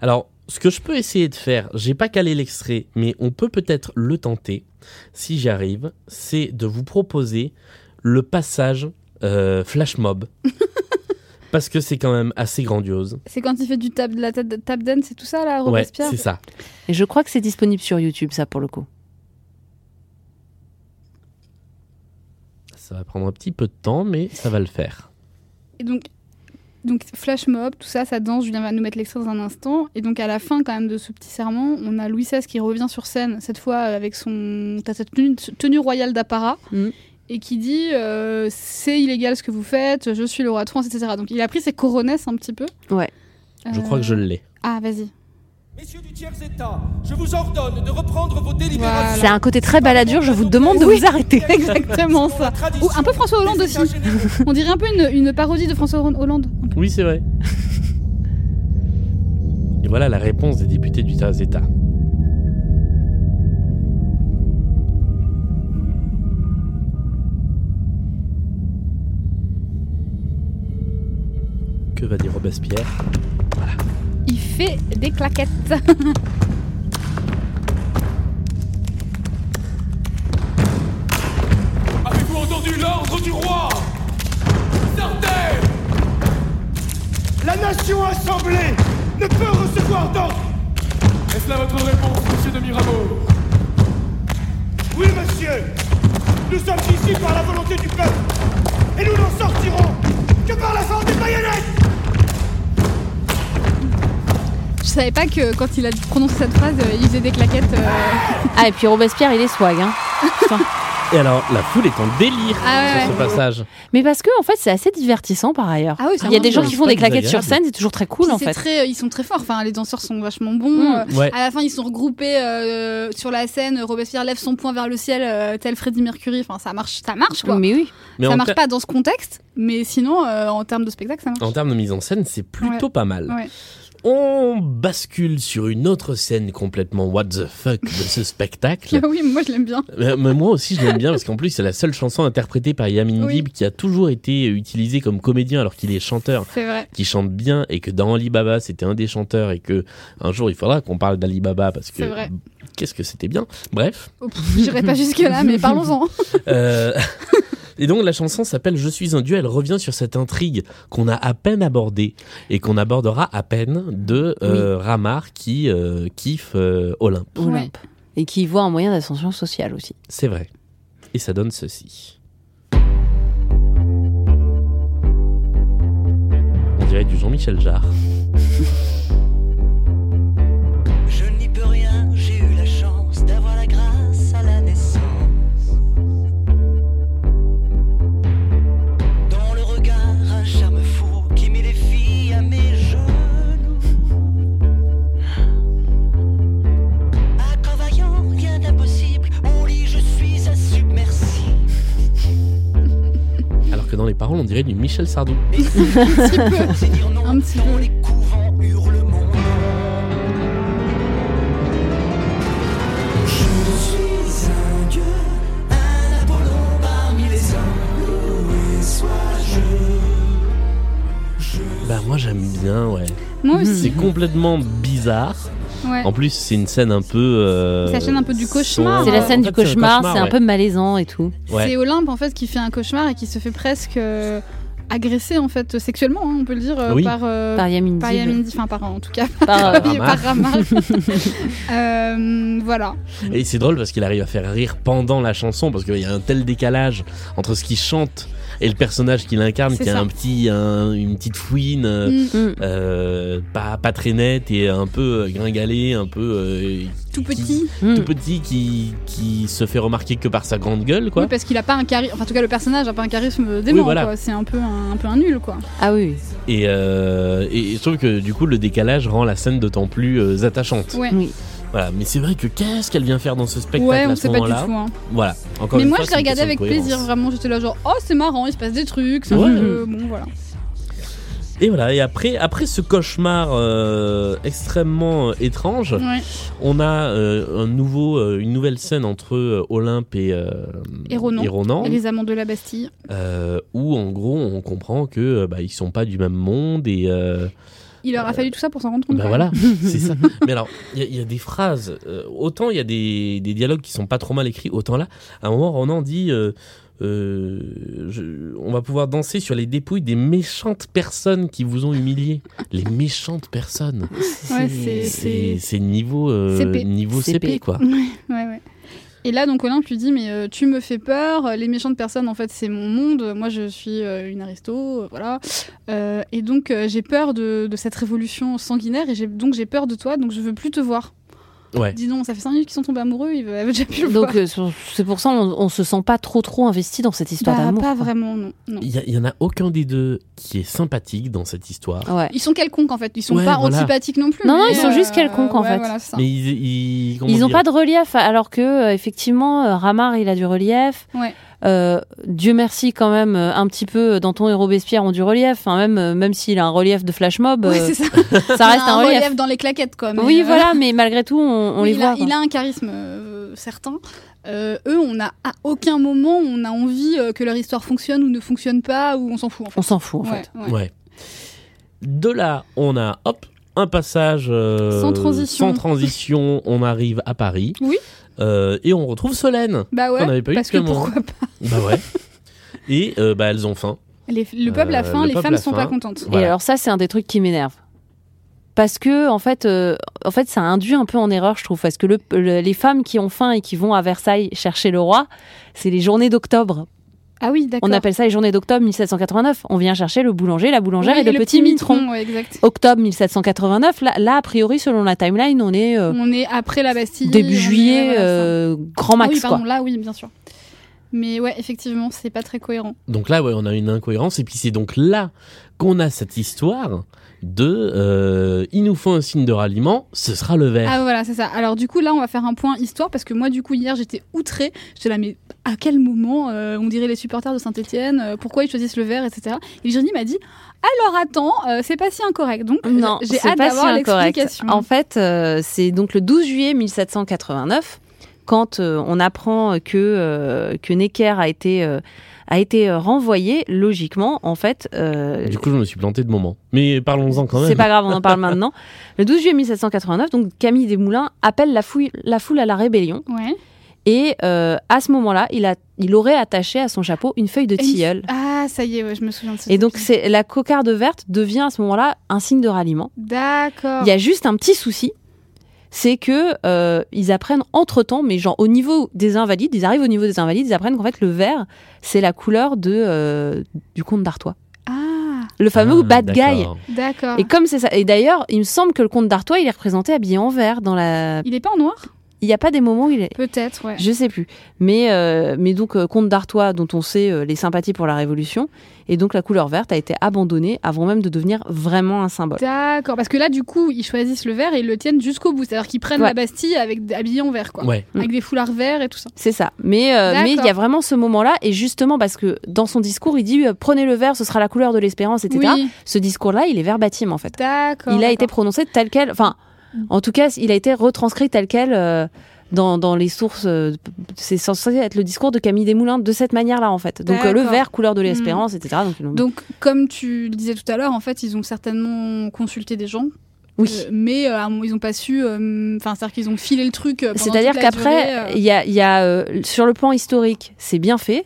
Alors, ce que je peux essayer de faire, j'ai pas calé l'extrait, mais on peut peut-être le tenter, si j'y arrive, c'est de vous proposer le passage euh, flash mob. Parce que c'est quand même assez grandiose. C'est quand il fait du tap, de la tap, tap dance, c'est tout ça, là, Ouais, Robespierre c'est ça. Et je crois que c'est disponible sur YouTube, ça, pour le coup. Ça va prendre un petit peu de temps, mais ça va le faire. Et donc, donc flash mob, tout ça, ça danse. Julien va nous mettre l'extrait dans un instant. Et donc à la fin quand même de ce petit serment, on a Louis XVI qui revient sur scène cette fois euh, avec son t'as cette tenue, tenue royale d'apparat. Mhm. Et qui dit euh, c'est illégal ce que vous faites, je suis le roi de France, etc. Donc il a pris ses coronesses un petit peu. Ouais. Je crois que je l'ai. Ah vas-y. Messieurs du tiers-État, je vous ordonne de reprendre vos Voilà. délibérations. C'est un côté très baladur, je vous demande de vous arrêter. Exactement ça. Ou un peu François Hollande aussi. On dirait un peu une, une parodie de François Hollande. Oui, c'est vrai. Et voilà la réponse des députés du État. Que va dire Robespierre Il fait des claquettes. Avez-vous entendu l'ordre du roi Sortez La nation assemblée ne peut recevoir d'ordre Est-ce là votre réponse, monsieur de Mirabeau Oui, monsieur Nous sommes ici par la volonté du peuple Et nous n'en sortirons que par la force des baïonnettes Je savais pas que quand il a prononcé cette phrase, euh, il faisait des claquettes. euh. Ah, et puis Robespierre, il est swag. Hein. Et alors, la foule est en délire Ah ouais, sur ce ouais. passage. Mais parce que, en fait, c'est assez divertissant par ailleurs. Ah oui, c'est il y a vraiment des gens cool. qui font des C'est pas claquettes sur désagréable. scène, c'est toujours très cool, Puis en c'est fait. très- euh, ils sont très forts. Enfin, les danseurs sont vachement bons. euh, Ouais. À la fin, ils sont regroupés euh, sur la scène. Robespierre lève son poing vers le ciel, euh, tel Freddie Mercury. Enfin, ça marche, ça marche quoi. Mais oui. Mais ça en, marche ter- pas dans ce contexte, mais sinon, euh, en termes de spectacle, ça marche. en termes de mise en scène, c'est plutôt pas mal. Ouais. On bascule sur une autre scène complètement what the fuck de ce spectacle. Ah oui, moi je l'aime bien. Mais mais moi aussi, je l'aime bien parce qu'en plus, c'est la seule chanson interprétée par Yamin Oui. Dib qui a toujours été utilisée comme comédien alors qu'il est chanteur. C'est vrai. qui chante bien et que dans Alibaba c'était un des chanteurs et que un jour il faudra qu'on parle d'Alibaba parce que C'est vrai. qu'est-ce que c'était bien bref Oh, pff, J'irai pas jusque là, mais parlons-en. Euh, et donc la chanson s'appelle Je suis un dieu elle revient sur cette intrigue qu'on a à peine abordée et qu'on abordera à peine de euh, Ramar qui euh, kiffe euh, Olympe Olympe. Et qui voit un moyen d'ascension sociale aussi. c'est vrai et ça donne ceci on dirait du Jean-Michel Jarre Je n'y peux rien, j'ai eu la chance d'avoir la grâce à la naissance. Dans le regard, un charme fou qui met les filles à mes genoux. À corps vaillant, rien d'impossible, au lit je suis à submersible. alors que dans les paroles on dirait du Michel Sardou Un petit peu. C'est dire non Un petit dans peu. les couvents hurle mon nom. Je suis un dieu, un Apollon parmi les hommes. Loué sois-je. bah moi j'aime bien ouais Moi C'est aussi. complètement bizarre. Ouais. En plus, c'est une scène un peu. euh, C'est la scène un peu du cauchemar. C'est Ouais. la scène Ah, En du fait, c'est cauchemar, c'est un ouais. peu malaisant et tout. Ouais. C'est Olympe en fait qui fait un cauchemar et qui se fait presque euh, agresser en fait sexuellement, hein, on peut le dire, euh, Oui. par. euh, Par Yamin par Dib. Yamin Dib, enfin par en tout cas Par, euh, par, Ramar. Ramar. Euh, voilà. Et c'est drôle parce qu'il arrive à faire rire pendant la chanson parce qu'il y a un tel décalage entre ce qu'il chante et le personnage qu'il incarne, C'est qui a ça. un petit, un- une petite fouine. euh, Mm. euh, pas, pas très nette et un peu euh, gringalée, un peu euh, Tout qui- petit. Mm. tout petit qui, qui se fait remarquer que par sa grande gueule quoi. Oui, parce qu'il a pas un charisme. Enfin, en tout cas, le personnage a pas un charisme dément. Oui, voilà. quoi. C'est un peu un, un peu un nul, quoi. Ah oui. Et, euh, et je trouve que du coup le décalage rend la scène d'autant plus euh, attachante. Ouais. oui. Voilà, mais c'est vrai que qu'est-ce qu'elle vient faire dans ce spectacle Ouais, on à sait ce pas du tout. moment-là hein. Voilà. Encore Mais une moi, fois, je c'est l'ai une regardé avec question de plaisir. cohérence. Vraiment, j'étais là genre, oh, c'est marrant, il se passe des trucs. c'est un Ouais. peu- Bon, voilà. Et voilà. Et après, après ce cauchemar euh, extrêmement euh, étrange, Ouais. on a euh, un nouveau, euh, une nouvelle scène entre euh, Olympe et, euh, Et Ronan. et Ronan, Et les amants de la Bastille. euh, où en gros on comprend que euh, bah, ils sont pas du même monde et euh, Il leur a fallu tout ça pour s'en rendre compte. Ben quoi. voilà, c'est ça. Mais alors, il y a- il y, a des phrases. euh, autant il y a des, des dialogues qui sont pas trop mal écrits, autant là, à un moment, Ronan dit euh, euh, je- On va pouvoir danser sur les dépouilles des méchantes personnes qui vous ont humilié. Les méchantes personnes. Ouais, c'est- C'est c'est niveau, euh, CP. niveau CP. CP. quoi. Ouais, ouais. Et là, donc, Olympe lui dit Mais euh, tu me fais peur, euh, les méchantes personnes, en fait, c'est mon monde. Moi, je suis euh, une aristo, euh, voilà. Euh, et donc, euh, j'ai peur de, de cette révolution sanguinaire, et j'ai- donc, j'ai peur de toi, donc, je veux plus te voir. Ouais. Dis donc, ça fait 5 minutes qu'ils sont tombés amoureux, ils veulent déjà plus le voir. Donc euh, sur- c'est pour ça on, on se sent pas trop trop investi dans cette histoire Bah, d'amour. pas quoi. vraiment, non. non. Il y, a- il y en a aucun des deux qui est sympathique dans cette histoire. Ouais. Ils sont quelconques, en fait. Ils sont Ouais, pas voilà. antipathiques non plus. Non, non, mais, euh, ils sont juste quelconques, en ouais, fait. voilà, c'est ça. Mais ils, ils, comment Ils n'ont dire pas de relief, alors que euh, effectivement euh, Ramar il a du relief. Ouais. Euh, Dieu merci quand même euh, un petit peu euh, Danton et Robespierre ont du relief, Enfin, même euh, même s'il a un relief de flash mob, Ouais, euh, c'est ça. ça reste Il a un relief. dans les claquettes, quoi. mais, Oui euh, voilà, mais malgré tout on, on Oui, les il voit. A, quoi. il a un charisme euh, certain. Euh, eux, on a à aucun moment on a envie euh, que leur histoire fonctionne ou ne fonctionne pas ou on s'en fout en fait. On s'en fout en Ouais, fait. ouais. Ouais. De là, on a hop un passage euh, Sans transition. sans transition, on arrive à Paris. Oui. Euh, et on retrouve Solène. Bah ouais. On avait pas eu parce de que comment. pourquoi pas Bah ouais. et euh, bah elles ont faim. Les- le peuple a Euh, faim, le les peuple femmes a sont faim. pas contentes. Voilà. Et alors ça, c'est un des trucs qui m'énerve. Parce que, en fait, euh, en fait, ça induit un peu en erreur, je trouve. Parce que le- le- les femmes qui ont faim et qui vont à Versailles chercher le roi, c'est les journées d'octobre. Ah oui, d'accord. On appelle ça les journées d'octobre 1789. On vient chercher le boulanger, la boulangère Oui, et, le, petit mitron. ouais, exact. Octobre 1789, là, là, a priori, selon la timeline, on est euh, On est après la Bastille. on est- début juillet, voilà, ça. Ah euh, grand max. oui, pardon, quoi. là, oui, bien sûr. Mais ouais, effectivement, c'est pas très cohérent. Donc là, ouais, on a une incohérence. Et puis c'est donc là qu'on a cette histoire de euh, il nous faut un signe de ralliement, ce sera le Eh. vert. Ah voilà, c'est ça. Alors du coup, là, on va faire un point histoire parce que moi, du coup, hier, j'étais outrée. J'étais là, mais à quel moment euh, on dirait les supporters de Saint-Etienne Pourquoi ils choisissent le vert, etc. Et Virginie m'a dit, alors attends, euh, c'est pas si incorrect. Donc, Non, Euh, j'ai c'est hâte pas d'avoir si incorrect. l'explication. En fait, euh, c'est donc le 12 juillet 1789 quand euh, on apprend que euh, que Necker a été euh, a été euh, renvoyé. Logiquement, en fait, euh, Du coup, je me suis planté de moment. Mais parlons-en quand même. c'est pas grave, on en parle maintenant. Le 12 juillet 1789, donc Camille Desmoulins appelle la, fouille- la foule à la rébellion Ouais. et euh, à ce moment-là, il a il aurait attaché à son chapeau une feuille de Et une- tilleul. Ah, ça y est, ouais, je me souviens de ça. Et donc c'est la cocarde verte devient à ce moment-là un signe de ralliement. D'accord. Il y a juste un petit souci, c'est que euh, ils apprennent entre temps, mais genre au niveau des invalides, ils arrivent au niveau des invalides, ils apprennent qu'en fait le vert, c'est la couleur de euh, du comte d'Artois, Ah, le fameux bad guy. d'accord. d'accord. Et comme c'est ça, et d'ailleurs, il me semble que le comte d'Artois, il est représenté habillé en vert dans la. Il est pas en noir Il n'y a pas des moments où il est. Peut-être, ouais. Je sais plus, mais euh, mais donc euh, comte d'Artois, dont on sait euh, les sympathies pour la Révolution, et donc la couleur verte a été abandonnée avant même de devenir vraiment un symbole. D'accord, parce que là, du coup, ils choisissent le vert et ils le tiennent jusqu'au bout. C'est-à-dire qu'ils prennent Ouais. la Bastille avec des habillés en vert, quoi. Ouais. Avec des foulards verts et tout ça. C'est ça. Mais euh, D'accord. mais il y a vraiment ce moment-là et justement parce que dans son discours il dit euh, prenez le vert ce sera la couleur de l'espérance etc. Oui, Ce discours-là il est verbatim en fait. d'accord. Il a d'accord. été Mm. prononcé tel quel enfin en tout cas il a été retranscrit tel quel euh, dans, dans les sources euh, c'est censé être le discours de Camille Desmoulins de cette manière-là en fait. Donc euh, le D'accord. Mm. vert couleur de l'espérance etc. Donc, ils l'ont- Donc, comme tu le disais tout à l'heure, en fait, ils ont certainement consulté des gens, oui. euh, mais euh, à un moment, ils ont pas su. euh, Enfin, c'est-à-dire qu'ils ont filé le truc. euh, pendant C'est-à-dire toute la qu'après, durée, euh, il y a, il y a, euh, sur le plan historique, c'est bien fait,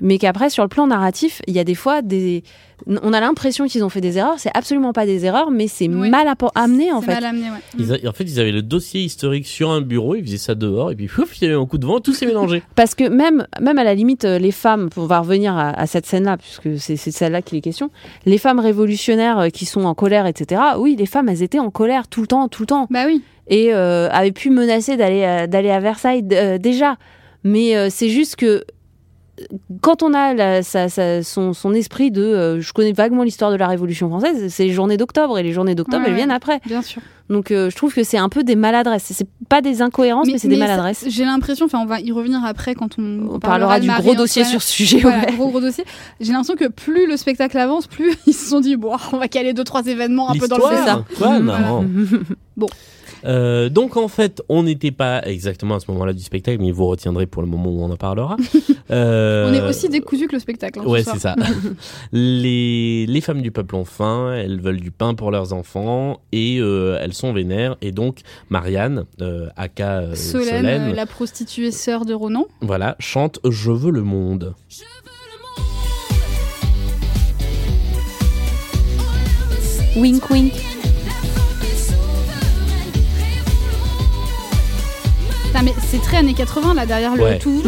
mais qu'après, sur le plan narratif, il y a des fois des. On a l'impression qu'ils ont fait des erreurs. C'est absolument pas des erreurs, mais c'est Ouais. mal appo- amené en c'est fait. mal amené, ouais. Mm. Ils a- en fait, ils avaient le dossier historique sur un bureau, ils faisaient ça dehors, et puis pouf, il y avait un coup de vent, tout s'est mélangé. Parce que même, même à la limite, euh, les femmes, on va revenir à, à cette scène-là, puisque c'est c'est celle-là qu'il est question, les femmes révolutionnaires euh, qui sont en colère, etc., oui, les femmes, elles étaient en colère tout le temps, tout le temps. Bah oui. et euh, avait pu menacer d'aller à, d'aller à Versailles euh, déjà. Mais euh, c'est juste que euh, quand on a la- sa- sa- son, son esprit de euh, je connais vaguement l'histoire de la Révolution française, c'est les journées d'octobre et les journées d'octobre Ouais, elles ouais. viennent après. Bien sûr. Donc euh, je trouve que c'est un peu des maladresses. C'est pas des incohérences, mais, c'est des ça- maladresses. J'ai l'impression, enfin, on va y revenir après quand on, On parlera de du gros Marie-Antoinette. dossier sur ce sujet. Voilà, ouais. gros gros dossier. J'ai l'impression que plus le spectacle avance, plus ils se sont dit bon, on va caler deux trois événements un peu dans le désert. L'histoire, Quoi, Mmh, non. Bon. Euh, donc en fait, on n'était pas exactement à ce moment-là du spectacle, mais vous retiendrez pour le moment où on en parlera. Euh, On est aussi décousu que le spectacle. hein, ce Ouais, soir. c'est ça. les, les femmes du peuple ont faim, elles veulent du pain pour leurs enfants et euh, elles sont vénères. Et donc, Marianne, euh, aka euh, Solène, Solène, euh, la prostituée sœur de Ronan. voilà, chante Je veux le monde. Wink wink. Putain, mais c'est très années 80 là derrière le Ouais. tout.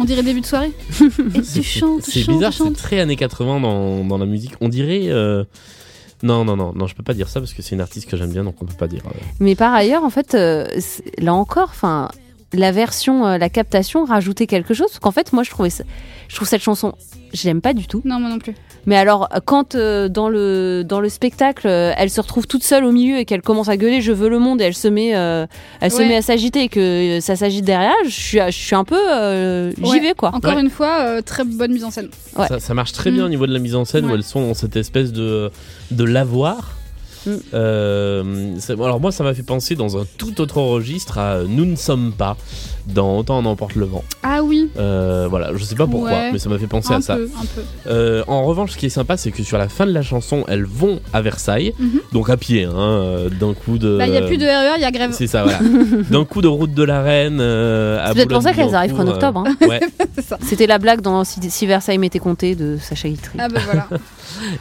On dirait début de soirée. Et tu chantes, tu C'est chantes, bizarre, tu c'est chantes. très années 80 dans, dans la musique. On dirait. euh, Non, non, non, non, je peux pas dire ça parce que c'est une artiste que j'aime bien, donc on peut pas dire. euh, Mais par ailleurs, en fait, euh, c'est- là encore, enfin, la version, euh, la captation rajoutait quelque chose. Parce qu'en fait, moi, je trouvais, ça- je trouve cette chanson, je l'aime pas du tout. Non, moi non plus. Mais alors, quand euh, dans le dans le spectacle, euh, elle se retrouve toute seule au milieu et qu'elle commence à gueuler, je veux le monde, et elle se met, euh, elle se Ouais. met à s'agiter et que euh, ça s'agite derrière, je suis, je suis un peu, euh, Ouais. j'y vais quoi. Encore Ah, Ouais. une fois, euh, très bonne mise en scène. Ouais. Ça, ça marche très bien Mm. au niveau de la mise en scène Ouais. où elles sont dans cette espèce de, de lavoir. Mm. Euh, c'est- alors moi, ça m'a fait penser dans un tout autre registre à euh, Nous ne sommes pas dans Autant on emporte le vent. Ah oui, Euh, voilà, je sais pas pourquoi, Ouais. mais ça m'a fait penser un à ça. peu, un peu. Euh, en revanche, ce qui est sympa, c'est que sur la fin de la chanson, elles vont à Versailles, Mhm. donc à pied, hein, euh, d'un coup de. Bah, il n'y a plus de RER, il y a grève. C'est ça, voilà. d'un coup de route de la Reine. euh, à C'est peut-être pour ça qu'elles arrivent qu'en Boulogne-Billancourt, octobre. hein. euh, ouais. C'était la blague dans Si, si Versailles m'était compté de Sacha Guitry. Ah bah voilà.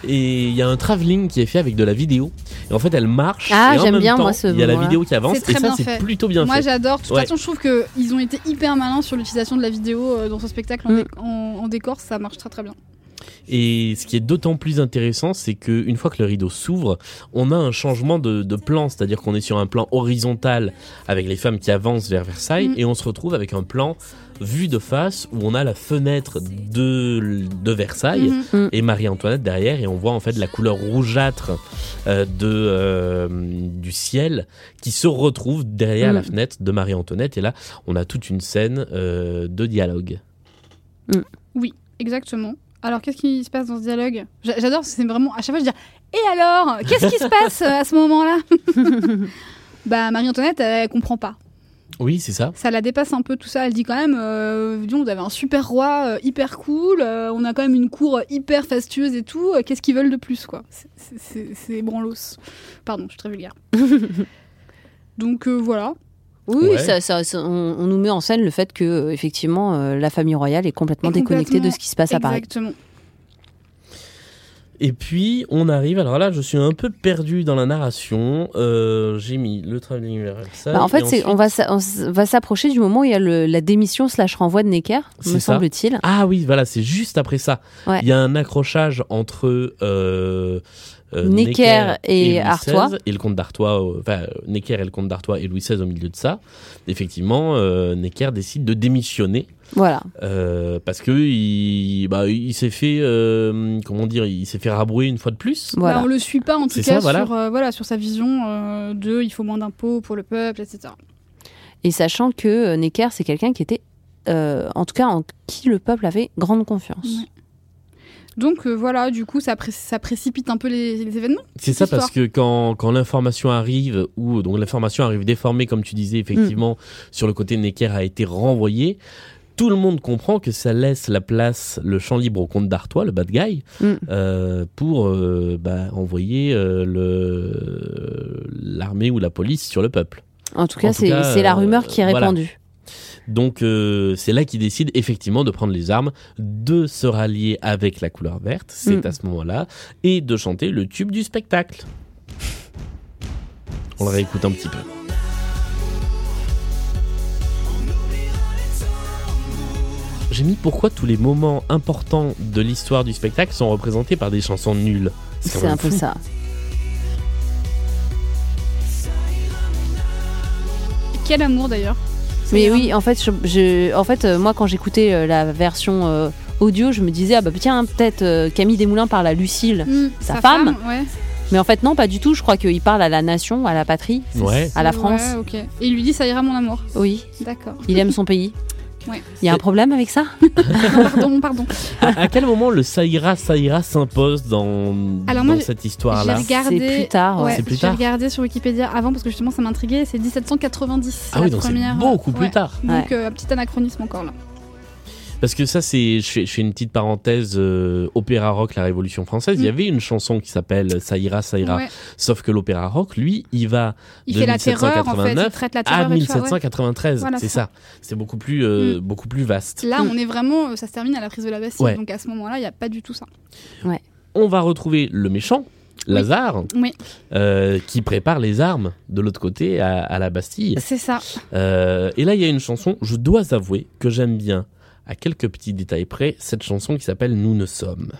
Et il y a un travelling qui est fait avec de la vidéo. Et en fait, elle marche. Ah, et en j'aime même bien, temps, moi, ce Il y a la moment-là. vidéo qui avance. C'est très Et ça, bien c'est fait. plutôt bien Moi fait. j'adore. De toute Ouais. façon, je trouve qu'ils ont été hyper malins sur l'utilisation de la vidéo euh, dans ce spectacle en, Mm. dé- en- en décor, ça marche très très bien. Et ce qui est d'autant plus intéressant, c'est qu'une fois que le rideau s'ouvre, on a un changement de, de plan, c'est-à-dire qu'on est sur un plan horizontal avec les femmes qui avancent vers Versailles, Mm. et on se retrouve avec un plan vu de face où on a la fenêtre de, l- de Versailles Mhm. et Marie-Antoinette derrière, et on voit en fait la couleur rougeâtre euh, de, euh, du ciel qui se retrouve derrière Mm. la fenêtre de Marie-Antoinette, et là on a toute une scène euh, de dialogue. Exactement. Alors qu'est-ce qui se passe dans ce dialogue J'a- J'adore, c'est vraiment à chaque fois je dis et alors qu'est-ce qui se passe euh, à ce moment-là Bah Marie-Antoinette, elle, elle comprend pas. Oui, c'est ça. Ça la dépasse un peu tout ça. Elle dit quand même, euh, dis donc, on avait un super roi euh, hyper cool, euh, on a quand même une cour hyper fastueuse et tout. euh, qu'est-ce qu'ils veulent de plus quoi C'est- c'est- C'est c'est branlos. Pardon, je suis très vulgaire. Donc euh, voilà. Oui, Ouais. ça, ça- ça- on, on nous met en scène le fait que, euh, effectivement, euh, la famille royale est complètement Est complètement- déconnectée de ce qui se passe à Paris. Exactement. Et puis on arrive, alors là je suis un peu perdu dans la narration, Euh, j'ai mis le travelling vers ça. Bah, en fait, c'est- on va s'a- on s- va s'approcher du moment où il y a le- la démission slash renvoi de Necker, C'est me ça. semble-t-il. Ah oui, voilà, c'est juste après ça. Ouais. Il y a un accrochage entre euh, euh, Necker et Louis Artois. XVI, et le comte d'Artois, euh, enfin euh, Necker et le comte d'Artois et Louis XVI au milieu de ça. Effectivement, euh, Necker décide de démissionner Voilà. euh, parce que il, bah, il s'est fait, euh, comment dire, il s'est fait rabrouer une fois de plus. voilà. Bah, on le suit pas en tout C'est cas ça, voilà. sur euh, voilà sur sa vision euh, de il faut moins d'impôts pour le peuple etc. Et sachant que euh, Necker, c'est quelqu'un qui était, euh, en tout cas, en qui le peuple avait grande confiance. Ouais. Donc euh, voilà du coup ça, pré- ça précipite un peu les, les événements. C'est ça cette parce que quand, quand l'information arrive, ou donc l'information arrive déformée, comme tu disais, effectivement, sur le côté Necker a été renvoyé, tout le monde comprend que ça laisse la place, le champ libre au comte d'Artois, le bad guy, Mm. euh, pour euh, bah, envoyer euh, le- l'armée ou la police sur le peuple. En tout En cas, tout c'est cas, c'est la euh, rumeur qui est voilà. répandue. Donc euh, c'est là qu'il décide effectivement de prendre les armes, de se rallier avec la couleur verte, c'est Mm. Hmm. à ce moment-là, et de chanter le tube du spectacle. On le réécoute un petit peu. J'ai mis pourquoi tous les moments importants de l'histoire du spectacle sont représentés par des chansons nulles. quand C'est même un peu fou. ça. Quel amour d'ailleurs. Mais oui, en fait, je, je- en fait euh, moi, quand j'écoutais euh, la version euh, audio, je me disais, ah bah tiens, peut-être euh, Camille Desmoulins parle à Lucille. Mm, Sa femme ouais. Mais en fait, non, pas du tout. Je crois qu'il parle à la nation, à la patrie, Ouais. à la Ouais, France. ok. Et il lui dit ça ira mon amour. Mm. Oui, D'accord. il aime son pays. Ouais. Il y a un problème avec ça pardon pardon. À, à quel moment le Saïra Saïra s'impose dans, Alors dans moi, cette histoire-là j'ai regardé. C'est plus tard. ouais. Ouais, Ah, C'est plus j'ai tard. regardé sur Wikipédia avant parce que justement ça m'intriguait. C'est 1790. Ah la oui, donc c'est première... euh, beaucoup plus ouais. tard. Donc euh, petit anachronisme encore là. Parce que ça, c'est, je fais, je fais une petite parenthèse, euh, opéra rock, la Révolution française. Il y Mm. avait une chanson qui s'appelle Ça ira, ça ira. Ouais. Sauf que l'opéra rock, lui, il va Il de fait la terreur en fait. Il 1789 traite la à terreur et tout ça, ouais. 1793. Voilà, c'est ça. Mm. ça. C'est beaucoup plus, euh, beaucoup plus vaste. Là, on est vraiment, euh, ça se termine à la prise de la Bastille. Ouais. Donc à ce moment-là, il n'y a pas du tout ça. On va retrouver le méchant. Lazare, Oui. euh, qui prépare les armes de l'autre côté à, à la Bastille. C'est ça. Euh, et là, il y a une chanson, je dois avouer que j'aime bien, à quelques petits détails près, cette chanson qui s'appelle Nous ne sommes.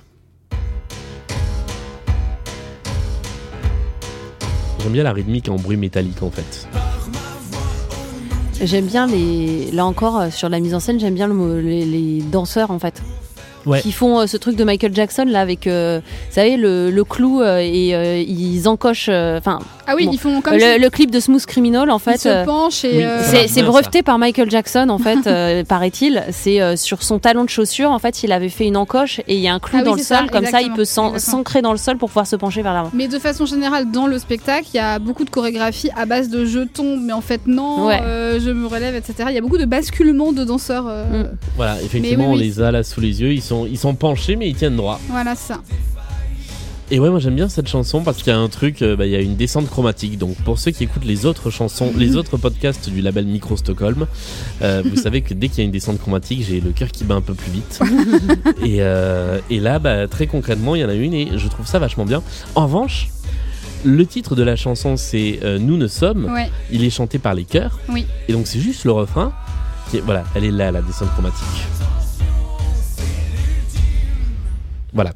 J'aime bien la rythmique en bruit métallique en fait. J'aime bien les. Là encore, euh, sur la mise en scène, j'aime bien le mo- les, les danseurs en fait. Ouais. Qui font euh, ce truc de Michael Jackson là avec, euh, vous savez, le, le clou euh, et euh, ils encochent. euh, Enfin, Ah oui, Bon. ils font comme Le, si- le clip de Smooth Criminal, en ils fait, se euh, penchent et. oui, euh, ça c'est c'est bien, breveté par Michael Jackson, en fait, euh, paraît-il. C'est euh, sur son talon de chaussure, en fait, il avait fait une encoche et il y a un Ah clou oui, dans le c'est ça, sol. Comme ça, il exactement, peut s'en- exactement. s'ancrer dans le sol pour pouvoir se pencher vers l'avant. Mais de façon générale, dans le spectacle, il y a beaucoup de chorégraphies à base de je tombe, mais en fait non, Ouais. euh, je me relève, etc. Il y a beaucoup de basculements de danseurs. euh, Mm. Voilà, effectivement, oui, on oui. les a là sous les yeux. Ils sont, ils sont penchés, mais ils tiennent droit. Voilà, c'est ça. Et ouais, moi j'aime bien cette chanson parce qu'il y a un truc, euh, bah, il y a une descente chromatique. Donc pour ceux qui écoutent les autres chansons, les autres podcasts du label Micro Stockholm, euh, vous savez que dès qu'il y a une descente chromatique, j'ai le cœur qui bat un peu plus vite. et, euh, et là, bah, très concrètement, il y en a une et je trouve ça vachement bien. En revanche, le titre de la chanson c'est euh, Nous ne sommes. Ouais. Il est chanté par les chœurs. Oui. Et donc c'est juste le refrain. Qui est- voilà, elle est là, la descente chromatique. Voilà.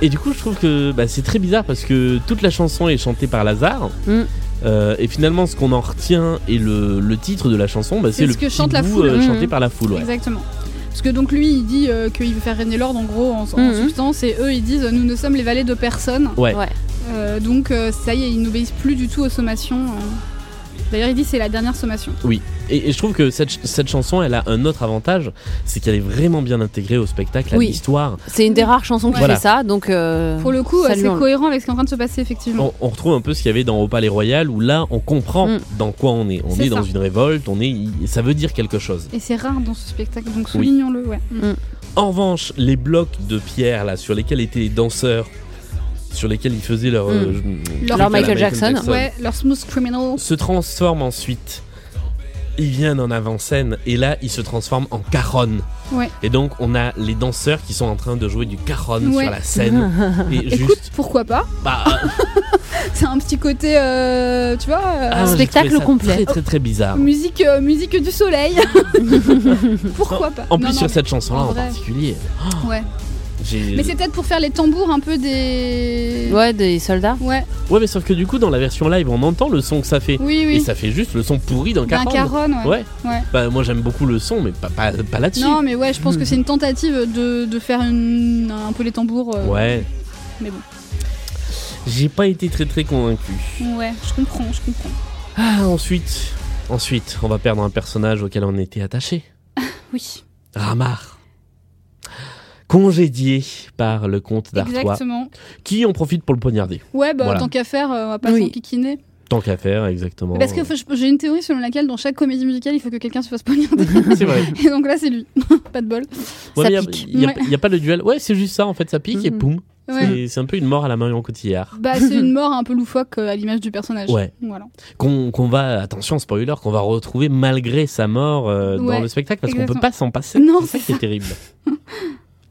Et du coup, je trouve que bah, c'est très bizarre parce que toute la chanson est chantée par Lazare. Mm. Euh, et finalement, ce qu'on en retient et le, le titre de la chanson, bah, C'est c'est le ce que petit chante la bout, foule. euh, Mm. chanté par la foule. ouais. Exactement. Parce que donc lui, il dit euh, qu'il veut faire régner l'ordre en gros en, en Mhm. substance, et eux, ils disent euh, nous ne sommes les valets de personne. Ouais. Ouais. Euh, donc euh, ça y est, ils n'obéissent plus du tout aux sommations. euh. D'ailleurs, il dit c'est la dernière sommation. Et, et je trouve que cette, ch- cette chanson, elle a un autre avantage, c'est qu'elle est vraiment bien intégrée au spectacle, à Oui. l'histoire. C'est une des rares chansons qui Voilà. fait ça, donc. euh, Pour le coup, euh, ça lui c'est enlève. cohérent avec ce qui est en train de se passer effectivement. On, on retrouve un peu ce qu'il y avait dans Au Palais Royal, où là, on comprend Mm. dans quoi on est. On est, C'est dans ça. une révolte, on est, ça veut dire quelque chose. Et c'est rare dans ce spectacle, donc Oui. soulignons-le. Ouais. Mm. En revanche, les blocs de pierre là sur lesquels étaient les danseurs, sur lesquels ils faisaient leur, Mm. euh, Leur truc à la Michael Jackson. Ouais, leur smooth criminal. se transforment ensuite. Ils viennent en avant-scène et là ils se transforment en caronne. Ouais. Et donc on a les danseurs qui sont en train de jouer du caronne Ouais. sur la scène. et Écoute, Euh, juste, pourquoi pas bah, C'est un petit côté, euh, tu vois, euh, ah, j'ai spectacle trouvé ça complet. Très très très bizarre. musique, euh, musique du soleil. pourquoi pas En Non, plus non, sur cette chanson là en en, vrai. particulier. Oh, Ouais. j'ai- Mais c'est peut-être pour faire les tambours un peu des. Ouais, des soldats. Ouais, Ouais mais sauf que du coup dans la version live on entend le son que ça fait. oui, Et oui. ça fait juste le son pourri d'un D'un caronne. caronne, ouais. Ouais. Ouais. Bah, moi j'aime beaucoup le son, mais pas, pas, pas là-dessus. Non, mais ouais, je pense que c'est une Hmm. tentative de, de faire une- un peu les tambours. euh, Ouais. Mais bon. J'ai pas été très très convaincu. Ouais, je comprends, je comprends. Ah, ensuite, ensuite, on va perdre un personnage auquel on était attaché. Oui, Ramar. Congédié par le comte d'Artois, exactement. qui en profite pour le poignarder. Ouais, bah Voilà. Oh. tant qu'à faire, euh, on va pas Oui. s'empiquiner. Tant qu'à faire, exactement. Parce que faut- je- j'ai une théorie selon laquelle dans chaque comédie musicale, il faut que quelqu'un se fasse poignarder. c'est vrai. Et donc là, c'est lui. pas de bol. Ça mais y a- pique. y a, Ouais. y a pas de duel. Ouais, c'est juste ça en fait, ça pique et Mhm. poum. Ouais. C'est- C'est un peu une mort à la Marion Cotillard. Bah, c'est une mort un peu loufoque euh, à l'image du personnage. Ouais. Voilà. Qu'on qu'on va, attention spoiler, qu'on va retrouver malgré sa mort euh, dans Ouais, le spectacle parce qu'on peut exactement. pas s'en passer. Non, c'est ça c'est qui est terrible.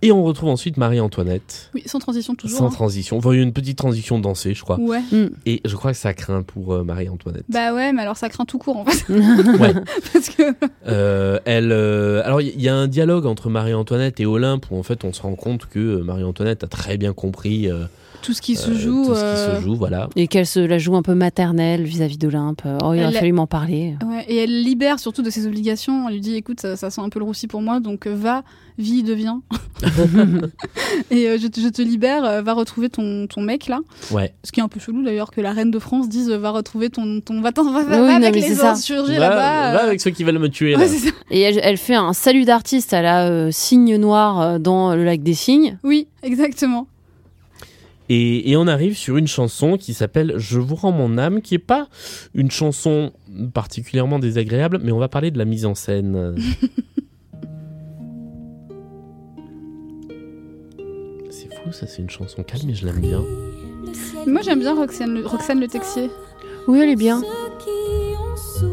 Et on retrouve ensuite Marie-Antoinette, Oui, sans transition toujours. sans hein. transition. Enfin, il y a une petite transition dansée, je crois. Ouais. Et je crois que ça craint pour euh, Marie-Antoinette. Bah ouais, mais alors ça craint tout court en fait. Ouais. Parce que. Euh, elle, euh, alors, il y a un dialogue entre Marie-Antoinette et Olympe où en fait on se rend compte que euh, Marie-Antoinette a très bien compris euh, Tout ce qui se euh, joue. tout ce qui euh, se joue, voilà. Et qu'elle se la joue un peu maternelle vis-à-vis d'Olympe. Oh, il Elle a l'a- fallu m'en parler. Ouais, et elle libère surtout de ses obligations. Elle lui dit écoute, ça, ça sent un peu le roussi pour moi, donc euh, va, vie, deviens. et euh, je, te, je te libère, euh, va retrouver ton, ton mec là. Ouais. Ce qui est un peu chelou d'ailleurs que la reine de France dise euh, va retrouver ton. ton va, t'en- va, va- Oui, va non, avec mais les c'est ça. insurgés Va, là-bas. va euh. avec ceux qui veulent me tuer. là. Ouais, c'est ça. Et elle, elle fait un salut d'artiste à la euh, cygne noire euh, dans le lac des cygnes. Oui, exactement. Et, et on arrive sur une chanson qui s'appelle Je vous rends mon âme, qui est pas une chanson particulièrement désagréable, mais on va parler de la mise en scène. c'est fou, ça c'est une chanson calme et je l'aime bien. Moi j'aime bien Roxane le, Roxane le Texier. Oui, elle est bien. Ceux qui ont souffert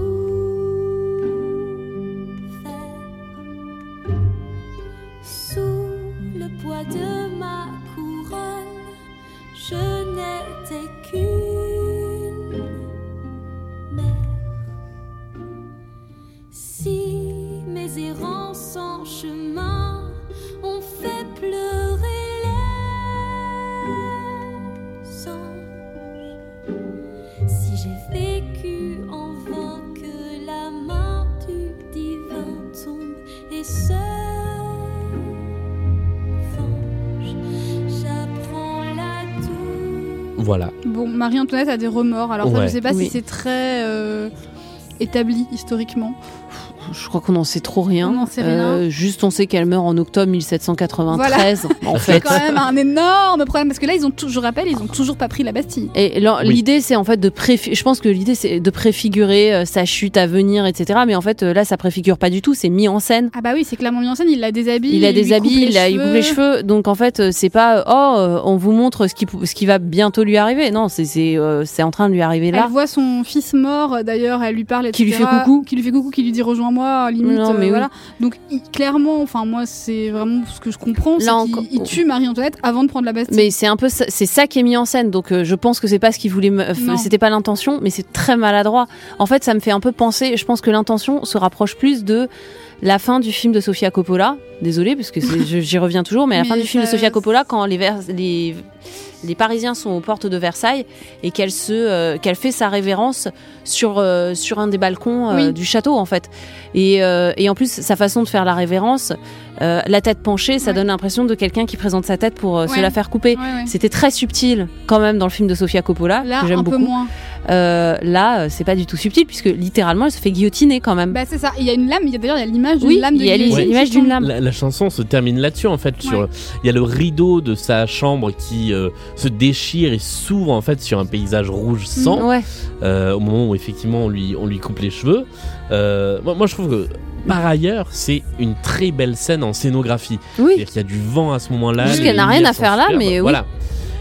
sous le poids de ma couronne, je n'étais qu'une mère. Si mes errants sans chemin ont fait pleurer les anges, si j'ai vécu en vain que la main du divin tombe et se venge, j'apprends la douleur. Voilà. Bon, Marie-Antoinette a des remords, alors ça, Ouais. je sais pas Oui. si c'est très euh, établi historiquement. Je crois qu'on n'en sait trop rien. Euh, On n'en sait juste, on sait qu'elle meurt en octobre 1793. En C'est fait. quand même un énorme problème, parce que là, ils ont tout, je rappelle, ils ont toujours pas pris la Bastille. Et là, Oui. l'idée, c'est en fait de préfi- Je pense que l'idée, c'est de préfigurer euh, sa chute à venir, etc. Mais en fait, euh, là, ça préfigure pas du tout. C'est mis en scène. Ah bah oui, c'est clairement mis en scène, il la déshabille. Il a des lui coupe habits, les il a il coupe les cheveux. Donc en fait, euh, c'est pas euh, oh, euh, on vous montre ce qui pou- ce qui va bientôt lui arriver. Non, c'est c'est euh, c'est en train de lui arriver là. Elle voit son fils mort, euh, d'ailleurs, elle lui parle, etc. Qui lui fait coucou. Qui lui fait coucou, qui lui dit rejoins-moi, limite. Non, euh, mais oui. voilà. Donc, il- clairement, enfin, moi, c'est vraiment ce que je comprends, c'est Là qu'il encore- il tue Marie-Antoinette avant de prendre la Bastille. Mais c'est un peu ça- c'est ça qui est mis en scène. Donc euh, je pense que c'est pas ce qu'il voulait. me- euh, Non. C'était pas l'intention, mais c'est très maladroit. En fait, ça me fait un peu penser. Je pense que l'intention se rapproche plus de la fin du film de Sofia Coppola. Désolée, parce que c'est- je- j'y reviens toujours, mais la Mais fin du film de ça- Sofia Coppola, quand les, Vers- les les Parisiens sont aux portes de Versailles et qu'elle se euh, qu'elle fait sa révérence sur euh, sur un des balcons euh, Oui. du château en fait. Et, euh, et en plus, sa façon de faire la révérence, euh, la tête penchée, ça Ouais. donne l'impression de quelqu'un qui présente sa tête pour euh, se Ouais. la faire couper. Ouais, ouais. C'était très subtil quand même dans le film de Sofia Coppola, Là, que j'aime un peu beaucoup. moins. Euh, là, euh, c'est pas du tout subtil puisque littéralement elle se fait guillotiner quand même. Bah, c'est ça. Il y a une lame, il y a d'ailleurs il y a l'image d'une oui, lame de il y a guillotine qui l'image d'une tombe. lame. La, la chanson se termine là-dessus en fait. Sur, Ah. Ouais. il y a le rideau de sa chambre qui euh, se déchire et s'ouvre en fait sur un paysage rouge Mm, sang Ouais. euh, au moment où effectivement on lui, on lui coupe les cheveux. Euh, moi, moi, je trouve que par ailleurs c'est une très belle scène en scénographie. Oui. C'est-à-dire qu'il y a du vent à ce moment-là. Juste les qu'elle n'a rien lumières à sont faire là, superbes, mais oui. voilà.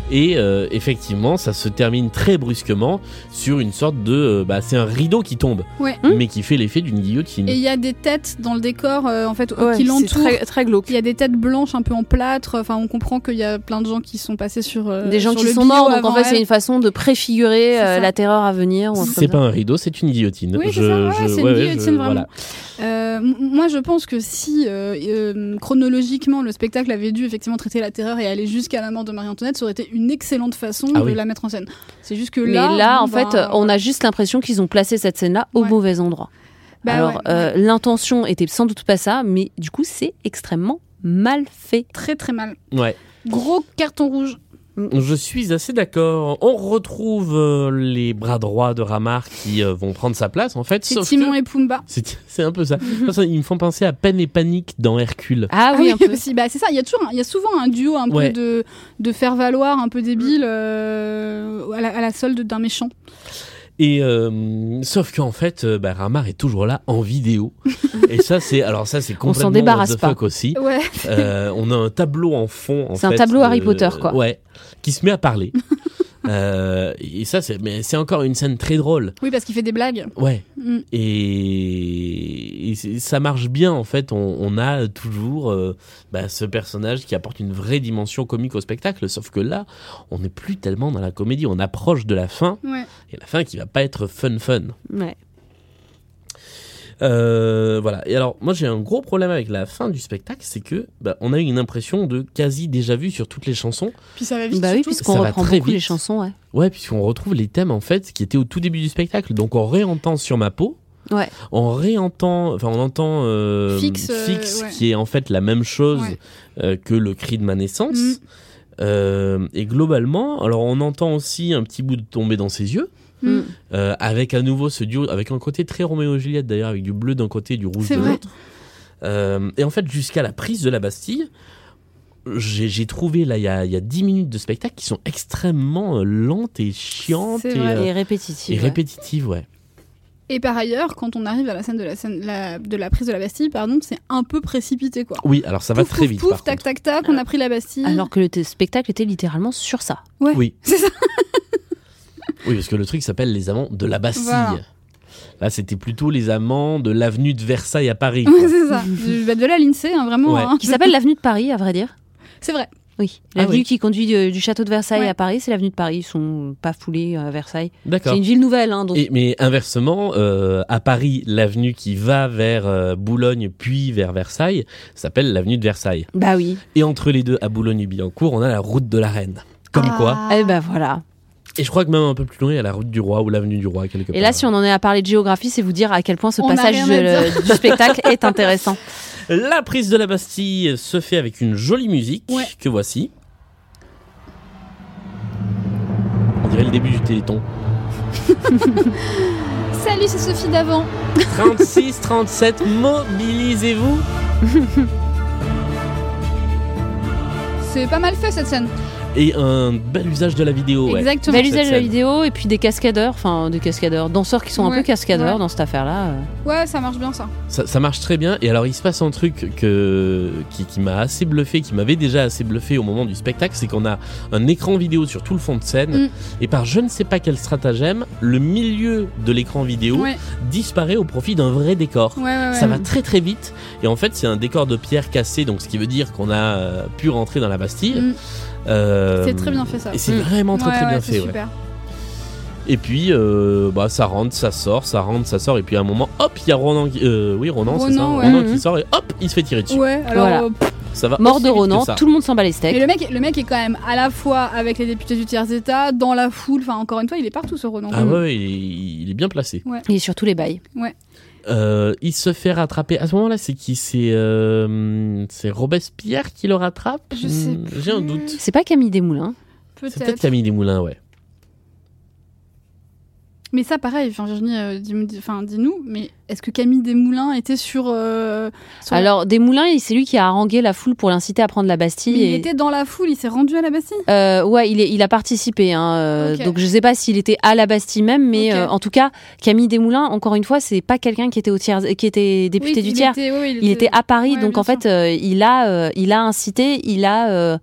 Et euh, effectivement, ça se termine très brusquement sur une sorte de, euh, bah, c'est un rideau qui tombe, Ouais. mais qui fait l'effet d'une guillotine. Hmm. Et il y a des têtes dans le décor, euh, en fait, euh, Ouais, qui c'est l'entourent. très, très glauque. Il y a des têtes blanches un peu en plâtre. Enfin, on comprend qu'il y a plein de gens qui sont passés sur. euh, Des gens sur qui le sont bio morts, donc en avant fait elle. c'est une façon de préfigurer C'est euh, ça. la terreur à venir. ou un truc C'est comme pas un rideau, c'est une guillotine. Oui, c'est ça, ouais, c'est une guillotine, vraiment. voilà. Euh, m- moi, je pense que si euh, euh, chronologiquement le spectacle avait dû effectivement traiter la terreur et aller jusqu'à la mort de Marie-Antoinette, ça aurait été une excellente façon Ah de oui. la mettre en scène. C'est juste que ça. Mais là, là, en bon, bah, fait, on a juste l'impression qu'ils ont placé cette scène-là au Ouais. mauvais endroit. bah Alors, ouais, euh, l'intention était sans doute pas ça, mais du coup, c'est extrêmement mal fait. très très mal. Ouais. Gros carton rouge. Je suis assez d'accord. On retrouve euh, les bras droits de Ramar qui euh, vont prendre sa place en fait. C'est sauf Timon que- et Pumba. C'est c'est un peu ça. Ça, Ils me font penser à Peine et Panique dans Hercule. Ah oui, un peu. aussi. Bah, c'est ça. Il y a toujours, un- il y a souvent un duo un Ouais. peu de de faire valoir, un peu débile, euh, à, la, à la solde d'un méchant. Et euh, sauf qu'en fait, euh, bah, Ramar est toujours là en vidéo. et ça, c'est alors ça, c'est complètement débarrasse what the pas. fuck aussi. Ouais. Euh, on a un tableau en fond. en C'est un fait, tableau de- Harry Potter, quoi. Ouais, qui se met à parler. Euh, et ça, c'est mais c'est encore une scène très drôle. Oui, parce qu'il fait des blagues. Ouais. Mm. Et, et c'est- ça marche bien en fait. On, on a toujours euh, bah, ce personnage qui apporte une vraie dimension comique au spectacle. Sauf que là, on n'est plus tellement dans la comédie. On approche de la fin Ouais. et la fin qui va pas être fun fun. Ouais. Euh, voilà. Et alors, moi, j'ai un gros problème avec la fin du spectacle, c'est que bah, on a eu une impression de quasi déjà vu sur toutes les chansons. Puis ça va vite. Bah oui, surtout. puisqu'on Ça va reprend très beaucoup les vite. chansons, ouais. Ouais, puisqu'on retrouve les thèmes en fait qui étaient au tout début du spectacle. Donc, on réentend sur ma peau. Ouais. On réentend, enfin, on entend euh, Fixe, euh, Fixe, ouais. qui est en fait la même chose Ouais. euh, que le cri de ma naissance. Mm. Euh, et globalement, alors on entend aussi un petit bout de tomber dans ses yeux, Mm. euh, avec à nouveau ce duo, avec un côté très Roméo et Juliette d'ailleurs, avec du bleu d'un côté et du rouge de C'est vrai. l'autre. Euh, et en fait, jusqu'à la prise de la Bastille, j'ai j'ai trouvé là, il y a, il y a 10 minutes de spectacle qui sont extrêmement euh, lentes et chiantes C'est et, vrai. euh, Et et répétitive. ouais. répétitives, ouais. Et par ailleurs, quand on arrive à la scène de la, scène, la- de la prise de la Bastille, pardon, c'est un peu précipité, quoi. Oui, alors ça va Pouf, très pouf, vite. Pouf, par tac, contre. tac, tac, on a pris la Bastille. Alors que le t- spectacle était littéralement sur ça. ouais. Oui. C'est ça. Oui, parce que le truc s'appelle les amants de la Bastille. Voilà. Là, c'était plutôt les amants de l'avenue de Versailles à Paris. quoi. Ouais, c'est ça. Du- bah, de la l'INSEE, hein, vraiment. Ouais. hein. Qui s'appelle l'avenue de Paris, à vrai dire. C'est vrai. Oui. Ah L'avenue oui. qui conduit du, du château de Versailles Ouais. à Paris, c'est l'avenue de Paris. Ils sont pas foulés à Versailles. D'accord. C'est une ville nouvelle, hein, donc. Et- mais inversement, euh, à Paris, l'avenue qui va vers euh, Boulogne puis vers Versailles s'appelle l'avenue de Versailles. Bah oui. Et entre les deux, à Boulogne-Billancourt, on a la route de la Reine. Comme quoi. Ah. Eh ben voilà. Et je crois que même un peu plus loin, il y a la route du Roi ou l'avenue du Roi quelque Et part. là, si on en est à parler de géographie, c'est vous dire à quel point ce On a passage rien de- à le- du spectacle est intéressant. La prise de la Bastille se fait avec une jolie musique Ouais. que voici. dirait le début du Téléthon. Salut, c'est Sophie d'avant. 36, 37, mobilisez-vous. C'est pas mal fait cette scène. Et un bel usage de la vidéo. ouais. Exactement. Bel cette usage de la scène. vidéo et puis des cascadeurs, enfin des cascadeurs, danseurs qui sont un Ouais, peu cascadeurs ouais. dans cette affaire-là. euh. Ouais, ça marche bien ça. Ça, ça marche très bien. Et alors, il se passe un truc que, qui, qui m'a assez bluffé, qui m'avait déjà assez bluffé au moment du spectacle, c'est qu'on a un écran vidéo sur tout le fond de scène. Mm. Et par je ne sais pas quel stratagème, le milieu de l'écran vidéo Ouais, disparaît au profit d'un vrai décor. ouais, ouais. Ça va très très vite et en fait c'est un décor de pierre cassée donc ce qui veut dire qu'on a euh, pu rentrer dans la Bastille. Mm. Euh, C'est très bien fait ça. Et c'est Mm. vraiment très Ouais, très ouais, bien c'est fait. ouais. Super. Et puis euh, bah ça rentre, ça sort, ça rentre, ça sort et puis à un moment hop il y a Ronan qui, euh, oui Ronan, c'est ça, Ronan, ouais. Ronan Mhm. qui sort et hop il se fait tirer dessus. Ouais, alors. Voilà. euh, pff, Ça va Mort Ah, aussi de vite que Ronan, ça. tout le monde s'en bat les mais steaks. le mec, le mec est quand même à la fois avec les députés du tiers-état, dans la foule, enfin encore une fois, il est partout ce Ronan. Ah ouais, il, il est bien placé. Il est sur tous les bails. Euh, il se fait rattraper. À ce moment-là, c'est qui C'est euh, c'est Robespierre qui le rattrape. Je sais Hmm, J'ai un plus. doute. C'est pas Camille Desmoulins. C'est Peut-être. peut-être Camille Desmoulins, ouais. Mais ça, pareil, enfin, Virginie, euh, dis- dis- enfin, dis-nous, mais est-ce que Camille Desmoulins était sur. euh, sur la- Alors Desmoulins, il- c'est lui qui a harangué la foule pour l'inciter à prendre la Bastille. Mais il et- était dans la foule, il s'est rendu à la Bastille Euh, ouais, il, est- il a participé. Hein, euh, Ok. Donc je sais pas s'il était à la Bastille même, mais Ok. euh, en tout cas, Camille Desmoulins, encore une fois, c'est pas quelqu'un qui était au tiers, qui était député Oui, du il tiers. était- oui, Il était à Paris, Ouais, donc bien en fait, euh, il a, euh, il a incité, il a euh,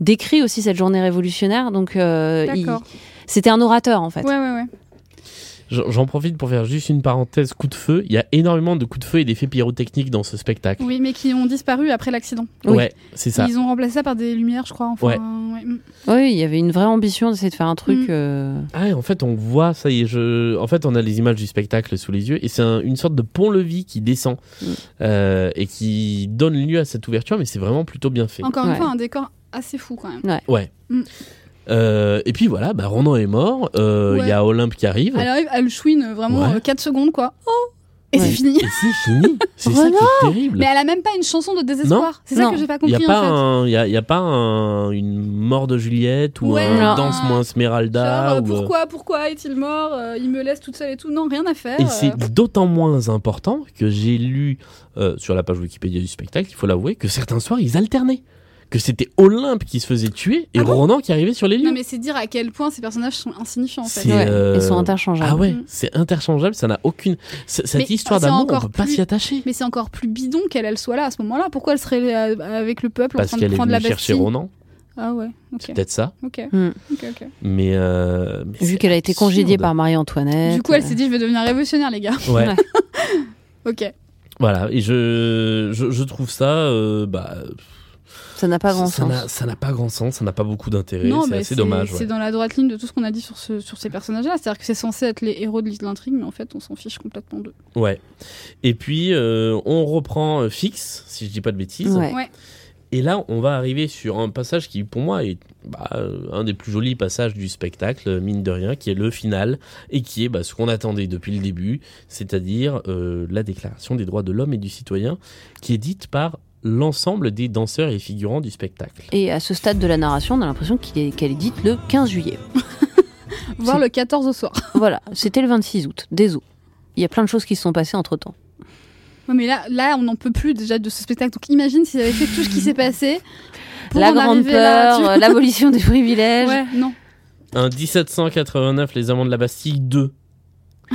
décrit aussi cette journée révolutionnaire. Donc euh, il- D'accord. c'était un orateur en fait. Ouais, ouais, ouais. J'en j'en profite pour faire juste une parenthèse coup de feu. Il y a énormément de coups de feu et d'effets pyrotechniques dans ce spectacle. Oui, mais qui ont disparu après l'accident. Oui. Ouais, c'est ça. Ils ont remplacé ça par des lumières, je crois. Enfin, Ouais. ouais. Mm. Oui, il y avait une vraie ambition d'essayer de faire un truc. Mm. euh, Ah, et en fait, on voit, ça y est, je... en fait, on a les images du spectacle sous les yeux et c'est un- une sorte de pont-levis qui descend Mm. euh, et qui donne lieu à cette ouverture, mais c'est vraiment plutôt bien fait. Encore une Ouais. fois, un décor assez fou quand même. Ouais. Mm. Euh, et puis voilà, bah, Ronan est mort, euh, il y Ouais. a Olympe qui arrive. Elle arrive, elle chouine euh, vraiment Ouais. 4 secondes, quoi. Oh Et Ouais. c'est fini. Et c'est fini. C'est ça qui est terrible. Mais elle a même pas une chanson de désespoir. C'est ça Non. que j'ai pas Il n'y a compris pas, en fait. euh, un, y a, y a pas un- une mort de Juliette ou Ouais, un non. danse moins Smeralda. Genre, euh, ou, euh, pourquoi, pourquoi est-il mort Euh, Il me laisse toute seule et tout. Non, rien à faire. Et Euh, c'est d'autant moins important que j'ai lu euh, sur la page Wikipédia du spectacle, il faut l'avouer, que certains soirs ils alternaient. Que c'était Olympe qui se faisait tuer et Ah bon Ronan qui arrivait sur les lieux. Non, mais c'est dire à quel point ces personnages sont insignifiants en fait. C'est, ouais, euh, Ils sont interchangeables. Ah ouais, Mm. c'est interchangeable, ça n'a aucune. c- Cette Mais histoire c'est d'amour, on encore peut pas plus- s'y attacher. Mais c'est encore plus bidon qu'elle elle soit là à ce moment-là. Pourquoi elle serait euh, avec le peuple en Parce train qu'elle de est prendre la venue Bastille chercher Ronan, Ah ouais, ok, peut-être ça. ok, Mm. ok, ok. Mais. euh, mais Vu c'est qu'elle a été absurde. congédiée par Marie-Antoinette. Du coup, elle euh, s'est dit, je vais devenir révolutionnaire, les gars. Ouais. Ouais. Ok. Voilà, et je, je, je trouve ça. euh, bah, euh, ça n'a pas grand ça- ça sens. n'a- Ça n'a pas grand sens, ça n'a pas beaucoup d'intérêt, non, c'est mais assez dommage. C'est ouais. dans la droite ligne de tout ce qu'on a dit sur, ce- sur ces personnages-là. C'est-à-dire que c'est censé être les héros de l'intrigue, mais en fait, on s'en fiche complètement d'eux. Ouais. Et puis, euh, on reprend euh, Fix, si je dis pas de bêtises. Ouais. Ouais. Et là, on va arriver sur un passage qui, pour moi, est bah, euh, un des plus jolis passages du spectacle, euh, mine de rien, qui est le final, et qui est bah, ce qu'on attendait depuis le début, c'est-à-dire euh, la déclaration des droits de l'homme et du citoyen, qui est dite par l'ensemble des danseurs et figurants du spectacle. Et à ce stade de la narration, on a l'impression qu'il est- qu'elle est dite le 15 juillet. Voir le 14 au soir. Voilà, c'était le 26 août, désolé. Il y a plein de choses qui se sont passées entre temps. Ouais, mais là, là on n'en peut plus déjà de ce spectacle. Donc imagine s'ils avaient fait tout ce qui s'est passé. Pour La en grande arriver là, peur, tu- euh, l'abolition des privilèges. Ouais, non. Un 1789, Les Amants de la Bastille 2.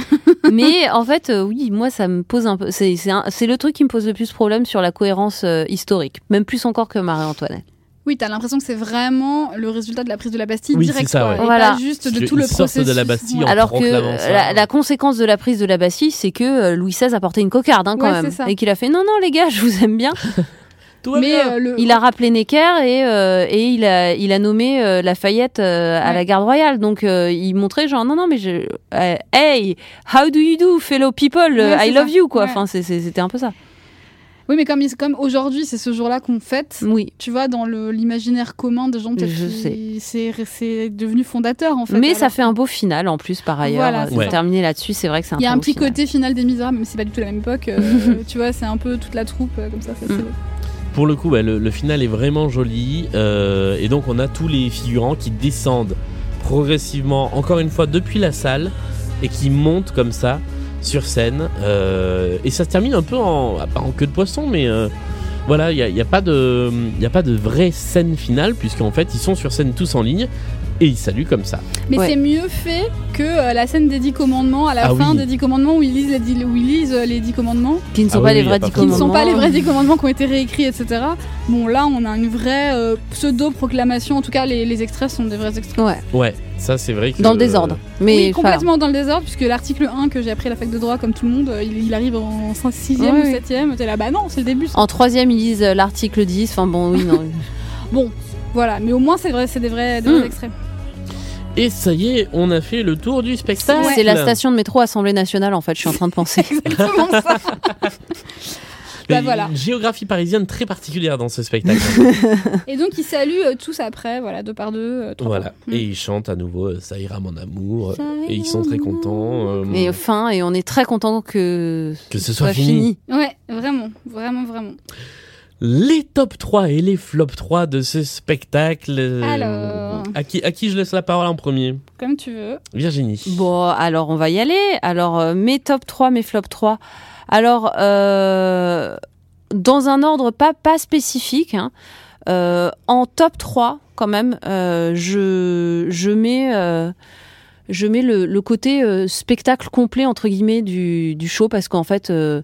Mais en fait, euh, oui, moi, ça me pose un peu. C'est c'est un- c'est le truc qui me pose le plus problème sur la cohérence euh, historique. Même plus encore que Marie-Antoinette. Oui, t'as l'impression que c'est vraiment le résultat de la prise de la Bastille Oui, direct, c'est ça, quoi, ouais. et pas Voilà. juste Ils de tout le sortent de processus. la Bastille en- Ouais. Alors que proclamant euh, ça. la, la conséquence de la prise de la Bastille, c'est que euh, Louis XVI a porté une cocarde, hein, quand Ouais, c'est même. ça. Et qu'il a fait Non, non, les gars, je vous aime bien. Mais euh, le- Il a rappelé Necker et, euh, et il, a, il a nommé euh, Lafayette euh, à Ouais. la garde royale. Donc euh, il montrait genre non, non, mais je. euh, hey, how do you do, fellow people? Ouais, I c'est love ça. you, quoi. Ouais. Enfin, c'est- c'est- c'était un peu ça. Oui, mais comme, ils- comme aujourd'hui, c'est ce jour-là qu'on fête. Oui. tu vois, dans le- l'imaginaire commun des gens, peut-être Je qui- c'est- c'est devenu fondateur en fait. mais ça Alors, fait un beau final en plus, par ailleurs. Voilà, Euh, c'est de ça. Terminer là-dessus, c'est vrai que c'est un Il y a très un beau petit final. côté final des Misérables, mais c'est pas du tout la même époque. euh, tu vois, c'est un peu toute la troupe euh, comme ça. ça, c'est- Mm. Pour le coup, ouais, le, le final est vraiment joli. euh, et donc, on a tous les figurants qui descendent progressivement, encore une fois, depuis la salle et qui monte comme ça sur scène. euh, et ça se termine un peu en, ah, pas en queue de poisson, mais euh, voilà, il n'y a, il y a pas de, il y a pas de vraie scène finale, puisqu'en fait, ils sont sur scène tous en ligne et ils saluent comme ça. Mais Ouais. c'est mieux fait que euh, la scène des dix commandements, à la Ah fin oui. des dix commandements où ils lisent les dix, où ils lisent, euh, les dix commandements, Qui ne sont Ah pas oui, les oui, y a vrais pas dix photo. qui ne sont commandements. pas les vrais dix commandements qui ont été réécrits, etc. Bon, là, on a une vraie euh, pseudo-proclamation. En tout cas, les, les extraits sont des vrais extraits. Ouais, Ouais, ça c'est vrai que. dans le désordre. Mais oui, enfin, complètement dans le désordre, puisque l'article 1 que j'ai appris à la fac de droit, comme tout le monde, euh, il, il arrive en 5, 6e Ouais, ou ouais. 7e. T'es là, bah non, c'est le début. ça. En troisième, ils lisent euh, l'article 10. Enfin bon, oui, non. Bon, voilà, mais au moins, c'est vrai, c'est des vrais, des vrais Mm. extraits. Et ça y est, on a fait le tour du Ça, spectacle. c'est la station de métro Assemblée nationale, en fait, je suis en train de penser. Exactement ça. Mais Bah, voilà. Une géographie parisienne très particulière dans ce spectacle. Et donc, ils saluent euh, tous après, voilà, deux par deux. euh, trois voilà. par deux. Et ils chantent à nouveau euh, Ça ira mon amour. Ça Et ils ira, sont très mon contents euh, Et fin, et on est très content que que ce ce soit soit fini. fini. Ouais, vraiment, vraiment, vraiment. Les top 3 et les flop 3 de ce spectacle. euh, Alors. À qui, à qui je laisse la parole en premier Comme tu veux. Virginie. Bon, alors on va y aller. Alors, euh, mes top 3, mes flop 3. Alors, euh, dans un ordre pas, pas spécifique, hein, euh, en top 3, quand même, euh, je, je mets, euh, je mets le, le côté euh, spectacle complet, entre guillemets, du, du show, parce qu'en fait, euh,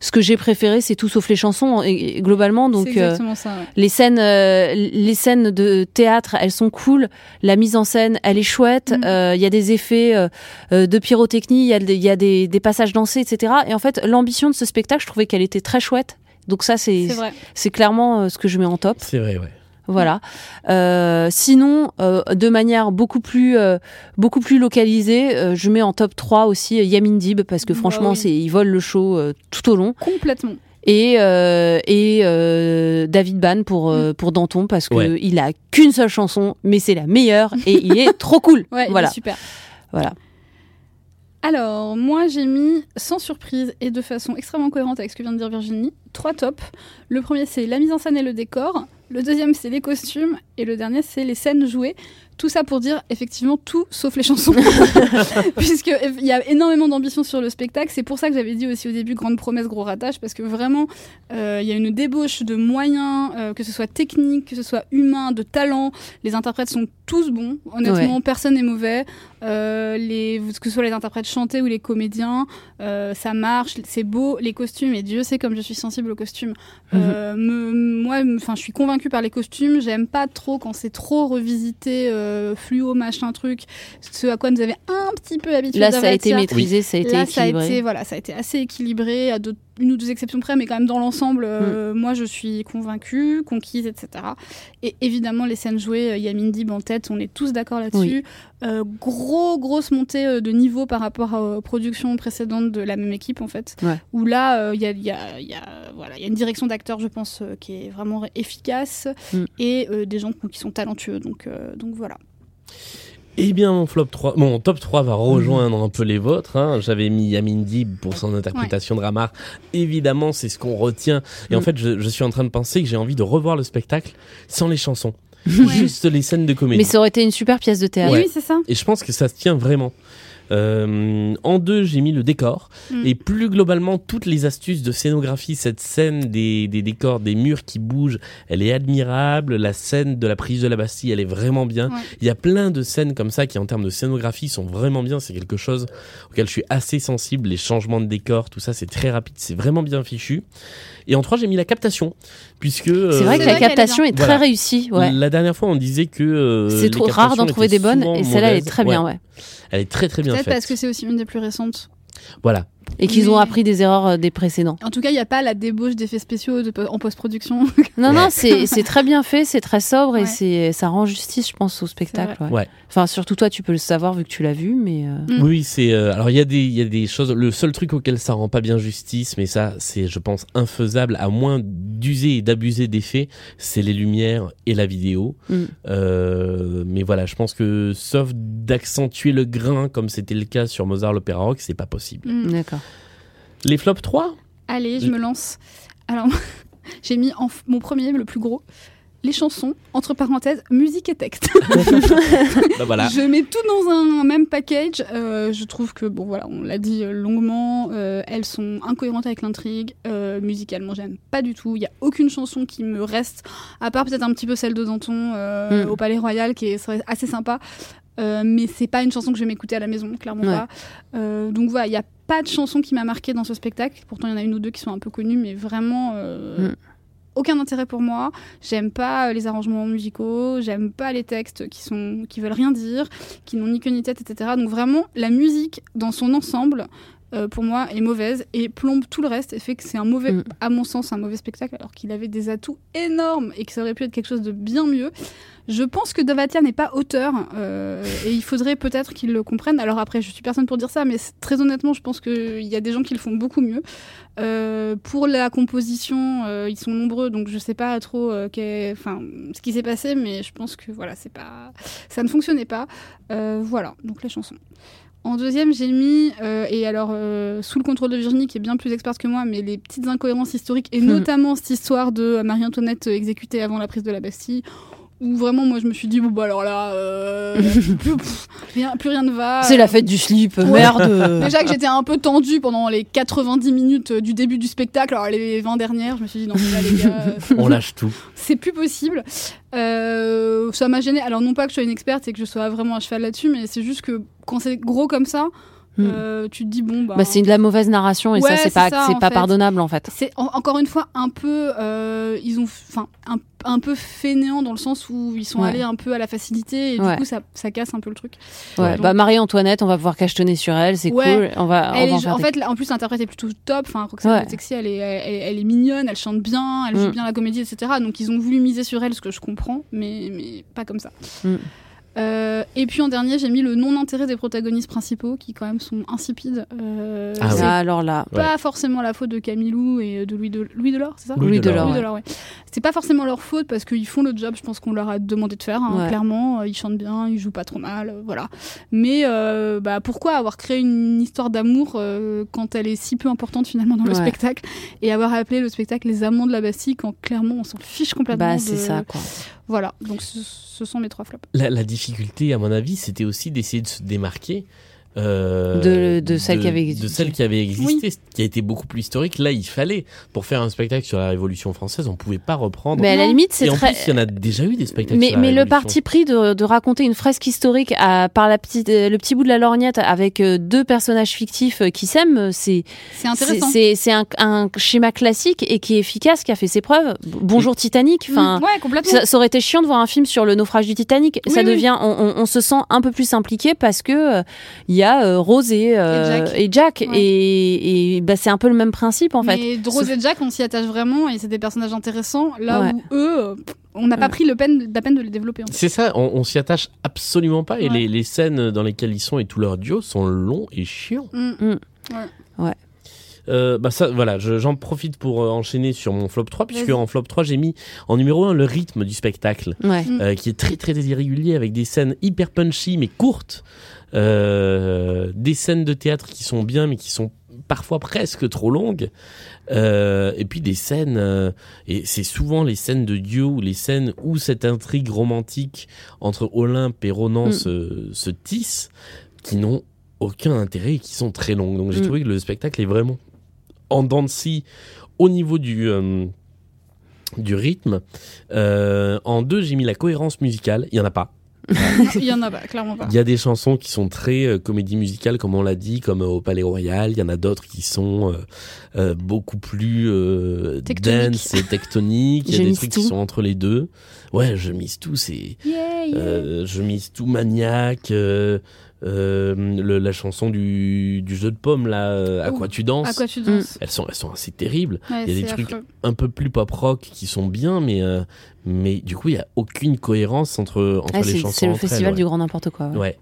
ce que j'ai préféré, c'est tout sauf les chansons, et, et globalement. C'est Donc, euh, exactement ça. ouais. les scènes, euh, les scènes de théâtre, elles sont cool. La mise en scène, elle est chouette. Mhm. Euh, Il y a des effets euh, euh, de pyrotechnie, il y a, des- il y a des, des passages dansés, etc. Et en fait, l'ambition de ce spectacle, je trouvais qu'elle était très chouette. Donc ça, c'est C'est vrai. c'est clairement euh, ce que je mets en top. C'est vrai, ouais. Voilà. Euh, sinon, euh, de manière beaucoup plus, euh, beaucoup plus localisée, euh, je mets en top 3 aussi euh, Yamin Dib parce que Bah franchement, oui. c'est ils volent le show euh, tout au long Complètement. et, euh, et euh, David Ban pour, Mm. euh, pour Danton parce que Ouais. il a qu'une seule chanson mais c'est la meilleure et il est trop cool. Ouais, il est voilà. super. Voilà. Alors, moi, j'ai mis, sans surprise et de façon extrêmement cohérente avec ce que vient de dire Virginie, trois tops. Le premier, c'est la mise en scène et le décor. Le deuxième, c'est les costumes. Et le dernier, c'est les scènes jouées. Tout ça pour dire, effectivement, tout sauf les chansons. Puisque eff- il y a énormément d'ambition sur le spectacle. C'est pour ça que j'avais dit aussi au début, grande promesse, gros ratage. Parce que vraiment, euh, il y a une débauche de moyens, euh, que ce soit technique, que ce soit humain, de talent. Les interprètes sont tous bons. Honnêtement, personne n'est mauvais. Euh, les, que ce soit les interprètes chantés ou les comédiens, euh, ça marche, c'est beau, les costumes, et Dieu sait comme je suis sensible aux costumes. Euh, me- moi, me- enfin, je suis convaincue par les costumes, j'aime pas trop quand c'est trop revisité, euh, fluo, machin, truc, ce à quoi nous avait un petit peu habitué. Là ça a été Davatia. maîtrisé, ça a été Là, équilibré. ça a été, voilà, ça a été assez équilibré, à deux- une ou deux exceptions près, mais quand même dans l'ensemble, euh, Mm. moi je suis convaincue, conquise, etc. Et évidemment, les scènes jouées, euh, Yamin Dib en tête, on est tous d'accord là-dessus. Euh, gros, grosse montée euh, de niveau par rapport aux productions précédentes de la même équipe, en fait. Ouais. Où là, euh, il y, a, il y a- il y a- voilà, il y a une direction d'acteur, je pense, euh, qui est vraiment efficace Mm. et euh, des gens qui sont talentueux. Donc, euh, donc voilà. Eh bien, mon flop 3, mon top 3 va rejoindre un peu les vôtres. hein. J'avais mis Yamin Dib pour son interprétation de Ramar. Évidemment, c'est ce qu'on retient. Et en Mm. fait, je, je suis en train de penser que j'ai envie de revoir le spectacle sans les chansons. Juste les scènes de comédie. Mais ça aurait été une super pièce de théâtre. Oui, oui, c'est ça. Et je pense que ça se tient vraiment. Euh, en deux, j'ai mis le décor. Mm. Et plus globalement, toutes les astuces de scénographie, cette scène des, des décors, des murs qui bougent, elle est admirable. La scène de la prise de la Bastille, elle est vraiment bien. Ouais. Il y a plein de scènes comme ça qui, en termes de scénographie, sont vraiment bien. C'est quelque chose auquel je suis assez sensible. Les changements de décor, tout ça, c'est très rapide. C'est vraiment bien fichu. Et en trois, j'ai mis la captation. Puisque. C'est vrai C'est que vrai la qu'elle est captation est, bien. très Voilà. réussie. Ouais. La dernière fois, on disait que euh, les c'est trop rare captations d'en trouver étaient des bonnes souvent et celle-là elle est mauvaises. très bien. Ouais. Elle est très très bien Peut-être faite. parce que c'est aussi une des plus récentes. Voilà. Et qu'ils ont Mais- appris des erreurs euh, des précédents. En tout cas, il n'y a pas la débauche d'effets spéciaux de po- en post-production. Non Ouais. non c'est c'est très bien fait, c'est très sobre Ouais. et c'est ça rend justice je pense au spectacle. Ouais. Ouais. Enfin surtout toi tu peux le savoir vu que tu l'as vu mais. euh, Mm. Oui, c'est euh, alors il y a des il y a des choses. Le seul truc auquel ça rend pas bien justice, mais ça c'est je pense infaisable à moins d'user et d'abuser des faits, c'est les lumières et la vidéo. Mm. Hmm. Euh, mais voilà, je pense que sauf d'accentuer le grain comme c'était le cas sur Mozart l'opéra rock, c'est pas possible. Mm. D'accord. Les flops 3 Allez, je me lance. Alors, j'ai mis en f- mon premier, le plus gros, les chansons, entre parenthèses, musique et texte. Bah voilà. Je mets tout dans un même package. Euh, je trouve que, bon, voilà, on l'a dit euh, longuement, euh, elles sont incohérentes avec l'intrigue. Euh, musicalement, j'aime pas du tout. Il n'y a aucune chanson qui me reste, à part peut-être un petit peu celle de Danton euh, Mm. au Palais Royal, qui est serait assez sympa. Euh, mais c'est pas une chanson que je vais m'écouter à la maison, clairement Ouais. pas. Euh, donc voilà, il n'y a pas de chanson qui m'a marqué dans ce spectacle. Pourtant, il y en a une ou deux qui sont un peu connues, mais vraiment. euh, Mm. Aucun intérêt pour moi. J'aime pas euh, les arrangements musicaux, j'aime pas les textes qui sont qui veulent rien dire, qui n'ont ni queue ni tête, etc. Donc vraiment, la musique dans son ensemble, euh, pour moi, est mauvaise et plombe tout le reste et fait que c'est un mauvais, Mm. à mon sens, un mauvais spectacle alors qu'il avait des atouts énormes et que ça aurait pu être quelque chose de bien mieux. Je pense que Davatia n'est pas auteur euh, et il faudrait peut-être qu'il le comprenne. Alors après, je suis personne pour dire ça, mais c- très honnêtement, je pense qu'il y a des gens qui le font beaucoup mieux. Euh, pour la composition, euh, ils sont nombreux, donc je sais pas trop euh, qu'est- enfin, ce qui s'est passé, mais je pense que voilà, c'est pas, ça ne fonctionnait pas. Euh, voilà, donc les chansons. En deuxième, j'ai mis, euh, et alors euh, sous le contrôle de Virginie, qui est bien plus experte que moi, mais les petites incohérences historiques, Hmm. et notamment cette histoire de euh, Marie-Antoinette euh, exécutée avant la prise de la Bastille, où vraiment, moi, je me suis dit, bon, bah alors là, euh, plus, pff, rien, plus rien ne va. C'est la fête du slip, Euh, Ouais. merde. Déjà que j'étais un peu tendue pendant les 90 minutes euh, du début du spectacle, alors les 20 dernières, je me suis dit non, là, les gars, euh, On lâche tout. c'est plus possible. Euh, ça m'a gênée. Alors non pas que je sois une experte et que je sois vraiment à cheval là-dessus, mais c'est juste que quand c'est gros comme ça, Hmm. euh, tu te dis bon bah. Bah, c'est de la mauvaise narration et Ouais, ça, c'est c'est pas, ça, en c'est pas fait. pardonnable en fait. C'est en- encore une fois un peu, euh, ils ont, enfin, un, un peu fainéant dans le sens où ils sont Ouais. allés un peu à la facilité et Ouais. du coup ça, ça casse un peu le truc. Ouais. Ouais. Bah, Marie-Antoinette, on va pouvoir cachetonner sur elle, c'est Ouais. cool. On va, on Elle va en est, faire en des- fait, la- en plus, l'interprète est plutôt top. Enfin, Roxane Ouais. Petexi, elle est, elle, elle- elle est mignonne, elle chante bien, elle joue Mm. bien la comédie, etc. Donc, ils ont voulu miser sur elle, ce que je comprends, mais, mais pas comme ça. Mm. Euh, et puis, en dernier, j'ai mis le non-intérêt des protagonistes principaux, qui quand même sont insipides. Euh, Ah c'est oui. Ah, alors là, pas forcément la faute de Camilou et de Louis, de... Louis Delors, c'est ça Louis Louis Delors, Delors. oui, ouais. de leur- ouais. C'est pas forcément leur faute parce qu'ils font le job, je pense qu'on leur a demandé de faire. hein. Ouais. Clairement, euh, ils chantent bien, ils jouent pas trop mal, euh, voilà. Mais euh, bah, pourquoi avoir créé une histoire d'amour euh, quand elle est si peu importante finalement dans le Ouais. spectacle et avoir appelé le spectacle Les Amants de la Bastille quand clairement on s'en fiche complètement bah, de- Ah c'est ça quoi. Voilà, donc ce, ce sont mes trois flops. La, la difficulté, à mon avis, c'était aussi d'essayer de se démarquer. De- de celle qui avait existé. De celle qui avait existé, qui a été beaucoup plus historique. Là, il fallait. Pour faire un spectacle sur la Révolution française, on pouvait pas reprendre. Mais à la limite, c'est Et en très. plus, il y en a déjà eu des spectacles Mais, sur la mais le Révolution. parti pris de, de raconter une fresque historique à- par la petite, euh, le petit bout de la lorgnette avec euh, deux personnages fictifs euh, qui s'aiment, euh, c'est C'est c'est- intéressant. c'est- c'est un, un schéma classique et qui est efficace, qui a fait ses preuves. B- Bonjour Mmh. Titanic. Enfin, ouais, complètement. ça, ça aurait été chiant de voir un film sur le naufrage du Titanic. Ah Oui, ça oui. devient, on, on- on se sent un peu plus impliqué parce que euh, il y a euh, Rose et, euh, Jack. et Jack, et, Ouais. et, bah, c'est un peu le même principe en fait. Mais Rose et Jack, on s'y attache vraiment et c'est des personnages intéressants là Ouais. Mm. où eux, euh, pff, on n'a pas pris le peine, la peine de les développer. en fait. C'est ça, on, on s'y attache absolument pas. Et Ouais. les, les scènes dans lesquelles ils sont et tout leur duo sont longs et chiants. Mm. Euh, bah ça, voilà, je- j'en profite pour euh, enchaîner sur mon flop 3, puisque Vas-y. en flop 3, j'ai mis en numéro 1 le rythme du spectacle. Ouais. euh, qui est très très irrégulier avec des scènes hyper punchy mais courtes, euh, des scènes de théâtre qui sont bien mais qui sont parfois presque trop longues, euh, et puis des scènes euh, et c'est souvent les scènes de dieu ou les scènes où cette intrigue romantique entre Olympe et Ronan Mm. se, se tisse, qui n'ont aucun intérêt et qui sont très longues. Donc j'ai Mm. trouvé que le spectacle est vraiment en dents de scie au niveau du euh, du rythme. Euh, en deux, j'ai mis la cohérence musicale. Il y en a pas. Non, Il y en a pas, clairement pas. Il y a des chansons qui sont très euh, comédie musicale, comme on l'a dit, comme euh, au Palais Royal. Il y en a d'autres qui sont euh, euh, beaucoup plus euh, Tectonique. dense et tectoniques. Il y Je a des mise trucs tout. qui sont entre les deux. Ouais, je mise tout. C'est euh, je mise tout maniaque. euh, euh, le- la chanson du, du jeu de pommes là, euh, à Oh. quoi tu danses. À quoi Mm. tu danses Elles sont elles sont assez terribles. Ouais, Il y a des c'est trucs- affreux. un peu plus pop rock qui sont bien, mais, euh, mais du coup, il n'y a aucune cohérence entre, entre Ah, les c'est chansons. c'est le entre elles, festival ouais. du grand n'importe quoi. ouais. Ouais.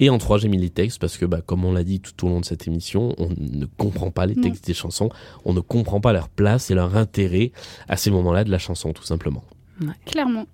Et en 3, j'ai mis les textes parce que, bah, comme on l'a dit tout au long de cette émission, on ne comprend pas les Mm. Non. textes des chansons, on ne comprend pas leur place et leur intérêt à ces moments-là de la chanson, tout simplement. Clairement.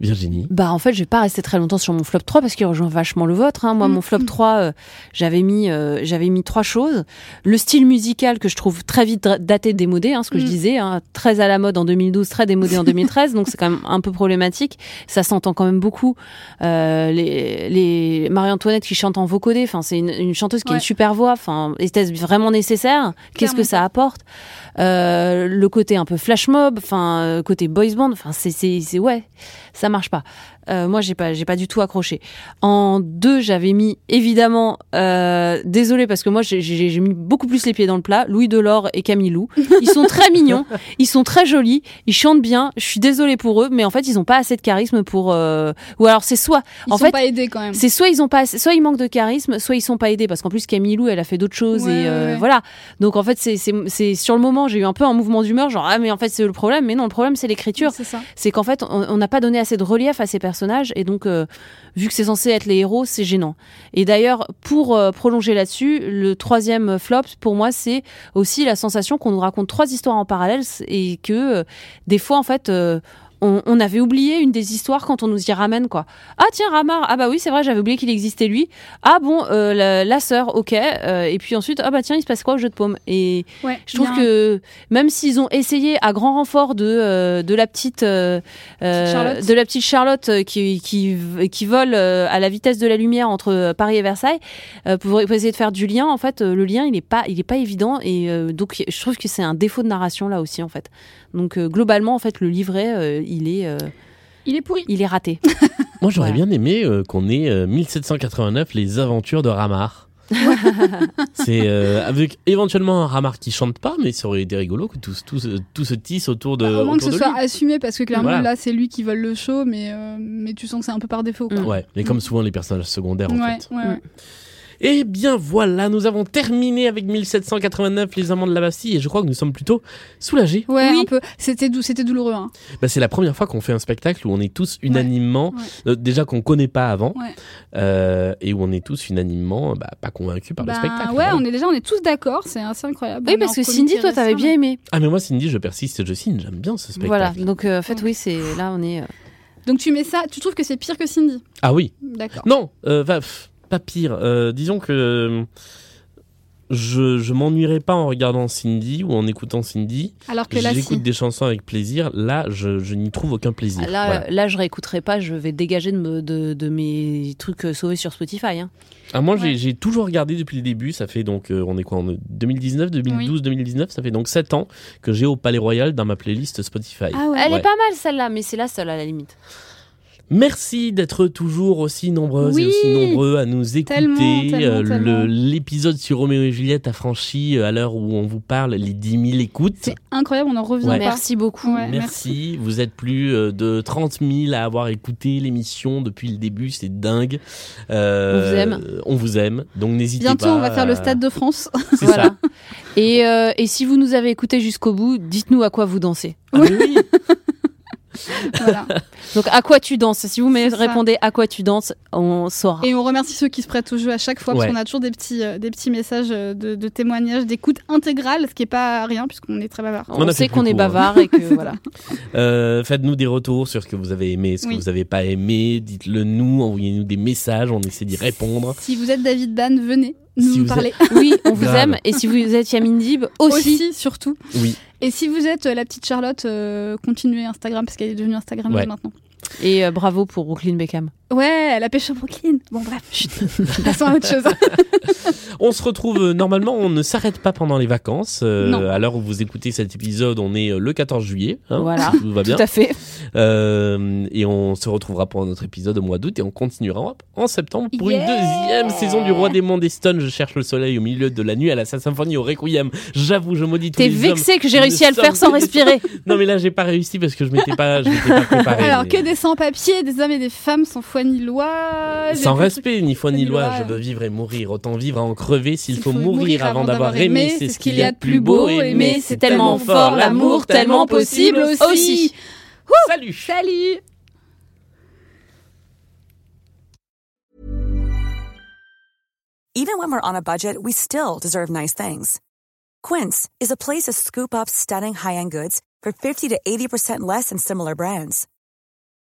Virginie. Bah en fait, je vais pas rester très longtemps sur mon flop 3 parce qu'il rejoint vachement le vôtre. hein. Moi, Mm. mon flop 3, euh, j'avais mis, euh, j'avais mis trois choses. Le style musical que je trouve très vite dra- daté, démodé, hein, ce que je Mm. disais, hein, très à la mode en 2012, très démodé en 2013, donc c'est quand même un peu problématique. Ça s'entend quand même beaucoup. Euh, les, les Marie-Antoinette qui chante en vocodé, enfin c'est une, une chanteuse qui a Ouais. une super voix. Enfin, était-ce vraiment nécessaire Qu'est-ce que Clairement ça apporte Euh, Le côté un peu flash mob, enfin euh, côté boys band, enfin c'est c'est c'est- ouais, ça marche pas. Euh, moi, j'ai pas, j'ai pas du tout accroché. En deux, j'avais mis évidemment, euh, désolé parce que moi, j'ai- j'ai j'ai mis beaucoup plus les pieds dans le plat. Louis Delors et Camille Lou. Ils sont très mignons, ils sont très jolis, ils chantent bien. Je suis désolée pour eux, mais en fait, ils ont pas assez de charisme pour. euh, Ou alors, c'est soit, Ils en sont fait, pas aidés quand même. c'est soit ils ont pas, assez- soit ils manquent de charisme, soit ils sont pas aidés parce qu'en plus Camille Lou elle a fait d'autres choses Ouais, et euh, ouais, ouais. voilà. Donc en fait c'est c'est c'est sur le moment j'ai eu un peu un mouvement d'humeur genre ah mais en fait c'est le problème mais non le problème c'est l'écriture C'est ça. c'est qu'en fait on on n'a pas donné assez de relief à ces personnages et donc euh, vu que c'est censé être les héros c'est gênant. Et d'ailleurs pour euh, prolonger là-dessus le troisième flop pour moi c'est aussi la sensation qu'on nous raconte trois histoires en parallèle et que euh, des fois en fait euh, on, on avait oublié une des histoires quand on nous y ramène quoi. Ah tiens Ramar, ah bah oui c'est vrai j'avais oublié qu'il existait lui. Ah bon euh, la, la sœur, ok. Euh, et puis ensuite ah bah tiens il se passe quoi au jeu de paume et Ouais, je trouve il y a un- que même s'ils ont essayé à grand renfort de euh, de la petite euh, euh, Charlotte. de la petite Charlotte euh, qui qui v- qui vole euh, à la vitesse de la lumière entre euh, Paris et Versailles euh, pour, pour essayer de faire du lien en fait euh, le lien il est pas il est pas évident et euh, donc je trouve que c'est un défaut de narration là aussi en fait donc euh, globalement en fait le livret euh, il est euh, il est pourri. il est raté Moi, j'aurais Voilà. bien aimé euh, qu'on ait euh, 1789, les aventures de Ramar. c'est euh, avec éventuellement un Ramar qui chante pas, mais ça aurait été rigolo que tout, tout, se- tout se tisse autour de. Bah, Bah, Au moins que autour ce de lui. soit assumé parce que clairement Voilà. là c'est lui qui vole le show mais euh, mais tu sens que c'est un peu par défaut. Quoi. Mm. Ouais, mais comme souvent les personnages secondaires en ouais, fait. ouais, ouais. Eh bien voilà, nous avons terminé avec 1789 les amants de la Bastille et je crois que nous sommes plutôt soulagés. Ouais, Oui. un peu. C'était dou- c'était douloureux. Hein. Bah, c'est la première fois qu'on fait un spectacle où on est tous unanimement, euh, déjà qu'on connaît pas avant, Ouais. euh, et où on est tous unanimement bah, pas convaincus par Bah, le spectacle. ouais, voilà. on est déjà on est tous d'accord. C'est assez incroyable. oui On est parce en que comité Cindy toi t'avais restreint. bien aimé Ah mais moi Cindy, je persiste, et je signe, j'aime bien ce spectacle. voilà donc euh, en fait oui c'est là on est euh, Donc tu mets ça. Tu trouves que c'est pire que Cindy Ah oui, D'accord. non, euh, va- pff, pas pire. Euh, disons que euh, je, je m'ennuierais pas en regardant Cindy ou en écoutant Cindy. Alors que là si. J'écoute des chansons avec plaisir. Là, je, je n'y trouve aucun plaisir. Là, Voilà. là, je réécouterai pas, je vais dégager de, me- de, de mes trucs euh, sauvés sur Spotify. hein. Ah, moi, j'ai- euh, Ouais. j'ai toujours regardé depuis le début. Ça fait donc, euh, on est quoi en 2019, 2012, 2019. Ça fait donc 7 ans que j'ai au Palais Royal dans ma playlist Spotify. Ah ouais. Elle Ouais. est pas mal celle-là, mais c'est la seule à la limite. Merci d'être toujours aussi nombreuses Oui. et aussi nombreux à nous écouter. Tellement, tellement, Euh, le- tellement. L'épisode sur Roméo et Juliette a franchi, euh, à l'heure où on vous parle, les 10 000 écoutes. C'est incroyable. On en revient Ouais. pas. Merci beaucoup. Ouais, merci. vous êtes plus euh, de 30 000 à avoir écouté l'émission depuis le début, c'est dingue. Euh, On vous aime. On vous aime, donc n'hésitez pas. Bientôt on va faire à- le stade de France. C'est Voilà. ça. Et, euh, et si vous nous avez écoutés jusqu'au bout, dites-nous à quoi vous dansez. Ah, mais oui. voilà. Donc à quoi tu danses Si vous me ça. répondez à quoi tu danses, on saura. Et on remercie ceux qui se prêtent au jeu à chaque fois, Ouais. parce qu'on a toujours des petits, euh, des petits messages euh, de, de témoignages, d'écoute intégrale, ce qui n'est pas rien, puisqu'on est très bavard. On On, a fait sait plus qu'on est court, hein. bavard et que voilà. Euh, Faites-nous des retours sur ce que vous avez aimé, ce que Oui. vous n'avez pas aimé. Dites-le nous, envoyez-nous des messages, on essaie d'y répondre. Si vous êtes David Dan, venez nous Si vous parler. Oui, on vous Grave. aime. Et si vous êtes Yamine Dib, aussi. Aussi, surtout. Oui. Et si vous êtes euh, la petite Charlotte, euh, continuez Instagram, parce qu'elle est devenue Instagram euh, Ouais. maintenant. Et euh, bravo pour Brooklyn Beckham. Ouais, elle a pêché Brooklyn. Bon, bref, chut. passons à autre chose. On se retrouve euh, normalement, on ne s'arrête pas pendant les vacances. Euh, Non. à l'heure où vous écoutez cet épisode, on est euh, le 14 juillet. hein, Voilà. si tout va bien. Tout à fait. Euh, et on se retrouvera pour un autre épisode au mois d'août et on continuera en- en septembre pour une deuxième saison du Roi des Mondes et Stone. Je cherche le soleil au milieu de la nuit à la Saint symphonie au Requiem. J'avoue, je maudis tous T'es les hommes. vexé que j'ai Nous réussi à le sommes faire sans que des- respirer. Non mais là, j'ai pas réussi parce que je m'étais pas, je m'étais pas préparé. Alors, mais- que des sans-papiers, des hommes et des femmes sans foi ni loi. j'ai Sans plus de trucs. respect, ni foi ni ni loi, loi. je veux vivre et mourir, autant vivre à en crever s'il faut, mourir avant d'avoir aimé, c'est ce qu'il y a de plus beau, aimer, c'est tellement fort, l'amour tellement possible aussi. Salut Salut Even when we're on a budget, we still deserve nice things. Quince is a place to scoop up stunning high end goods for 50 to 80% less than similar brands.